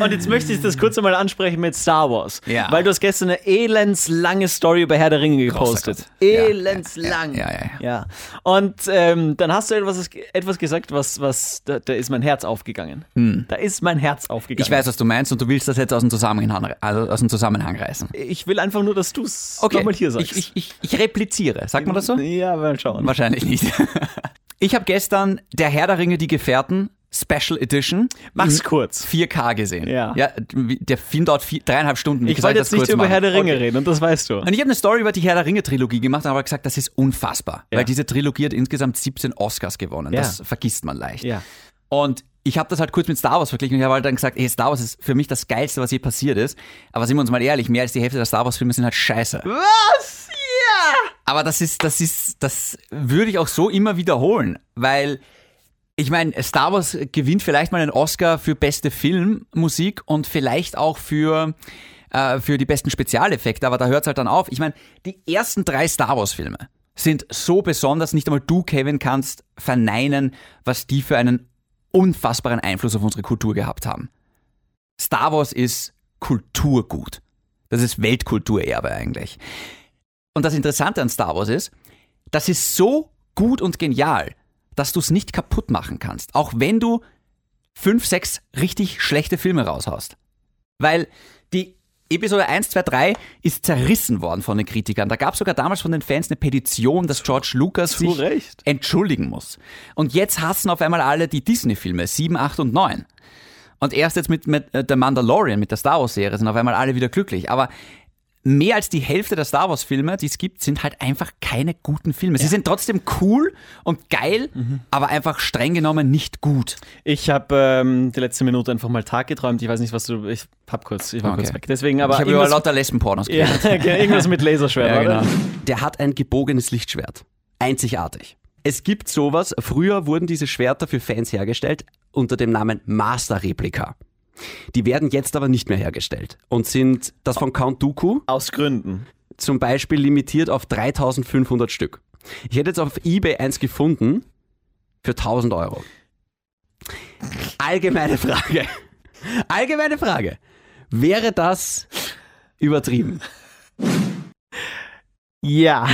[SPEAKER 1] Und jetzt möchte ich das kurz einmal ansprechen mit Star Wars.
[SPEAKER 2] Ja.
[SPEAKER 1] Weil du hast gestern eine elendslange Story über Herr der Ringe gepostet.
[SPEAKER 2] Gott. Ja,
[SPEAKER 1] Elendslang.
[SPEAKER 2] ja, ja,
[SPEAKER 1] ja. Und ähm, dann hast du etwas, etwas gesagt, was, was da, da ist mein Herz aufgegangen. Da ist mein Herz aufgegangen.
[SPEAKER 2] Hm. Ich weiß, was du meinst und du willst das jetzt aus dem Zusammenhang, also aus dem Zusammenhang reißen.
[SPEAKER 1] Ich will einfach nur, dass du es nochmal hier sagst.
[SPEAKER 2] Ich, ich, ich, ich repliziere. Sagt man das so?
[SPEAKER 1] ja, mal schauen.
[SPEAKER 2] Wahrscheinlich nicht. <laughs> Ich habe gestern Der Herr der Ringe, die Gefährten, Special Edition,
[SPEAKER 1] Mach's kurz.
[SPEAKER 2] 4K gesehen.
[SPEAKER 1] Ja.
[SPEAKER 2] ja wie- der Film dauert vier, dreieinhalb Stunden. Wie
[SPEAKER 1] Ich
[SPEAKER 2] gesagt,
[SPEAKER 1] wollte jetzt
[SPEAKER 2] das
[SPEAKER 1] nicht
[SPEAKER 2] kurz
[SPEAKER 1] über
[SPEAKER 2] machen.
[SPEAKER 1] Herr der Ringe reden und das weißt du.
[SPEAKER 2] Und ich habe eine Story über die Herr der Ringe Trilogie gemacht und habe gesagt, das ist unfassbar.
[SPEAKER 1] Ja.
[SPEAKER 2] Weil diese Trilogie hat insgesamt 17 Oscars gewonnen.
[SPEAKER 1] Ja.
[SPEAKER 2] Das vergisst man leicht.
[SPEAKER 1] Ja.
[SPEAKER 2] Und ich habe das halt kurz mit Star Wars verglichen und ich habe halt dann gesagt, ey, Star Wars ist für mich das Geilste, was je passiert ist. Aber sind wir uns mal ehrlich, mehr als die Hälfte der Star Wars-Filme sind halt scheiße. Was? Ja! Aber das ist, das ist, das würde ich auch so immer wiederholen, weil ich meine, Star Wars gewinnt vielleicht mal einen Oscar für beste Filmmusik und vielleicht auch für, äh, für die besten Spezialeffekte, aber da hört es halt dann auf. Ich meine, die ersten drei Star Wars-Filme sind so besonders, nicht einmal du, Kevin, kannst verneinen, was die für einen unfassbaren Einfluss auf unsere Kultur gehabt haben. Star Wars ist Kulturgut. Das ist Weltkulturerbe eigentlich. Und das Interessante an Star Wars ist, das ist so gut und genial, dass du es nicht kaputt machen kannst, auch wenn du fünf, sechs richtig schlechte Filme raushaust. Weil die Episode 1, 2, 3 ist zerrissen worden von den Kritikern. Da gab es sogar damals von den Fans eine Petition, dass George Lucas sich
[SPEAKER 1] Recht.
[SPEAKER 2] entschuldigen muss. Und jetzt hassen auf einmal alle die Disney-Filme 7, 8 und 9. Und erst jetzt mit, mit äh, der Mandalorian, mit der Star Wars-Serie, sind auf einmal alle wieder glücklich. Aber mehr als die Hälfte der Star Wars-Filme, die es gibt, sind halt einfach keine guten Filme. Sie sind trotzdem cool und geil,
[SPEAKER 1] Mhm.
[SPEAKER 2] aber einfach streng genommen nicht gut.
[SPEAKER 1] Ich habe ähm, die letzte Minute einfach mal Tag geträumt. Ich weiß nicht, was du. Ich hab kurz, ich war
[SPEAKER 2] Okay.
[SPEAKER 1] kurz weg. Deswegen aber.
[SPEAKER 2] ich habe über
[SPEAKER 1] irgendwas,
[SPEAKER 2] lauter Lesbenpornos
[SPEAKER 1] ja,
[SPEAKER 2] geredet.
[SPEAKER 1] <laughs> okay, irgendwas mit Laserschwert.
[SPEAKER 2] Ja,
[SPEAKER 1] oder?
[SPEAKER 2] genau.
[SPEAKER 7] Der hat ein gebogenes Lichtschwert. Einzigartig. Es gibt sowas, früher wurden diese Schwerter für Fans hergestellt unter dem Namen Master Replika. Die werden jetzt aber nicht mehr hergestellt und sind das von Count Dooku
[SPEAKER 1] Aus Gründen.
[SPEAKER 7] zum Beispiel limitiert auf 3500 Stück. Ich hätte jetzt auf eBay eins gefunden für 1000 Euro. Allgemeine Frage. Allgemeine Frage. Wäre das übertrieben?
[SPEAKER 1] Ja.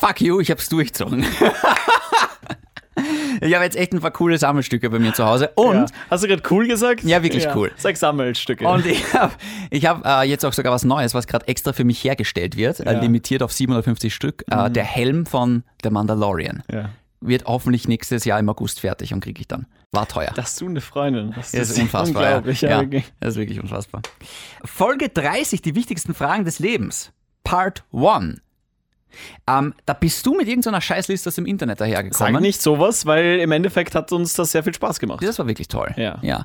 [SPEAKER 2] Fuck you, ich hab's durchzogen. <laughs> ich habe jetzt echt ein paar coole Sammelstücke bei mir zu Hause. Und
[SPEAKER 1] Und? Hast du gerade cool gesagt?
[SPEAKER 2] Ja, wirklich cool.
[SPEAKER 1] Sag Sammelstücke.
[SPEAKER 2] Und ich habe ich hab, äh, jetzt auch sogar was Neues, was gerade extra für mich hergestellt wird, äh, limitiert auf 750 Stück.
[SPEAKER 1] Mhm.
[SPEAKER 2] Äh, der Helm von The Mandalorian
[SPEAKER 1] ja.
[SPEAKER 2] wird hoffentlich nächstes Jahr im August fertig und kriege ich dann. War teuer.
[SPEAKER 1] Dass du eine Freundin hast.
[SPEAKER 2] Das ist unfassbar. ja.
[SPEAKER 1] Unglaublich. Ja.
[SPEAKER 2] ja,
[SPEAKER 1] wirklich.
[SPEAKER 2] das ist wirklich unfassbar. Folge 30, die wichtigsten Fragen des Lebens. Part 1. Ähm, da bist du mit irgendeiner Scheißliste aus dem Internet dahergekommen.
[SPEAKER 1] Sag nicht sowas, weil im Endeffekt hat uns das sehr viel Spaß gemacht.
[SPEAKER 2] Das war wirklich toll.
[SPEAKER 1] Ja.
[SPEAKER 2] ja.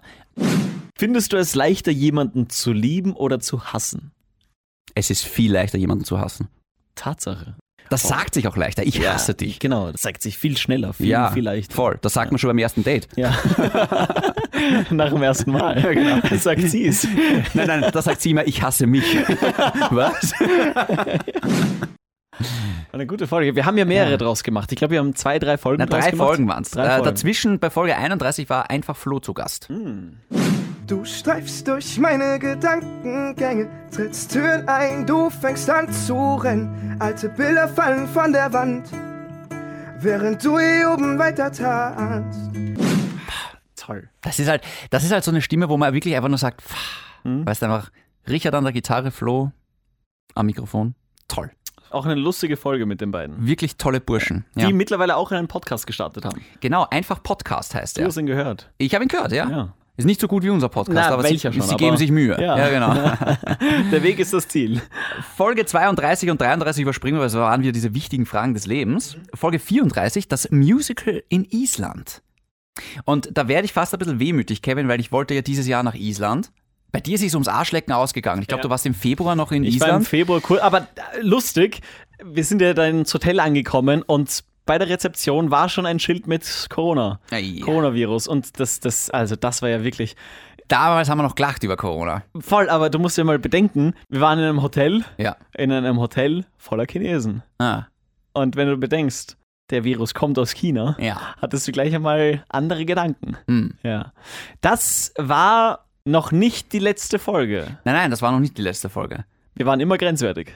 [SPEAKER 1] Findest du es leichter, jemanden zu lieben oder zu hassen?
[SPEAKER 2] Es ist viel leichter, jemanden zu hassen.
[SPEAKER 1] Tatsache.
[SPEAKER 2] Das sagt sich auch leichter. Ich hasse dich.
[SPEAKER 1] Genau, das zeigt sich viel schneller, viel,
[SPEAKER 2] ja,
[SPEAKER 1] viel leichter.
[SPEAKER 2] voll. Das sagt man schon beim ersten
[SPEAKER 1] <laughs>
[SPEAKER 2] Date.
[SPEAKER 1] Ja. Nach dem ersten Mal. Ja, <laughs> genau. Sagt sie es.
[SPEAKER 2] Nein, nein, das sagt sie immer, ich
[SPEAKER 1] <laughs>
[SPEAKER 2] hasse mich. Was?
[SPEAKER 1] Eine gute Folge. Wir haben ja mehrere draus gemacht. Ich glaube, wir haben zwei, drei Folgen
[SPEAKER 2] Na,
[SPEAKER 1] draus
[SPEAKER 2] drei
[SPEAKER 1] gemacht.
[SPEAKER 2] Folgen waren es.
[SPEAKER 1] Drei
[SPEAKER 2] Äh,
[SPEAKER 1] Folgen. Hm.
[SPEAKER 2] dazwischen bei Folge 31 war einfach Flo zu Gast.
[SPEAKER 9] Du streifst durch meine Gedankengänge, trittst Türen ein, du fängst an zu rennen. Alte Bilder fallen von der Wand, während du hier oben weiter tanzt.
[SPEAKER 1] Toll.
[SPEAKER 2] Das ist halt, das ist halt so eine Stimme, wo man wirklich einfach nur sagt, pff,
[SPEAKER 1] Hm.
[SPEAKER 2] weißt du einfach, Richard an der Gitarre, Flo am Mikrofon. Toll.
[SPEAKER 1] Auch eine lustige Folge mit den beiden.
[SPEAKER 2] Wirklich tolle Burschen.
[SPEAKER 1] Die
[SPEAKER 2] Ja.
[SPEAKER 1] mittlerweile auch einen Podcast gestartet haben.
[SPEAKER 2] Genau, einfach Podcast heißt
[SPEAKER 1] Du
[SPEAKER 2] er.
[SPEAKER 1] hast ihn gehört.
[SPEAKER 2] Ich habe ihn gehört, ja.
[SPEAKER 1] Ja.
[SPEAKER 2] Ist nicht so gut wie unser Podcast,
[SPEAKER 1] Na,
[SPEAKER 2] aber sie,
[SPEAKER 1] welcher schon,
[SPEAKER 2] sie
[SPEAKER 1] aber-
[SPEAKER 2] geben sich Mühe.
[SPEAKER 1] Ja.
[SPEAKER 2] ja
[SPEAKER 1] <laughs>
[SPEAKER 2] genau.
[SPEAKER 1] Der Weg ist das Ziel.
[SPEAKER 2] Folge 32 und 33 überspringen wir, weil es waren wieder diese wichtigen Fragen des Lebens. Folge 34, das Musical in Island. Und da werde ich fast ein bisschen wehmütig, Kevin, weil ich wollte ja dieses Jahr nach Island. Bei dir ist es ums Arschlecken ausgegangen. Ich glaube, du warst im Februar noch in
[SPEAKER 1] Ich war im
[SPEAKER 2] Island.
[SPEAKER 1] Februar cool, aber äh, lustig, wir sind ja dann ins Hotel angekommen und bei der Rezeption war schon ein Schild mit Corona.
[SPEAKER 2] Ei.
[SPEAKER 1] Coronavirus. Und das, das, also das war ja wirklich
[SPEAKER 2] Damals haben wir noch gelacht über Corona.
[SPEAKER 1] voll, aber du musst ja mal bedenken, wir waren in einem Hotel,
[SPEAKER 2] Ja.
[SPEAKER 1] in einem Hotel voller Chinesen.
[SPEAKER 2] Ah,
[SPEAKER 1] Und wenn du bedenkst, der Virus kommt aus China,
[SPEAKER 2] ja.
[SPEAKER 1] hattest du gleich einmal andere Gedanken.
[SPEAKER 2] Hm.
[SPEAKER 1] Ja. Das war noch nicht die letzte Folge.
[SPEAKER 2] Nein, nein, das war noch nicht die letzte Folge.
[SPEAKER 1] Wir waren immer grenzwertig.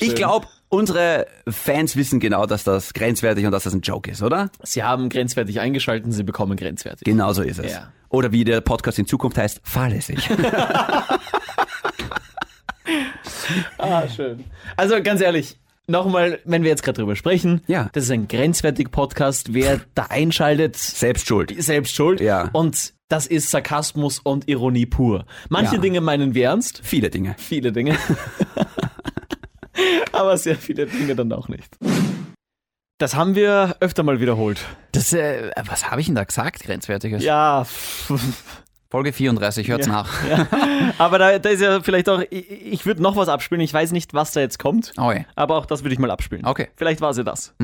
[SPEAKER 7] Ich glaube, unsere Fans wissen genau, dass das grenzwertig und dass das ein Joke ist, oder?
[SPEAKER 1] Sie haben grenzwertig eingeschaltet, sie bekommen grenzwertig.
[SPEAKER 7] Genau so ist es.
[SPEAKER 1] Ja.
[SPEAKER 7] Oder wie der Podcast in Zukunft heißt, fahrlässig.
[SPEAKER 1] Ah, schön. Also ganz ehrlich, nochmal, wenn wir jetzt gerade drüber sprechen,
[SPEAKER 7] Ja.
[SPEAKER 1] das ist ein grenzwertig Podcast. Wer da einschaltet,
[SPEAKER 7] Selbst schuld.
[SPEAKER 1] selbst schuld.
[SPEAKER 7] Ja.
[SPEAKER 1] Und das ist Sarkasmus und Ironie pur. Manche
[SPEAKER 7] Ja.
[SPEAKER 1] Dinge meinen wir ernst,
[SPEAKER 7] Viele Dinge. <laughs>
[SPEAKER 1] viele Dinge. Aber sehr viele Dinge dann auch nicht. Das haben wir öfter mal wiederholt.
[SPEAKER 2] Das, äh, was habe ich denn da gesagt, Grenzwertiges?
[SPEAKER 1] Ja, <laughs>
[SPEAKER 2] Folge 34, hört's nach.
[SPEAKER 1] aber da, da ist ja vielleicht auch, ich, ich würde noch was abspielen. Ich weiß nicht, was da jetzt kommt,
[SPEAKER 2] Oh, ja.
[SPEAKER 1] aber auch das würde ich mal abspielen.
[SPEAKER 2] Okay.
[SPEAKER 1] Vielleicht war sie das.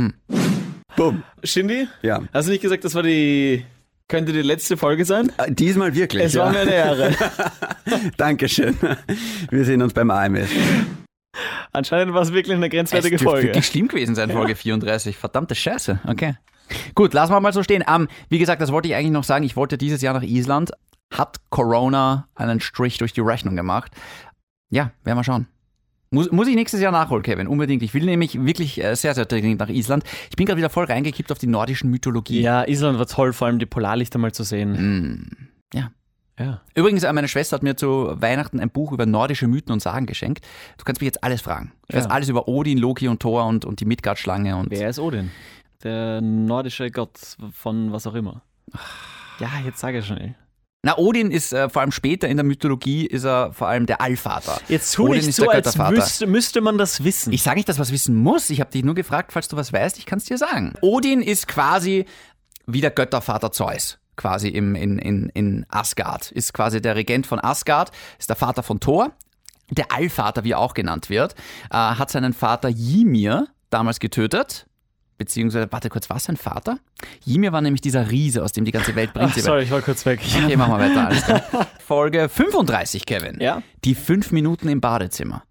[SPEAKER 7] Bumm.
[SPEAKER 1] Shindy,
[SPEAKER 7] Ja.
[SPEAKER 1] hast du nicht gesagt, das war die, könnte die letzte Folge sein?
[SPEAKER 7] Äh, Diesmal wirklich.
[SPEAKER 1] Es
[SPEAKER 7] ja.
[SPEAKER 1] war mir eine Ehre.
[SPEAKER 7] <laughs>
[SPEAKER 1] <laughs>
[SPEAKER 7] Dankeschön. Wir sehen uns beim AMS.
[SPEAKER 1] Anscheinend war es wirklich eine
[SPEAKER 2] Es
[SPEAKER 1] grenzwertige
[SPEAKER 2] dürfte
[SPEAKER 1] Folge.
[SPEAKER 2] wirklich schlimm gewesen sein, Folge 34. Verdammte Scheiße. Okay. Gut, lassen wir mal so stehen. Ähm, wie gesagt, das wollte ich eigentlich noch sagen. Ich wollte dieses Jahr nach Island. Hat Corona einen Strich durch die Rechnung gemacht? Ja, werden wir schauen. Muss, muss ich nächstes Jahr nachholen, Kevin? Unbedingt. Ich will nämlich wirklich äh, sehr, sehr dringend nach Island. Ich bin gerade wieder voll reingekippt auf die nordischen Mythologie.
[SPEAKER 1] Ja, Island war toll, vor allem die Polarlichter mal zu sehen. Hm.
[SPEAKER 2] Mm, ja.
[SPEAKER 1] Ja.
[SPEAKER 2] Übrigens, äh, meine Schwester hat mir zu Weihnachten ein Buch über nordische Mythen und Sagen geschenkt. Du kannst mich jetzt alles fragen. Ich weiß
[SPEAKER 1] Ja.
[SPEAKER 2] alles über Odin, Loki und Thor und, und die Midgard-Schlange und
[SPEAKER 1] Wer ist Odin? Der nordische Gott von was auch immer. Ja, jetzt sage ich schnell.
[SPEAKER 2] Na, Odin ist äh, vor allem später in der Mythologie, ist er vor allem der Allvater.
[SPEAKER 1] Jetzt tu
[SPEAKER 2] Odin
[SPEAKER 1] nicht
[SPEAKER 2] ist
[SPEAKER 1] so,
[SPEAKER 2] der
[SPEAKER 1] als
[SPEAKER 2] Göttervater.
[SPEAKER 1] müsste, müsste man das wissen.
[SPEAKER 2] Ich sage nicht, dass was wissen muss. Ich habe dich nur gefragt, falls du was weißt, ich kann es dir sagen. Odin ist quasi wie der Göttervater Zeus, quasi im, in, in, in Asgard. Ist quasi der Regent von Asgard, ist der Vater von Thor. Der Allvater, wie er auch genannt wird, äh, hat seinen Vater Ymir damals getötet. Beziehungsweise, warte kurz, war sein Vater? Ymir war nämlich dieser Riese, aus dem die ganze Welt
[SPEAKER 1] Ach,
[SPEAKER 2] prinzipiell
[SPEAKER 1] sorry, ich war kurz weg.
[SPEAKER 2] Okay, machen wir weiter. Alles klar.
[SPEAKER 1] <laughs>
[SPEAKER 2] Folge 35, Kevin.
[SPEAKER 1] Ja.
[SPEAKER 2] Die fünf Minuten im Badezimmer.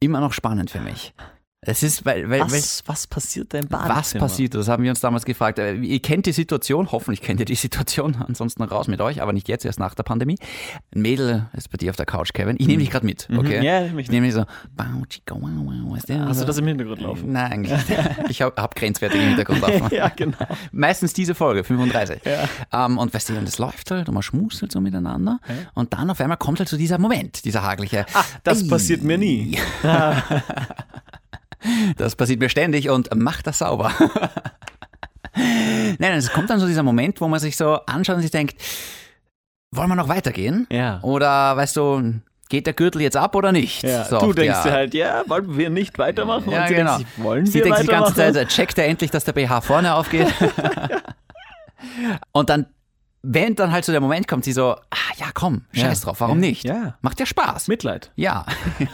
[SPEAKER 2] Immer noch spannend für mich. Es ist, weil, weil, weil
[SPEAKER 1] Was, was passiert da im Badezimmer?
[SPEAKER 2] was passiert? Das haben wir uns damals gefragt. Äh, Ihr kennt die Situation, hoffentlich kennt ihr die Situation, <laughs> ansonsten raus mit euch, aber nicht jetzt, erst nach der Pandemie. Ein Mädel ist bei dir auf der Couch, Kevin. Ich nehme dich gerade mit, okay?
[SPEAKER 1] Mhm. Ja, mich
[SPEAKER 2] Ich nehme dich so. Wow, chica, wow, wow, weißt du?
[SPEAKER 1] Hast
[SPEAKER 2] <laughs>
[SPEAKER 1] du das im Hintergrund laufen?
[SPEAKER 2] Nein, eigentlich nicht. Ich habe hab grenzwertige Hintergrundaufnahmen.
[SPEAKER 1] <laughs> Ja, genau.
[SPEAKER 2] Meistens diese Folge, 35. Ähm, und weißt du, und es läuft halt und man schmust halt so miteinander. Und dann auf einmal kommt halt so dieser Moment, dieser hagliche.
[SPEAKER 1] Ah, <laughs> Das
[SPEAKER 2] Ei,
[SPEAKER 1] passiert mir nie.
[SPEAKER 2] Das passiert mir ständig und macht das sauber. <laughs> nein, nein, es kommt dann so dieser Moment, wo man sich so anschaut und sich denkt, wollen wir noch weitergehen?
[SPEAKER 1] Ja.
[SPEAKER 2] Oder weißt du, geht der Gürtel jetzt ab oder nicht?
[SPEAKER 1] Ja,
[SPEAKER 2] So
[SPEAKER 1] du
[SPEAKER 2] oft,
[SPEAKER 1] denkst
[SPEAKER 2] ja.
[SPEAKER 1] dir halt, ja, wollen wir nicht weitermachen?
[SPEAKER 2] Ja,
[SPEAKER 1] Und sie
[SPEAKER 2] genau.
[SPEAKER 1] denkt sich, wollen
[SPEAKER 2] Sie
[SPEAKER 1] wir
[SPEAKER 2] denkt die
[SPEAKER 1] weitermachen?
[SPEAKER 2] ganze Zeit, checkt er endlich, dass der BH vorne aufgeht?
[SPEAKER 1] <laughs>
[SPEAKER 2] und dann, wenn dann halt so der Moment kommt, sie so, ah ja, komm, scheiß
[SPEAKER 1] Ja.
[SPEAKER 2] drauf, warum
[SPEAKER 1] Ja.
[SPEAKER 2] nicht?
[SPEAKER 1] Ja.
[SPEAKER 2] Macht ja Spaß.
[SPEAKER 1] Mitleid.
[SPEAKER 2] ja. <laughs>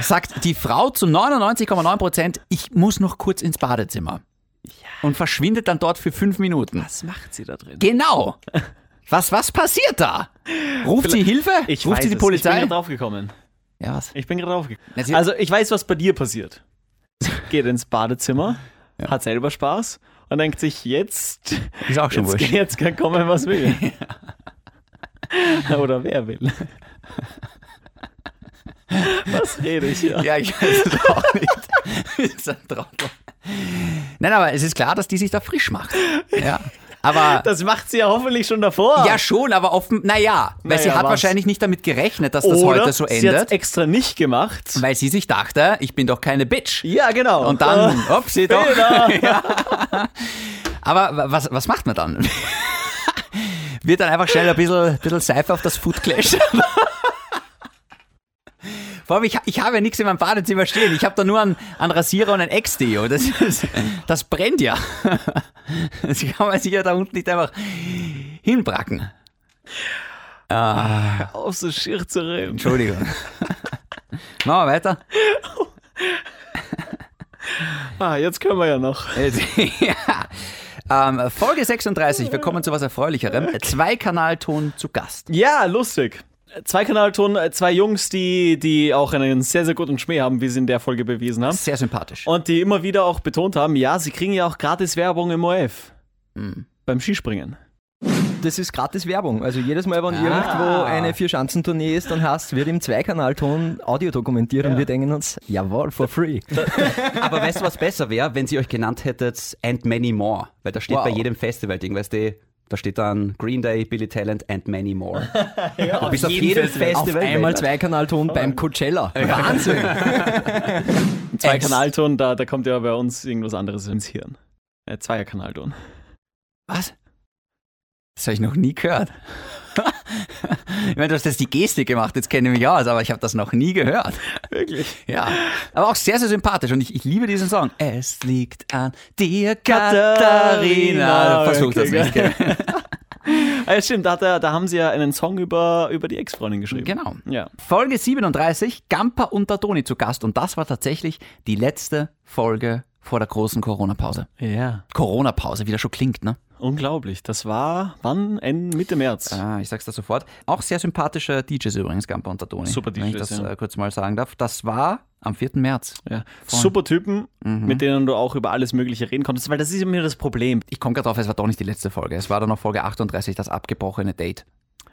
[SPEAKER 2] Sagt die Frau zu 99,9 Prozent, ich muss noch kurz ins Badezimmer. Und verschwindet dann dort für fünf Minuten.
[SPEAKER 1] Was macht sie da drin?
[SPEAKER 2] Genau. Was, was passiert da? Ruft sie Hilfe?
[SPEAKER 1] Ich
[SPEAKER 2] Ruft
[SPEAKER 1] weiß
[SPEAKER 2] sie die
[SPEAKER 1] es. Ich
[SPEAKER 2] Polizei?
[SPEAKER 1] bin gerade draufgekommen.
[SPEAKER 2] ja, was?
[SPEAKER 1] Ich bin gerade draufgekommen.
[SPEAKER 2] Na, sie-
[SPEAKER 1] Also ich weiß, was bei dir passiert. Sie geht ins Badezimmer, hat selber Spaß und denkt sich, jetzt,
[SPEAKER 2] Ist auch schon
[SPEAKER 1] jetzt,
[SPEAKER 2] wurscht.
[SPEAKER 1] jetzt kann kommen, was <laughs> will. <laughs> Oder wer will. was rede ich hier?
[SPEAKER 2] Ja, ich weiß es auch nicht. <laughs> Wir sind Trottel. Nein, aber es ist klar, dass die sich da frisch macht. Ja. Aber.
[SPEAKER 1] <laughs> Das macht sie ja hoffentlich schon davor.
[SPEAKER 2] ja, schon, aber offen. Naja, weil
[SPEAKER 1] Naja,
[SPEAKER 2] sie hat
[SPEAKER 1] was?
[SPEAKER 2] wahrscheinlich nicht damit gerechnet, dass das
[SPEAKER 1] Oder
[SPEAKER 2] heute so
[SPEAKER 1] sie hat es
[SPEAKER 2] endet.
[SPEAKER 1] extra nicht gemacht.
[SPEAKER 2] Weil sie sich dachte, ich bin doch keine Bitch.
[SPEAKER 1] Ja, genau.
[SPEAKER 2] Und dann,
[SPEAKER 1] <laughs> Äh,
[SPEAKER 2] ups, sie doch.
[SPEAKER 1] Fehler. <laughs>
[SPEAKER 2] Aber wa- was, was macht man dann? <laughs> Wird dann einfach schnell ein bisschen, bisschen Seife auf das Food Clash. <laughs> Vor allem, ich, ich habe ja nichts in meinem Badezimmer stehen. Ich habe da nur einen, einen Rasierer und ein Ex-Deo. Das, ist- das brennt ja. <laughs> Das kann man sich ja da unten nicht einfach hinbracken.
[SPEAKER 1] Auf so schier zu reden.
[SPEAKER 2] Entschuldigung. <laughs> Machen wir weiter.
[SPEAKER 1] Ah, jetzt können wir ja noch.
[SPEAKER 2] Jetzt- <laughs> ja. ähm, Folge 36. Wir kommen zu was Erfreulicherem. Zweikanalton zu Gast.
[SPEAKER 1] Ja, lustig. Zwei Kanalton, äh, zwei Jungs, die, die auch einen sehr, sehr guten Schmäh haben, wie sie in der Folge bewiesen haben.
[SPEAKER 2] Sehr sympathisch.
[SPEAKER 1] Und die immer wieder auch betont haben, ja, sie kriegen ja auch gratis Werbung im OF.
[SPEAKER 2] Mhm.
[SPEAKER 1] Beim Skispringen.
[SPEAKER 9] Das ist gratis Werbung. Also jedes Mal, wenn
[SPEAKER 2] Ah.
[SPEAKER 9] irgendwo eine Vierschanzentournee ist, dann heißt, wird im Zweikanalton Audio dokumentiert und wir denken uns, jawohl, for free.
[SPEAKER 7] Aber weißt du, was besser wäre, wenn sie euch genannt hättet and many more? Weil da steht
[SPEAKER 2] Wow.
[SPEAKER 7] bei jedem Festival-Ding, weißt du, da steht dann Green Day, Billy Talent and many more. du bist auf jedem Festival.
[SPEAKER 9] Auf einmal
[SPEAKER 7] weltweit.
[SPEAKER 9] Zweikanalton beim Coachella.
[SPEAKER 2] <laughs> Wahnsinn.
[SPEAKER 1] Zwei
[SPEAKER 2] Ex-
[SPEAKER 1] Kanalton, da, da kommt ja bei uns irgendwas anderes ins Hirn. Äh, Zweier Kanalton.
[SPEAKER 2] Was? Das habe ich noch nie gehört. <laughs> Ich meine, du hast jetzt die Gestik gemacht, jetzt kenne ich mich aus, aber ich habe das noch nie gehört. <laughs> Wirklich? Ja. Aber auch sehr, sehr sympathisch und ich, ich liebe diesen Song. Es liegt an dir, Katharina.
[SPEAKER 1] Katharina.
[SPEAKER 2] Versuch das nicht. gell?
[SPEAKER 1] Ah, ja, stimmt, da, hat er, da haben sie ja einen Song über, über die Ex-Freundin geschrieben.
[SPEAKER 2] Genau.
[SPEAKER 1] Ja.
[SPEAKER 2] Folge 37, Gamper und Toni zu Gast. Und das war tatsächlich die letzte Folge vor der großen Corona-Pause.
[SPEAKER 1] Ja.
[SPEAKER 2] Corona-Pause, wie das schon klingt, ne?
[SPEAKER 1] Unglaublich. Das war wann? Ende, Mitte März.
[SPEAKER 2] Ah, ich sag's dir sofort. Auch sehr sympathische DJs übrigens, Gamper und Toni.
[SPEAKER 1] Super
[SPEAKER 2] Wenn ich
[SPEAKER 1] DJs,
[SPEAKER 2] das
[SPEAKER 1] ja.
[SPEAKER 2] äh, kurz mal sagen darf. Das war am 4. März.
[SPEAKER 1] Ja. Super Typen, mit denen du auch über alles Mögliche reden konntest, weil das ist immer das Problem.
[SPEAKER 2] Ich komme gerade drauf, es war doch nicht die letzte Folge. Es war dann noch Folge 38, das abgebrochene Date.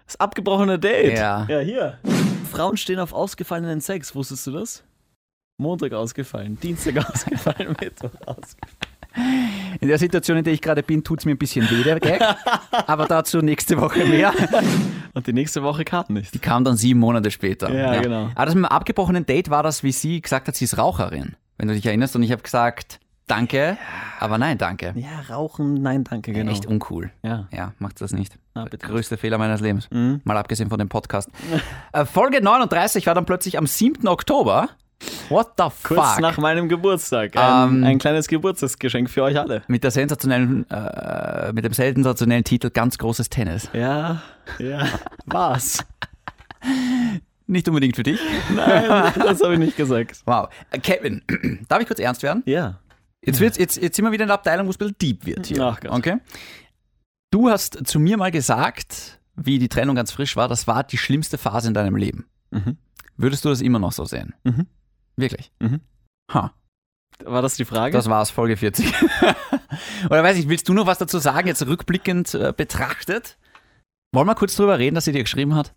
[SPEAKER 1] Das abgebrochene Date.
[SPEAKER 2] Ja.
[SPEAKER 1] ja, hier. Frauen stehen auf ausgefallenen Sex, wusstest du das? Montag ausgefallen, Dienstag <laughs> ausgefallen, Mittwoch ausgefallen.
[SPEAKER 2] In der Situation, in der ich gerade bin, tut's mir ein bisschen weh, der <laughs> Gag. Aber dazu nächste Woche mehr.
[SPEAKER 1] Und die nächste Woche Karten nicht.
[SPEAKER 2] Die kam dann sieben Monate später.
[SPEAKER 1] Ja, genau.
[SPEAKER 2] Aber das mit dem abgebrochenen Date war das, wie sie gesagt hat, sie ist Raucherin. Wenn du dich erinnerst. Und ich habe gesagt, danke, aber nein, danke.
[SPEAKER 1] Ja, rauchen, nein, danke, genau.
[SPEAKER 2] Echt uncool.
[SPEAKER 1] Ja.
[SPEAKER 2] Ja, macht das nicht.
[SPEAKER 1] Na, bitte Mhm.
[SPEAKER 2] Größter Fehler meines Lebens. Mal abgesehen von
[SPEAKER 1] <laughs>
[SPEAKER 2] dem Podcast. Äh, Folge 39 war dann plötzlich am 7. Oktober. What the
[SPEAKER 1] Kurz
[SPEAKER 2] fuck?
[SPEAKER 1] nach meinem Geburtstag. Ein,
[SPEAKER 2] Ähm.
[SPEAKER 1] ein kleines Geburtstagsgeschenk für euch alle.
[SPEAKER 2] mit der sensationellen, äh, mit dem sensationellen Titel Ganz großes Tennis.
[SPEAKER 1] Ja, ja, <laughs> war's.
[SPEAKER 2] <laughs> Nicht unbedingt für dich.
[SPEAKER 1] Nein, das habe ich nicht gesagt.
[SPEAKER 2] Wow. Äh, Kevin, <clears throat> darf ich kurz ernst werden?
[SPEAKER 1] Ja.
[SPEAKER 2] Jetzt, wird's, jetzt, jetzt sind wir wieder in der Abteilung, wo es ein bisschen deep wird hier.
[SPEAKER 1] Hm. Ach Gott.
[SPEAKER 2] Okay. Du hast zu mir mal gesagt, wie die Trennung ganz frisch war, das war die schlimmste Phase in deinem Leben.
[SPEAKER 1] Mhm.
[SPEAKER 2] Würdest du das immer noch so sehen?
[SPEAKER 1] Mhm.
[SPEAKER 2] Wirklich?
[SPEAKER 1] Mhm.
[SPEAKER 2] Ha,
[SPEAKER 1] War das die Frage?
[SPEAKER 2] das war's, Folge 40. <laughs> Oder weiß ich, willst du noch was dazu sagen, jetzt rückblickend äh, betrachtet? Wollen wir kurz drüber reden, dass sie dir geschrieben hat?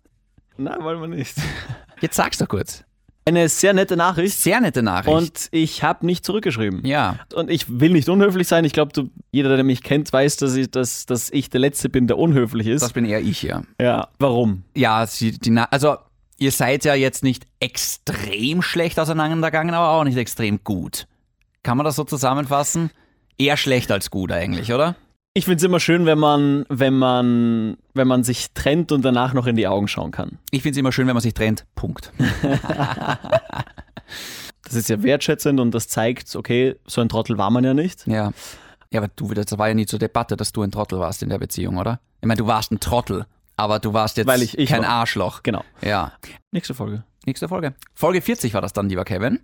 [SPEAKER 1] Nein, wollen wir nicht.
[SPEAKER 2] Jetzt sag's doch kurz.
[SPEAKER 1] Eine sehr nette Nachricht.
[SPEAKER 2] Sehr nette Nachricht.
[SPEAKER 1] Und ich habe nicht zurückgeschrieben.
[SPEAKER 2] ja,
[SPEAKER 1] Und ich will nicht unhöflich sein. Ich glaube, jeder, der mich kennt, weiß, dass ich, dass, dass ich der Letzte bin, der unhöflich ist.
[SPEAKER 2] das bin eher ich hier.
[SPEAKER 1] ja. Warum?
[SPEAKER 2] Ja, sie, die, Na- also ihr seid ja jetzt nicht extrem schlecht auseinandergegangen, aber auch nicht extrem gut. Kann man das so zusammenfassen? Eher schlecht als gut eigentlich, oder?
[SPEAKER 1] Ich finde es immer schön, wenn man, wenn man, wenn man sich trennt und danach noch in die Augen schauen kann.
[SPEAKER 2] Ich finde es immer schön, wenn man sich trennt. Punkt.
[SPEAKER 1] Das ist ja wertschätzend und das zeigt, okay, so ein Trottel war man ja nicht.
[SPEAKER 2] <laughs> Ja. Ja, aber du, das war ja nie zur Debatte, dass du ein Trottel warst in der Beziehung, oder? Ich meine, du warst ein Trottel, aber du warst jetzt
[SPEAKER 1] Weil ich- ich
[SPEAKER 2] kein
[SPEAKER 1] war-
[SPEAKER 2] Arschloch.
[SPEAKER 1] Genau.
[SPEAKER 2] Ja.
[SPEAKER 1] Nächste Folge.
[SPEAKER 2] Nächste Folge. Folge 40 war das dann, lieber Kevin.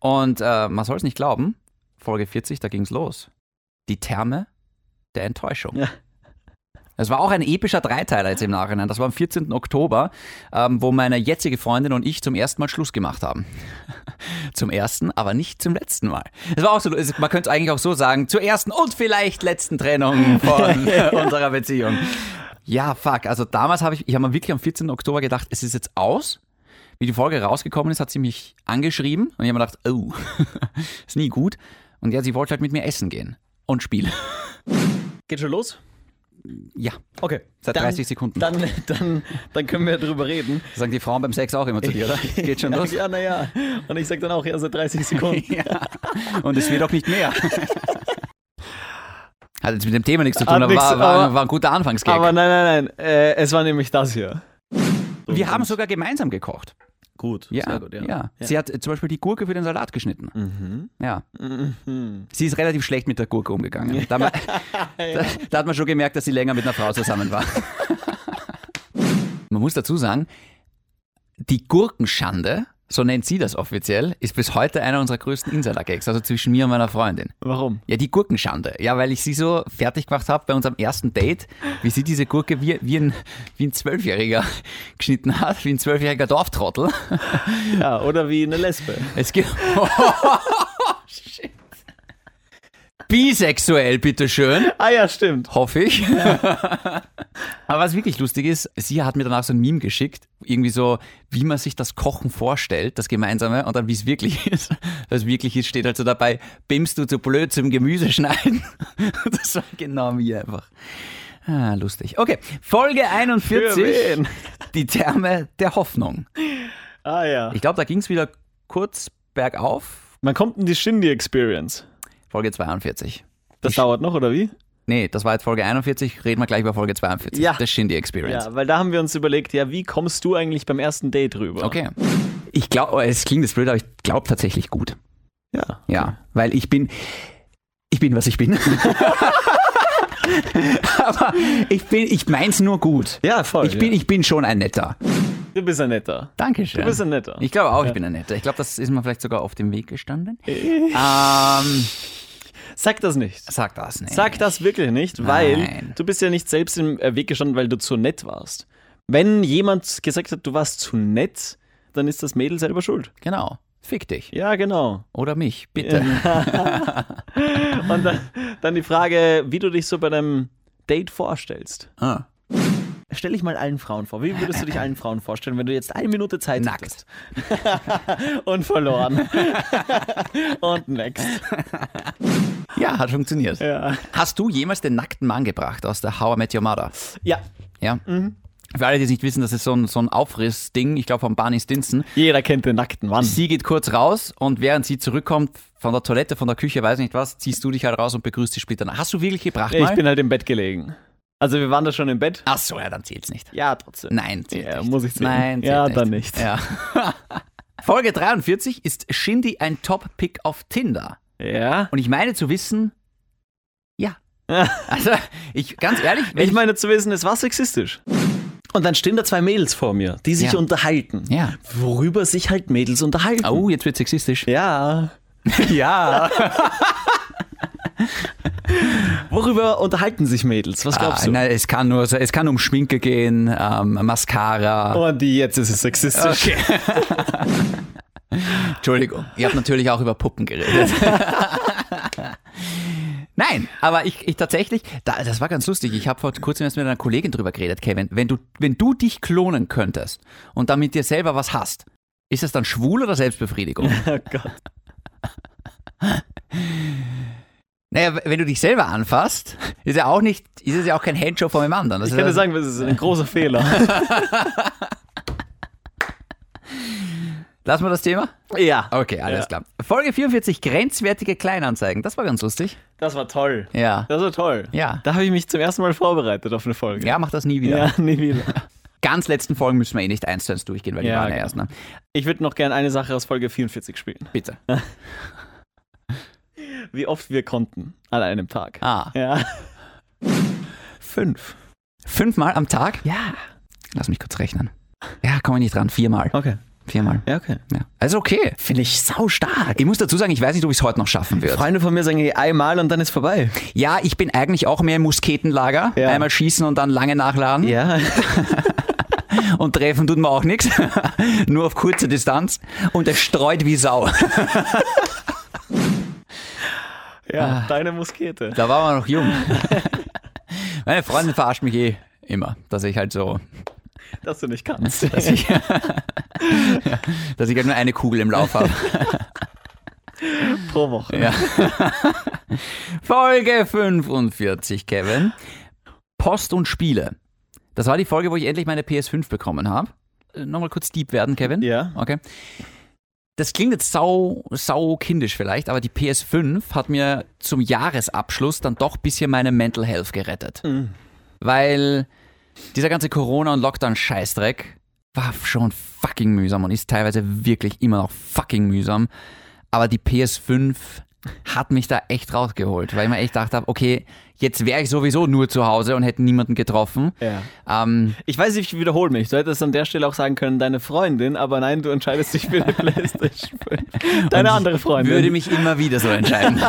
[SPEAKER 2] Und äh, man soll es nicht glauben, Folge 40, da ging's los. Die Therme der Enttäuschung.
[SPEAKER 1] Ja.
[SPEAKER 2] Es war auch ein epischer Dreiteiler jetzt im Nachhinein. Das war am 14. Oktober, ähm, wo meine jetzige Freundin und ich zum ersten Mal Schluss gemacht haben. <laughs> zum ersten, aber nicht zum letzten Mal. Es war auch so, es- man könnte es eigentlich auch so sagen, zur ersten und vielleicht letzten Trennung
[SPEAKER 1] <laughs>
[SPEAKER 2] von unserer Beziehung. Ja, fuck. Also damals habe ich, ich habe mir wirklich am 14. Oktober gedacht, es ist jetzt aus wie die Folge rausgekommen ist, hat sie mich angeschrieben und ich habe mir gedacht, oh, <laughs> ist nie gut. Und ja, sie wollte halt mit mir essen gehen und spielen.
[SPEAKER 1] Geht schon los?
[SPEAKER 2] Ja,
[SPEAKER 1] Okay.
[SPEAKER 2] seit 30 Sekunden.
[SPEAKER 1] Dann, dann, dann können wir drüber reden.
[SPEAKER 2] Das sagen die Frauen beim Sex auch immer zu dir, oder? <laughs> Geht schon
[SPEAKER 1] <laughs>
[SPEAKER 2] los.
[SPEAKER 1] Ja, naja. Und ich sage dann auch, ja, seit 30 Sekunden.
[SPEAKER 2] <laughs> Ja. Und es wird auch nicht mehr. <laughs> Hat jetzt mit dem Thema nichts zu tun,
[SPEAKER 1] Hat
[SPEAKER 2] aber
[SPEAKER 1] nichts,
[SPEAKER 2] war, war,
[SPEAKER 1] aber-
[SPEAKER 2] war ein guter Anfangsgag.
[SPEAKER 1] Aber nein, nein, nein. Äh, es war nämlich das hier.
[SPEAKER 2] Wir haben sogar gemeinsam gekocht.
[SPEAKER 1] Gut.
[SPEAKER 2] Ja,
[SPEAKER 1] Sehr gut, ja.
[SPEAKER 2] Sie hat äh, zum Beispiel die Gurke für den Salat geschnitten.
[SPEAKER 1] Mhm.
[SPEAKER 2] Ja. Sie ist relativ schlecht mit der Gurke umgegangen. Da, hat man- da, da hat man schon gemerkt, dass sie länger mit einer Frau zusammen war. man muss dazu sagen, die Gurkenschande, so nennt sie das offiziell, ist bis heute einer unserer größten Insider-Gags, also zwischen mir und meiner Freundin.
[SPEAKER 1] Warum?
[SPEAKER 2] Ja, die Gurkenschande. Ja, weil ich sie so fertig gemacht habe bei unserem ersten Date, wie sie diese Gurke wie, wie, ein, wie ein Zwölfjähriger <laughs> geschnitten hat, wie ein zwölfjähriger Dorftrottel.
[SPEAKER 1] Ja, oder wie eine
[SPEAKER 2] <laughs>
[SPEAKER 1] Lesbe.
[SPEAKER 2] Es gibt. Oh, shit. Bisexuell, bitteschön,
[SPEAKER 1] Ah ja, stimmt.
[SPEAKER 2] hoffe ich. <laughs> Aber was wirklich lustig ist, sie hat mir danach so ein Meme geschickt, irgendwie so, wie man sich das Kochen vorstellt, das Gemeinsame, und dann wie es wirklich <laughs> ist. Was wirklich ist, steht halt so dabei, bimst du zu blöd zum Gemüse schneiden. <laughs> Das war genau mir einfach. Ah, lustig. Okay, Folge 41,
[SPEAKER 1] wen?
[SPEAKER 2] die Therme der Hoffnung.
[SPEAKER 1] Ah ja.
[SPEAKER 2] Ich glaube, da ging es wieder kurz bergauf.
[SPEAKER 1] Man kommt in die Shindy Experience.
[SPEAKER 2] Folge 42.
[SPEAKER 1] Das dauert noch, oder wie?
[SPEAKER 2] Nee, das war jetzt Folge 41, reden wir gleich über Folge 42.
[SPEAKER 1] Ja.
[SPEAKER 2] Das Shindy Experience.
[SPEAKER 1] Ja, weil da haben wir uns überlegt, ja, wie kommst du eigentlich beim ersten Date rüber?
[SPEAKER 2] Okay. Ich glaube, es klingt jetzt blöd, aber ich glaube tatsächlich gut.
[SPEAKER 1] Ja.
[SPEAKER 2] Ja, weil ich bin, ich bin, was
[SPEAKER 1] <laughs>
[SPEAKER 2] ich bin. aber ich bin, ich mein's nur gut.
[SPEAKER 1] Ja, voll.
[SPEAKER 2] Ich bin, ich bin schon ein Netter.
[SPEAKER 1] Du bist ein netter.
[SPEAKER 2] Dankeschön.
[SPEAKER 1] Du bist ein netter.
[SPEAKER 2] Ich glaube auch, ich bin ein Netter. Ich glaube, das ist mir vielleicht sogar auf dem Weg gestanden.
[SPEAKER 1] Äh.
[SPEAKER 2] ähm,
[SPEAKER 1] Sag das nicht.
[SPEAKER 2] sag das nicht.
[SPEAKER 1] Sag das wirklich nicht, weil
[SPEAKER 2] Nein.
[SPEAKER 1] du bist ja nicht selbst im äh, Weg gestanden, weil du zu nett warst. Wenn jemand gesagt hat, du warst zu nett, dann ist das Mädel selber schuld.
[SPEAKER 2] Genau. Fick dich.
[SPEAKER 1] Ja, genau.
[SPEAKER 2] Oder mich, bitte.
[SPEAKER 1] Und dann, <laughs> dann die Frage, wie du dich so bei deinem Date vorstellst.
[SPEAKER 2] Ah.
[SPEAKER 1] Stell dich mal allen Frauen vor. Wie würdest du dich allen Frauen vorstellen, wenn du jetzt eine Minute Zeit
[SPEAKER 2] Nackt.
[SPEAKER 1] hättest? <laughs> Und verloren. <laughs> Und next.
[SPEAKER 2] Ja, hat funktioniert.
[SPEAKER 1] Ja.
[SPEAKER 2] Hast du jemals den nackten Mann gebracht aus der How I Met Your Mother?
[SPEAKER 1] Ja,
[SPEAKER 2] Ja. Für alle, die es nicht wissen, das ist so ein, so ein Aufrissding, ich glaube von Barney Stinson.
[SPEAKER 1] jeder kennt den nackten Mann.
[SPEAKER 2] Sie geht kurz raus und während sie zurückkommt von der Toilette, von der Küche, weiß nicht was, ziehst du dich halt raus und begrüßt die Splitter. Hast du wirklich gebracht
[SPEAKER 1] Ja,
[SPEAKER 2] mal?
[SPEAKER 1] Ich bin halt im Bett gelegen. Also wir waren da schon im Bett.
[SPEAKER 2] Ach so, ja, dann zählt's nicht.
[SPEAKER 1] Ja, trotzdem.
[SPEAKER 2] Nein, zählt
[SPEAKER 1] Ja,
[SPEAKER 2] nicht.
[SPEAKER 1] muss ich zählen.
[SPEAKER 2] Nein, zählt
[SPEAKER 1] Ja,
[SPEAKER 2] nicht.
[SPEAKER 1] dann nicht.
[SPEAKER 2] Ja. <laughs> Folge 43 ist Shindy ein Top-Pick auf Tinder.
[SPEAKER 1] Ja.
[SPEAKER 2] Und ich meine zu wissen,
[SPEAKER 1] <laughs>
[SPEAKER 2] ja. Also, ich, ganz ehrlich, wenn
[SPEAKER 1] Ich meine zu wissen, es war sexistisch. Und dann stehen da zwei Mädels vor mir, die sich
[SPEAKER 2] Ja.
[SPEAKER 1] unterhalten.
[SPEAKER 2] Ja.
[SPEAKER 1] Worüber sich halt Mädels unterhalten.
[SPEAKER 2] Oh, jetzt wird sexistisch.
[SPEAKER 1] Ja. ja. Worüber unterhalten sich Mädels? Was glaubst
[SPEAKER 2] Ah,
[SPEAKER 1] du?
[SPEAKER 2] nein, es kann nur, so- es kann um Schminke gehen, ähm, Mascara.
[SPEAKER 1] Oh, die, jetzt ist es sexistisch.
[SPEAKER 2] Entschuldigung, ihr habt natürlich auch über Puppen geredet. <laughs> Nein, aber ich, ich tatsächlich, da, das war ganz lustig. Ich habe vor kurzem erst mit einer Kollegin drüber geredet, Kevin. Wenn du, wenn du dich klonen könntest und damit dir selber was hast, ist das dann schwul oder Selbstbefriedigung?
[SPEAKER 1] <laughs> Oh Gott.
[SPEAKER 2] naja, wenn du dich selber anfasst, ist ja auch nicht, ist es ja auch kein Handshow von dem anderen. Das
[SPEAKER 1] Ich
[SPEAKER 2] ist
[SPEAKER 1] kann dir
[SPEAKER 2] also-
[SPEAKER 1] sagen, das ist ein
[SPEAKER 2] <laughs>
[SPEAKER 1] großer Fehler.
[SPEAKER 2] Lassen wir das Thema?
[SPEAKER 1] ja.
[SPEAKER 2] Okay, alles
[SPEAKER 1] Ja.
[SPEAKER 2] klar. Folge 44, grenzwertige Kleinanzeigen. Das war ganz lustig.
[SPEAKER 1] Das war toll.
[SPEAKER 2] Ja.
[SPEAKER 1] Das war toll.
[SPEAKER 2] Ja.
[SPEAKER 1] Da habe ich mich zum ersten Mal vorbereitet auf eine Folge.
[SPEAKER 2] Ja, mach das nie wieder.
[SPEAKER 1] Ja, nie wieder.
[SPEAKER 2] Ganz letzten Folgen müssen wir eh nicht eins zu eins durchgehen, weil die
[SPEAKER 1] Ja,
[SPEAKER 2] waren ja
[SPEAKER 1] genau.
[SPEAKER 2] erst, ne?
[SPEAKER 1] Ich würde noch gerne eine Sache aus Folge 44 spielen.
[SPEAKER 2] Bitte.
[SPEAKER 1] Wie oft wir konnten an einem Tag.
[SPEAKER 2] Ah.
[SPEAKER 1] Ja. Fünf.
[SPEAKER 2] Fünfmal am Tag? Ja. Lass mich kurz rechnen. Ja, komme ich nicht dran. Viermal.
[SPEAKER 1] Okay.
[SPEAKER 2] Viermal.
[SPEAKER 1] Ja, okay.
[SPEAKER 2] Ja. Also okay.
[SPEAKER 1] Finde ich sau stark.
[SPEAKER 2] Ich muss dazu sagen, ich weiß nicht, ob ich es heute noch schaffen würde.
[SPEAKER 1] Freunde von mir sagen hey, einmal und dann ist <laughs> vorbei.
[SPEAKER 2] Ja, ich bin eigentlich auch mehr im Musketenlager.
[SPEAKER 1] Ja.
[SPEAKER 2] Einmal schießen und dann lange nachladen.
[SPEAKER 1] Ja.
[SPEAKER 2] Und treffen tut mir auch nichts. <laughs> Nur auf kurze Distanz. Und es streut wie Sau.
[SPEAKER 1] Ja, deine Muskete.
[SPEAKER 2] Da waren wir noch jung. <laughs> Meine Freundin verarscht mich eh immer, dass ich halt so,
[SPEAKER 1] Dass du nicht kannst.
[SPEAKER 2] dass ich, <laughs> dass ich halt nur eine Kugel im Lauf habe.
[SPEAKER 1] Pro Woche.
[SPEAKER 2] Ja. Folge 45, Kevin. Post und Spiele. Das war die Folge, wo ich endlich meine PS5 bekommen habe. Äh, Nochmal kurz deep werden,
[SPEAKER 1] <laughs>
[SPEAKER 2] Kevin.
[SPEAKER 1] Ja.
[SPEAKER 2] Okay. Das klingt jetzt sau, sau kindisch vielleicht, aber die PS5 hat mir zum Jahresabschluss dann doch ein bisschen meine Mental Health gerettet. Weil dieser ganze Corona- und Lockdown-Scheißdreck war schon fucking mühsam und ist teilweise wirklich immer noch fucking mühsam. Aber die PS5 hat mich da echt rausgeholt, weil ich mir echt gedacht habe, okay, jetzt wäre ich sowieso nur zu Hause und hätte niemanden getroffen.
[SPEAKER 1] Ja.
[SPEAKER 2] Ähm,
[SPEAKER 1] Ich weiß, ich wiederhole mich. Du hättest an der Stelle auch sagen können, deine Freundin, aber nein, du entscheidest dich <laughs> für die Playstation 5. Deine andere Freundin.
[SPEAKER 2] würde mich immer wieder so entscheiden.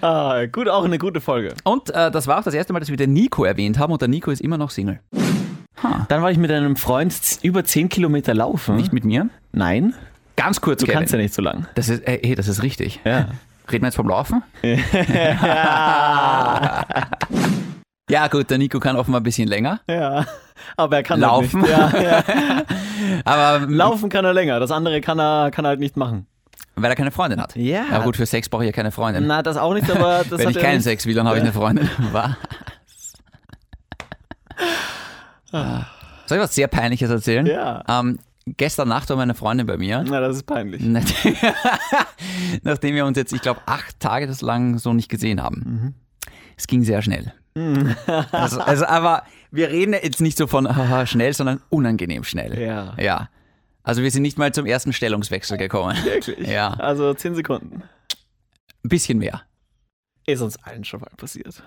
[SPEAKER 1] ah, gut, auch eine gute Folge.
[SPEAKER 2] Und äh, das war auch das erste Mal, dass wir den Nico erwähnt haben und der Nico ist immer noch Single.
[SPEAKER 1] Dann war ich mit einem Freund z- über 10 Kilometer laufen.
[SPEAKER 2] Nicht mit mir?
[SPEAKER 1] Nein,
[SPEAKER 2] Ganz kurz,
[SPEAKER 1] Mhm. du
[SPEAKER 2] Kevin.
[SPEAKER 1] kannst ja nicht so lang.
[SPEAKER 2] Das ist, äh, hey, das ist richtig.
[SPEAKER 1] <laughs> Ja.
[SPEAKER 2] Reden wir jetzt vom Laufen? ja, gut, der Nico kann offenbar ein bisschen länger,
[SPEAKER 1] Ja, aber er kann
[SPEAKER 2] Laufen.
[SPEAKER 1] Halt nicht. Ja, ja. <laughs>
[SPEAKER 2] aber
[SPEAKER 1] Laufen kann er länger, das andere kann er, kann er halt nicht machen.
[SPEAKER 2] weil er keine Freundin hat.
[SPEAKER 1] Ja.
[SPEAKER 2] Aber gut, für Sex brauche ich ja keine Freundin.
[SPEAKER 1] Na, das auch nicht,
[SPEAKER 2] <laughs>
[SPEAKER 1] aber das
[SPEAKER 2] Hm. Wenn
[SPEAKER 1] hat
[SPEAKER 2] ich
[SPEAKER 1] er
[SPEAKER 2] keinen
[SPEAKER 1] nicht.
[SPEAKER 2] Sex will, dann habe ich eine Freundin. <laughs> Was? Ah. Hm. Soll ich was sehr Peinliches erzählen?
[SPEAKER 1] Ja. Mhm.
[SPEAKER 2] Ähm, gestern Nacht war meine Freundin bei mir.
[SPEAKER 1] Na, das ist peinlich.
[SPEAKER 2] Nachdem- <laughs> Nachdem wir uns jetzt, ich glaube, acht Tage das lang so nicht gesehen haben.
[SPEAKER 1] Mhm.
[SPEAKER 2] Es ging sehr schnell. also, also, aber wir reden jetzt nicht so von haha, schnell, sondern unangenehm schnell.
[SPEAKER 1] Ja.
[SPEAKER 2] Ja. Also wir sind nicht mal zum ersten Stellungswechsel gekommen.
[SPEAKER 1] Wirklich?
[SPEAKER 2] Ja.
[SPEAKER 1] Also 10 Sekunden.
[SPEAKER 2] Ein bisschen mehr.
[SPEAKER 1] Ist uns allen schon mal passiert.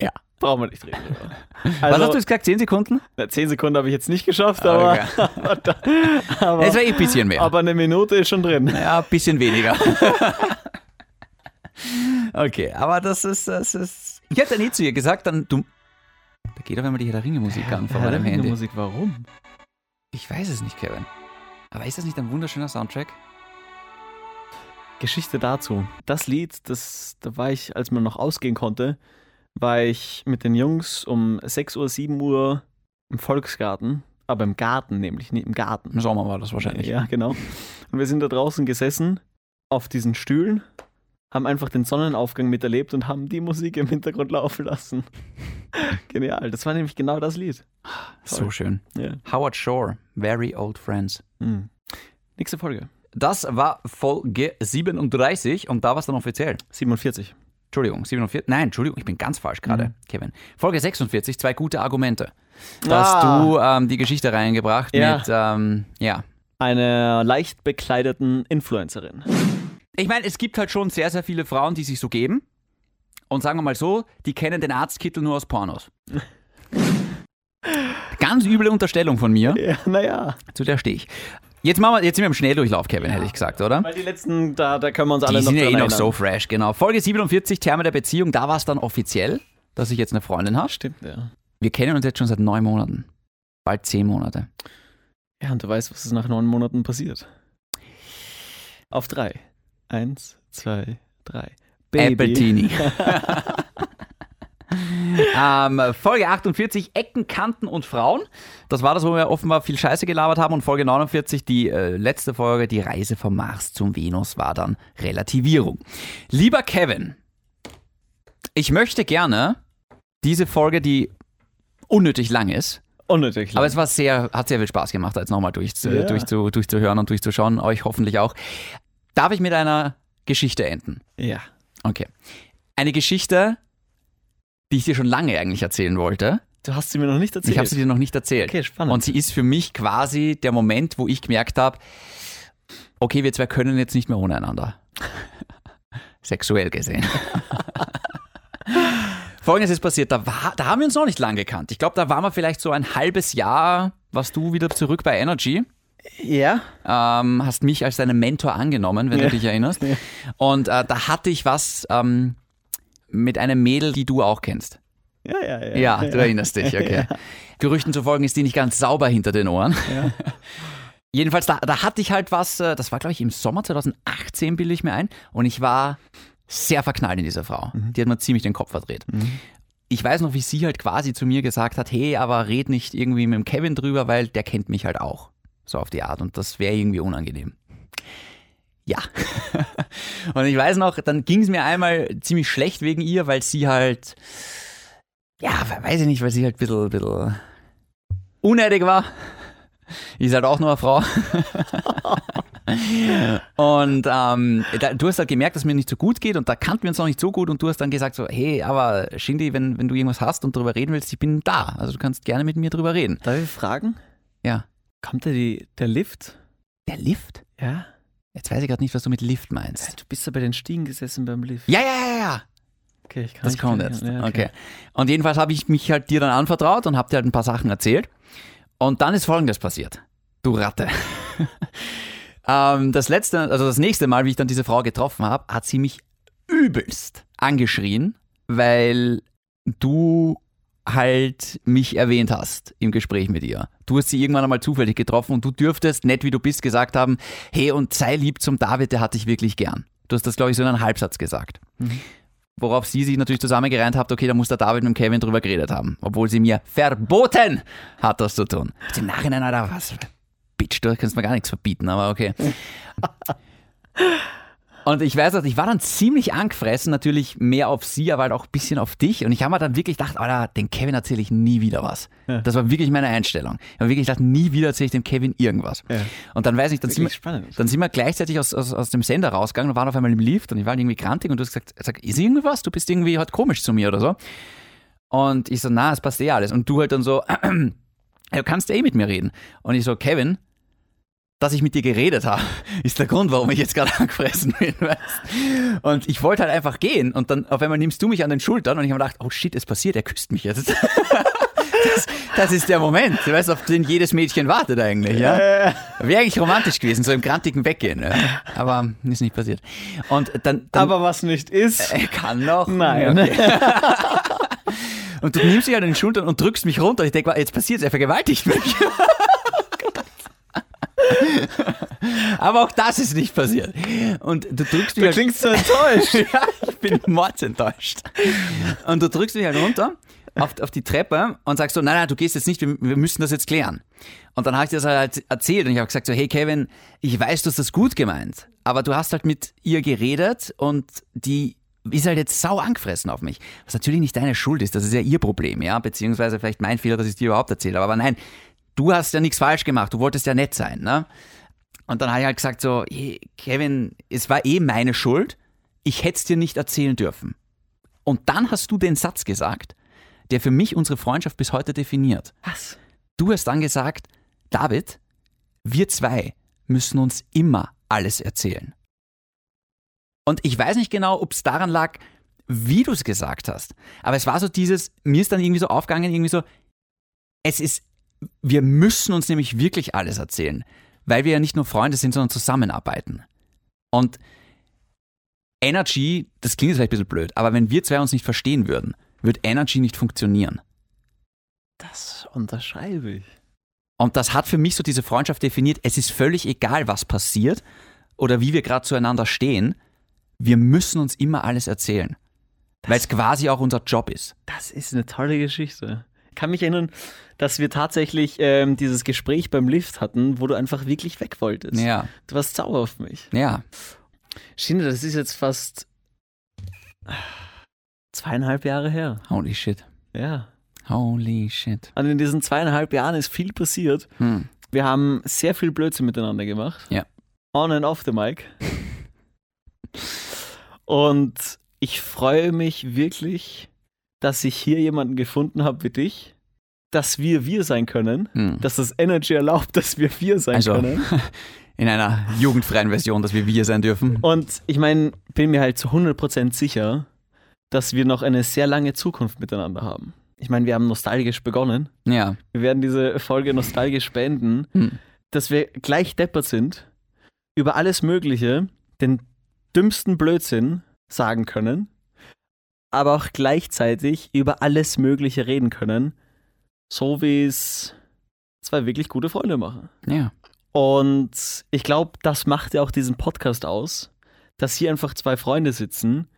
[SPEAKER 2] Ja.
[SPEAKER 1] Brauchen wir nicht reden. drüber.
[SPEAKER 2] <laughs> Was
[SPEAKER 1] Also,
[SPEAKER 2] hast du jetzt gesagt? Zehn Sekunden?
[SPEAKER 1] na, 10 Sekunden habe ich jetzt nicht geschafft, aber,
[SPEAKER 2] Okay.
[SPEAKER 1] <laughs> aber, da, aber,
[SPEAKER 2] Es war eh ein bisschen mehr.
[SPEAKER 1] aber eine Minute ist schon drin.
[SPEAKER 2] Ja, ein bisschen weniger. <laughs> okay, aber das ist, das ist. Ich hätte dann eh zu ihr gesagt, dann du. Da geht auf einmal die Herr der Ringe-Musik an von meinem Handy.
[SPEAKER 1] Musik, warum?
[SPEAKER 2] Ich weiß es nicht, Kevin. Aber ist das nicht ein wunderschöner Soundtrack?
[SPEAKER 1] Geschichte dazu. Das Lied, das, da war ich, als man noch ausgehen konnte, war ich mit den Jungs um 6 Uhr, 7 Uhr im Volksgarten, aber im Garten nämlich, nicht im Garten.
[SPEAKER 2] Im Sommer war das wahrscheinlich.
[SPEAKER 1] Ja, genau. Und wir sind da draußen gesessen, auf diesen Stühlen, haben einfach den Sonnenaufgang miterlebt und haben die Musik im Hintergrund laufen lassen. <laughs> Genial. Das war nämlich genau das Lied.
[SPEAKER 2] so schön.
[SPEAKER 1] Ja.
[SPEAKER 2] Howard Shore, Very Old Friends.
[SPEAKER 1] Mhm. Nächste Folge.
[SPEAKER 2] Das war Folge 37 und da war es dann offiziell.
[SPEAKER 1] 47.
[SPEAKER 2] Entschuldigung, 47. Nein, Entschuldigung, ich bin ganz falsch gerade, Kevin. Folge 46, zwei gute Argumente. Dass
[SPEAKER 1] Ah.
[SPEAKER 2] du ähm, die Geschichte reingebracht
[SPEAKER 1] Ja.
[SPEAKER 2] mit, ähm, ja.
[SPEAKER 1] Einer leicht bekleideten Influencerin.
[SPEAKER 2] Ich meine, es gibt halt schon sehr, sehr viele Frauen, die sich so geben. Und sagen wir mal so, die kennen den Arztkittel nur aus <laughs> Pornos. Ganz üble Unterstellung von mir.
[SPEAKER 1] Ja, naja.
[SPEAKER 2] Zu der stehe ich. Jetzt, machen wir, jetzt sind wir im Schnelldurchlauf, Kevin, hätte ich gesagt, oder?
[SPEAKER 1] Weil die letzten, da, da können wir uns alle
[SPEAKER 2] Die
[SPEAKER 1] noch
[SPEAKER 2] sind ja eh
[SPEAKER 1] dran
[SPEAKER 2] noch
[SPEAKER 1] erinnern.
[SPEAKER 2] so fresh, genau. Folge 47, Terme der Beziehung, da war es dann offiziell, dass ich jetzt eine Freundin habe.
[SPEAKER 1] Stimmt, ja.
[SPEAKER 2] Wir kennen uns jetzt schon seit neun Monaten. Bald zehn Monate.
[SPEAKER 1] Ja, und du weißt, was ist nach neun Monaten passiert. Auf drei. Eins, zwei, drei.
[SPEAKER 2] Appletini. ähm, Folge 48, Ecken, Kanten und Frauen. Das war das, wo wir offenbar viel Scheiße gelabert haben. Und Folge 49, die äh, letzte Folge, die Reise vom Mars zum Venus, war dann Relativierung. Lieber Kevin, ich möchte gerne diese Folge, die unnötig lang ist,
[SPEAKER 1] Unnötig.
[SPEAKER 2] aber es war sehr, hat sehr viel Spaß gemacht, jetzt nochmal durch,
[SPEAKER 1] Ja.
[SPEAKER 2] durchzu, durchzuhören und durchzuschauen, euch hoffentlich auch. Darf ich mit einer Geschichte enden?
[SPEAKER 1] ja.
[SPEAKER 2] Okay. Eine Geschichte, die ich dir schon lange eigentlich erzählen wollte.
[SPEAKER 1] Du hast sie mir noch nicht erzählt.
[SPEAKER 2] Ich habe sie dir noch nicht erzählt.
[SPEAKER 1] Okay, spannend.
[SPEAKER 2] Und sie ist für mich quasi der Moment, wo ich gemerkt habe, okay, wir zwei können jetzt nicht mehr ohne einander. <laughs> Sexuell gesehen. <laughs> Folgendes ist passiert, da, war, da haben wir uns noch nicht lang gekannt. Ich glaube, da waren wir vielleicht so ein halbes Jahr, warst du wieder zurück bei Energy
[SPEAKER 1] ja.
[SPEAKER 2] ähm, hast mich als deinen Mentor angenommen, wenn
[SPEAKER 1] Ja.
[SPEAKER 2] du dich erinnerst. Und äh, da hatte ich was ähm, mit einem Mädel, die du auch kennst.
[SPEAKER 1] Ja, ja, ja.
[SPEAKER 2] Ja, du erinnerst dich, okay. Gerüchten zu folgen ist die nicht ganz sauber hinter den Ohren. <laughs> Jedenfalls, da, da hatte ich halt was, äh, das war glaube ich im Sommer 2018, bilde ich mir ein, und ich war sehr verknallt in diese Frau. Die hat mir ziemlich den Kopf verdreht. Ich weiß noch, wie sie halt quasi zu mir gesagt hat, hey, aber red nicht irgendwie mit dem Kevin drüber, weil der kennt mich halt auch. So auf die Art. Und das wäre irgendwie unangenehm. Ja. <laughs> und ich weiß noch, dann ging es mir einmal ziemlich schlecht wegen ihr, weil sie halt ja, weiß ich nicht, weil sie halt ein bisschen, bisschen unnötig war. Ist halt auch nur eine Frau. und ähm, da, du hast halt gemerkt, dass mir nicht so gut geht und da kannten wir uns noch nicht so gut und du hast dann gesagt so, hey, aber Shindy, wenn, wenn du irgendwas hast und drüber reden willst, ich bin da. Also du kannst gerne mit mir drüber reden.
[SPEAKER 1] Darf ich fragen?
[SPEAKER 2] Ja.
[SPEAKER 1] Kommt da die, der Lift?
[SPEAKER 2] Der Lift?
[SPEAKER 1] Ja.
[SPEAKER 2] Jetzt weiß ich gerade nicht, was du mit Lift meinst.
[SPEAKER 1] Du bist ja bei den Stiegen gesessen beim Lift.
[SPEAKER 2] Ja, ja, ja, ja.
[SPEAKER 1] Okay, ich kann
[SPEAKER 2] Das
[SPEAKER 1] nicht
[SPEAKER 2] kommt
[SPEAKER 1] erinnern.
[SPEAKER 2] jetzt.
[SPEAKER 1] Ja,
[SPEAKER 2] okay. Und jedenfalls habe ich mich halt dir dann anvertraut und habe dir halt ein paar Sachen erzählt. Und dann ist Folgendes passiert. Du Ratte. <laughs> ähm, das letzte, also das nächste Mal, wie ich dann diese Frau getroffen habe, hat sie mich übelst angeschrien, weil du halt mich erwähnt hast im Gespräch mit ihr. Du hast sie irgendwann einmal zufällig getroffen und du dürftest, nett wie du bist, gesagt haben, hey und sei lieb zum David, der hat dich wirklich gern. Du hast das, glaube ich, so in einem Halbsatz gesagt worauf sie sich natürlich zusammengereint habt, okay, da muss der David mit dem Kevin drüber geredet haben, obwohl sie mir verboten hat, das zu tun. Jetzt Im Nachhinein, Alter, was? Bitch, du kannst mir gar nichts verbieten, aber okay. Und ich weiß noch, ich war dann ziemlich angefressen, natürlich mehr auf sie, aber halt auch ein bisschen auf dich. Und ich habe mir dann wirklich gedacht, Alter, den Kevin erzähle ich nie wieder was. Das war wirklich meine Einstellung. Ich habe wirklich gedacht, nie wieder erzähle ich dem Kevin irgendwas. Und dann weiß ich, dann sind,
[SPEAKER 1] Wirklich
[SPEAKER 2] wir,
[SPEAKER 1] spannend.
[SPEAKER 2] dann sind wir gleichzeitig aus, aus, aus dem Sender rausgegangen und waren auf einmal im Lift und ich war irgendwie krantig und du hast gesagt, sag, ist irgendwas? Du bist irgendwie halt komisch zu mir oder so. Und ich so, na, es passt eh alles. Und du halt dann so, <clears throat> du kannst eh mit mir reden. Und ich so, Kevin, dass ich mit dir geredet habe, <laughs> ist der Grund, warum ich jetzt gerade <laughs> angefressen bin. Weißt? Und ich wollte halt einfach gehen und dann auf einmal nimmst du mich an den Schultern und ich habe gedacht, oh shit, es passiert, er küsst mich jetzt. <laughs> Das, das ist der Moment, du weißt, auf den jedes Mädchen wartet eigentlich. Ja? Wäre eigentlich romantisch gewesen, so im grantigen Weggehen. Ja? Aber ist nicht passiert. Und dann, dann
[SPEAKER 1] Aber was nicht ist,
[SPEAKER 2] <laughs> er Äh, kann noch.
[SPEAKER 1] nein.
[SPEAKER 2] <laughs> Und du nimmst dich an den Schultern und drückst mich runter. Ich denke, jetzt passiert's, er vergewaltigt mich. <laughs> Aber auch das ist nicht passiert. Und du drückst mich
[SPEAKER 1] Du klingst so <laughs> enttäuscht.
[SPEAKER 2] <laughs> ja, ich bin mordsenttäuscht. Und du drückst mich halt runter auf, auf die Treppe und sagst so, nein, nein, du gehst jetzt nicht, wir, wir müssen das jetzt klären. Und dann habe ich das halt erzählt und ich habe gesagt so, hey Kevin, ich weiß, du hast das gut gemeint, aber du hast halt mit ihr geredet und die ist halt jetzt sau angefressen auf mich. Was natürlich nicht deine Schuld ist, das ist ja ihr Problem, ja, beziehungsweise vielleicht mein Fehler, dass ich dir überhaupt erzähle. Aber nein, du hast ja nichts falsch gemacht, du wolltest ja nett sein, ne? Und dann habe ich halt gesagt so, hey, Kevin, es war eh meine Schuld. Ich hätte es dir nicht erzählen dürfen. Und dann hast du den Satz gesagt, der für mich unsere Freundschaft bis heute definiert. Was? Du hast dann gesagt, David, wir zwei müssen uns immer alles erzählen. Und ich weiß nicht genau, ob es daran lag, wie du es gesagt hast. Aber es war so dieses, mir ist dann irgendwie so aufgegangen, irgendwie so, es ist, wir müssen uns nämlich wirklich alles erzählen, weil wir ja nicht nur Freunde sind, sondern zusammenarbeiten. Und Energy, das klingt jetzt vielleicht ein bisschen blöd, aber wenn wir zwei uns nicht verstehen würden, wird Energy nicht funktionieren.
[SPEAKER 1] Das unterschreibe ich.
[SPEAKER 2] Und das hat für mich so diese Freundschaft definiert. Es ist völlig egal, was passiert oder wie wir gerade zueinander stehen. Wir müssen uns immer alles erzählen. Weil es quasi auch unser Job ist.
[SPEAKER 1] Das ist eine tolle Geschichte. Ich kann mich erinnern, dass wir tatsächlich ähm, dieses Gespräch beim Lift hatten, wo du einfach wirklich weg wolltest.
[SPEAKER 2] Ja.
[SPEAKER 1] Du warst sauer auf mich.
[SPEAKER 2] Ja.
[SPEAKER 1] Schinde, das ist jetzt fast zweieinhalb Jahre her.
[SPEAKER 2] Holy shit.
[SPEAKER 1] Ja.
[SPEAKER 2] Holy shit.
[SPEAKER 1] Und Also in diesen zweieinhalb Jahren ist viel passiert.
[SPEAKER 2] Hm.
[SPEAKER 1] Wir haben sehr viel Blödsinn miteinander gemacht.
[SPEAKER 2] Ja.
[SPEAKER 1] On and off the mic. Und ich freue mich wirklich, dass ich hier jemanden gefunden habe wie dich, dass wir wir sein können,
[SPEAKER 2] Hm.
[SPEAKER 1] dass das Energy erlaubt, dass wir wir sein
[SPEAKER 2] Also.
[SPEAKER 1] können.
[SPEAKER 2] In einer jugendfreien Version, dass wir wir sein dürfen.
[SPEAKER 1] Und ich meine, bin mir halt zu 100% sicher, dass wir noch eine sehr lange Zukunft miteinander haben. Ich meine, wir haben nostalgisch begonnen.
[SPEAKER 2] Ja.
[SPEAKER 1] Wir werden diese Folge nostalgisch beenden,
[SPEAKER 2] Hm.
[SPEAKER 1] dass wir gleich deppert sind, über alles Mögliche den dümmsten Blödsinn sagen können, aber auch gleichzeitig über alles Mögliche reden können, so wie es zwei wirklich gute Freunde machen.
[SPEAKER 2] Ja.
[SPEAKER 1] Und ich glaube, das macht ja auch diesen Podcast aus, dass hier einfach zwei Freunde sitzen,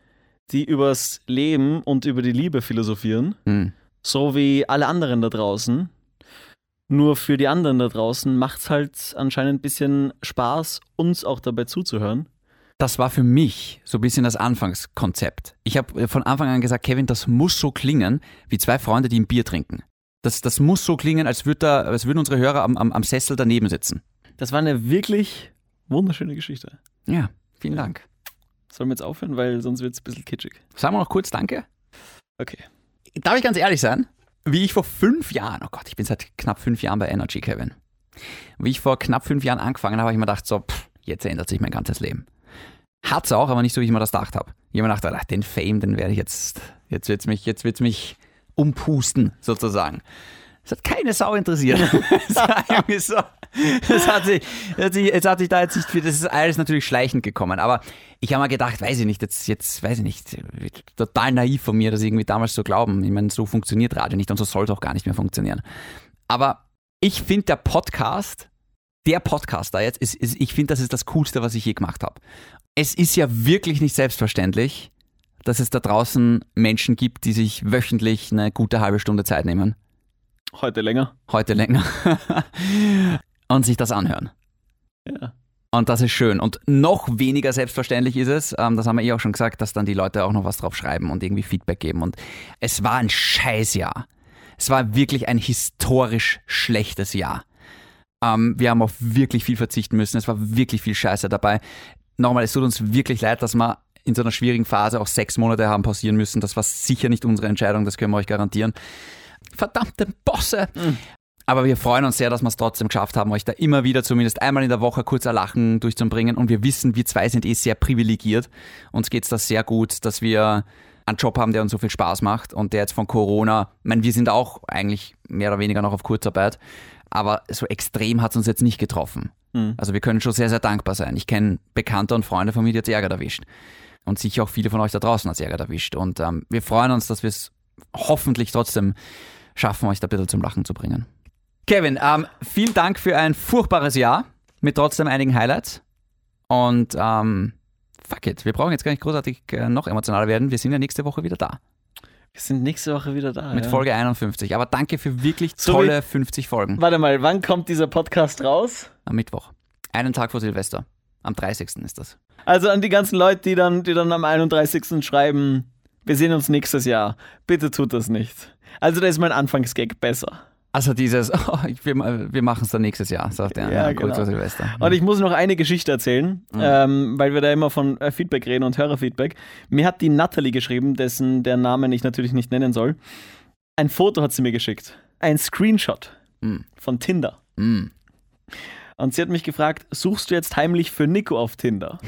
[SPEAKER 1] die übers Leben und über die Liebe philosophieren
[SPEAKER 2] Hm.
[SPEAKER 1] so wie alle anderen da draußen. Nur für die anderen da draußen macht es halt anscheinend ein bisschen Spaß, uns auch dabei zuzuhören.
[SPEAKER 2] das war für mich so ein bisschen das Anfangskonzept. Ich habe von Anfang an gesagt, Kevin, das muss so klingen, wie zwei Freunde, die ein Bier trinken. Das, das muss so klingen, als, würd da, als würden unsere Hörer am, am, am Sessel daneben sitzen.
[SPEAKER 1] Das war eine wirklich wunderschöne Geschichte.
[SPEAKER 2] Ja, vielen Dank.
[SPEAKER 1] Sollen wir jetzt aufhören, weil sonst wird es ein bisschen kitschig.
[SPEAKER 2] Sagen wir noch kurz Danke.
[SPEAKER 1] Okay.
[SPEAKER 2] Darf ich ganz ehrlich sein? Wie ich vor fünf Jahren, oh Gott, ich bin seit knapp fünf Jahren bei Energy, Kevin. Wie ich vor knapp fünf Jahren angefangen habe, habe ich mir gedacht, so, pff, jetzt ändert sich mein ganzes Leben. Hat's auch, aber nicht so, wie ich mir das gedacht habe. Ich habe mir gedacht, ach, den Fame, den werde ich jetzt, jetzt wird's mich, jetzt wird's mich umpusten, sozusagen. Es hat keine Sau interessiert. <laughs> Es war irgendwie so. Es hat, sich, es, hat sich, es hat sich da jetzt nicht viel, das ist alles natürlich schleichend gekommen, aber ich habe mal gedacht, weiß ich nicht, jetzt, jetzt weiß ich nicht, total naiv von mir, das irgendwie damals zu glauben. Ich meine, so funktioniert Radio nicht und so soll es auch gar nicht mehr funktionieren. Aber ich finde, der Podcast, der Podcast da jetzt, ist, ist, ich finde, das ist das Coolste, was ich je gemacht habe. Es ist ja wirklich nicht selbstverständlich, dass es da draußen Menschen gibt, die sich wöchentlich eine gute halbe Stunde Zeit nehmen
[SPEAKER 1] Heute länger.
[SPEAKER 2] <laughs> heute länger und sich das anhören.
[SPEAKER 1] Ja.
[SPEAKER 2] Und das ist schön. Und noch weniger selbstverständlich ist es, ähm, das haben wir eh auch schon gesagt, dass dann die Leute auch noch was drauf schreiben und irgendwie Feedback geben. Und es war ein Scheißjahr. Es war wirklich ein historisch schlechtes Jahr. Ähm, wir haben auf wirklich viel verzichten müssen. Es war wirklich viel Scheiße dabei. Nochmal, es tut uns wirklich leid, dass wir in so einer schwierigen Phase auch sechs Monate haben pausieren müssen. Das war sicher nicht unsere Entscheidung, das können wir euch garantieren. Verdammte Bosse! Aber wir freuen uns sehr, dass wir es trotzdem geschafft haben, euch da immer wieder zumindest einmal in der Woche kurz ein Lachen durchzubringen. Und wir wissen, wir zwei sind eh sehr privilegiert. Uns geht's da sehr gut, dass wir einen Job haben, der uns so viel Spaß macht und der jetzt von Corona, ich meine, wir sind auch eigentlich mehr oder weniger noch auf Kurzarbeit, aber so extrem hat's uns jetzt nicht getroffen. Also wir können schon sehr, sehr dankbar sein. Ich kenne Bekannte und Freunde von mir, die jetzt Ärger erwischt. Und sicher auch viele von euch da draußen hat's Ärger erwischt. Und ähm, wir freuen uns, dass wir es hoffentlich trotzdem schaffen, euch da ein bisschen zum Lachen zu bringen. Kevin, ähm, vielen Dank für ein furchtbares Jahr mit trotzdem einigen Highlights. Und ähm, fuck it, wir brauchen jetzt gar nicht großartig äh, noch emotionaler werden. Wir sind ja nächste Woche wieder da
[SPEAKER 1] Wir sind nächste Woche wieder da.
[SPEAKER 2] mit
[SPEAKER 1] ja.
[SPEAKER 2] Folge 51. Aber danke für wirklich
[SPEAKER 1] So
[SPEAKER 2] tolle 50 Folgen
[SPEAKER 1] Warte mal, wann kommt dieser Podcast raus?
[SPEAKER 2] am Mittwoch. Einen Tag vor Silvester. Am 30. ist das.
[SPEAKER 1] Also an die ganzen Leute, die dann, die dann am 31. schreiben, wir sehen uns nächstes Jahr. Bitte tut das nicht. Also da ist mein Anfangsgag besser.
[SPEAKER 2] Also dieses, <laughs> oh, ich- wir, wir machen es dann nächstes Jahr, sagt er.
[SPEAKER 1] Ja,
[SPEAKER 2] Ja, kurz
[SPEAKER 1] genau.
[SPEAKER 2] vor Silvester. Hm.
[SPEAKER 1] Und ich muss noch eine Geschichte erzählen, ähm, weil wir da immer von äh, Feedback reden und Hörerfeedback. Mir hat die Natalie geschrieben, dessen der Namen ich natürlich nicht nennen soll. Ein Foto hat sie mir geschickt. Ein Screenshot von Tinder.
[SPEAKER 2] Mm.
[SPEAKER 1] Und sie hat mich gefragt, suchst du jetzt heimlich für Nico auf Tinder?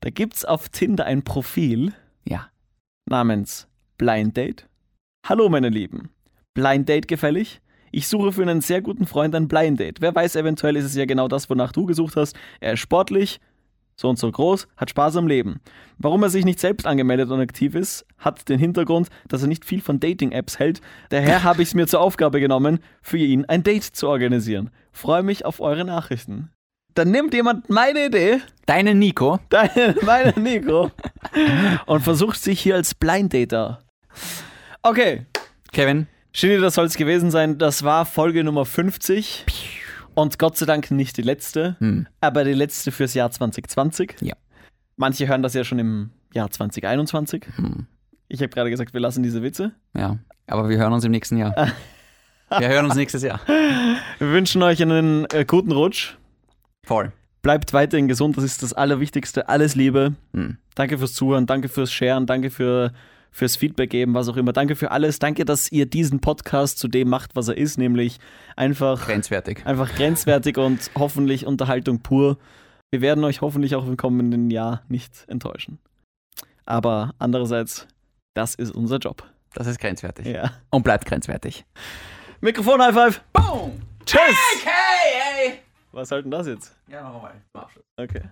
[SPEAKER 1] da gibt's auf Tinder ein Profil
[SPEAKER 2] Ja.
[SPEAKER 1] namens Blind Date. Hallo meine Lieben. Blind Date gefällig? Ich suche für einen sehr guten Freund ein Blind Date. Wer weiß, eventuell ist es ja genau das, wonach du gesucht hast. Er ist sportlich, so und so groß, hat Spaß am Leben. Warum er sich nicht selbst angemeldet und aktiv ist, hat den Hintergrund, dass er nicht viel von Dating-Apps hält. Daher habe ich es mir zur Aufgabe genommen, für ihn ein Date zu organisieren. Freue mich auf eure Nachrichten. Dann nimmt jemand meine Idee
[SPEAKER 2] Deine Nico.
[SPEAKER 1] deine, meine Nico <laughs> und versucht sich hier als Blind Dater. Okay,
[SPEAKER 2] Kevin.
[SPEAKER 1] Shinny, das soll es gewesen sein. Das war Folge Nummer 50 und Gott sei Dank nicht die letzte,
[SPEAKER 2] hm,
[SPEAKER 1] aber die letzte fürs Jahr 2020.
[SPEAKER 2] Ja.
[SPEAKER 1] Manche hören das ja schon im Jahr 2021. Ich habe gerade gesagt, wir lassen diese Witze.
[SPEAKER 2] Ja. Aber wir hören uns im nächsten Jahr. <laughs> Wir hören uns nächstes Jahr.
[SPEAKER 1] Wir wünschen euch einen äh, guten Rutsch.
[SPEAKER 2] Voll.
[SPEAKER 1] Bleibt weiterhin gesund, das ist das Allerwichtigste. Alles Liebe.
[SPEAKER 2] Mhm.
[SPEAKER 1] Danke fürs Zuhören, danke fürs Sharen, danke für, fürs Feedback geben, was auch immer. Danke für alles. Danke, dass ihr diesen Podcast zu dem macht, was er ist, nämlich einfach,
[SPEAKER 2] Grenzwertig.
[SPEAKER 1] einfach grenzwertig und hoffentlich Unterhaltung pur. Wir werden euch hoffentlich auch im kommenden Jahr nicht enttäuschen. Aber andererseits, das ist unser Job.
[SPEAKER 2] Das ist grenzwertig.
[SPEAKER 1] Ja.
[SPEAKER 2] Und bleibt grenzwertig.
[SPEAKER 1] Mikrofon High Five. Boom. Tschüss. Was soll denn das jetzt?
[SPEAKER 2] Ja, nochmal.
[SPEAKER 1] Okay.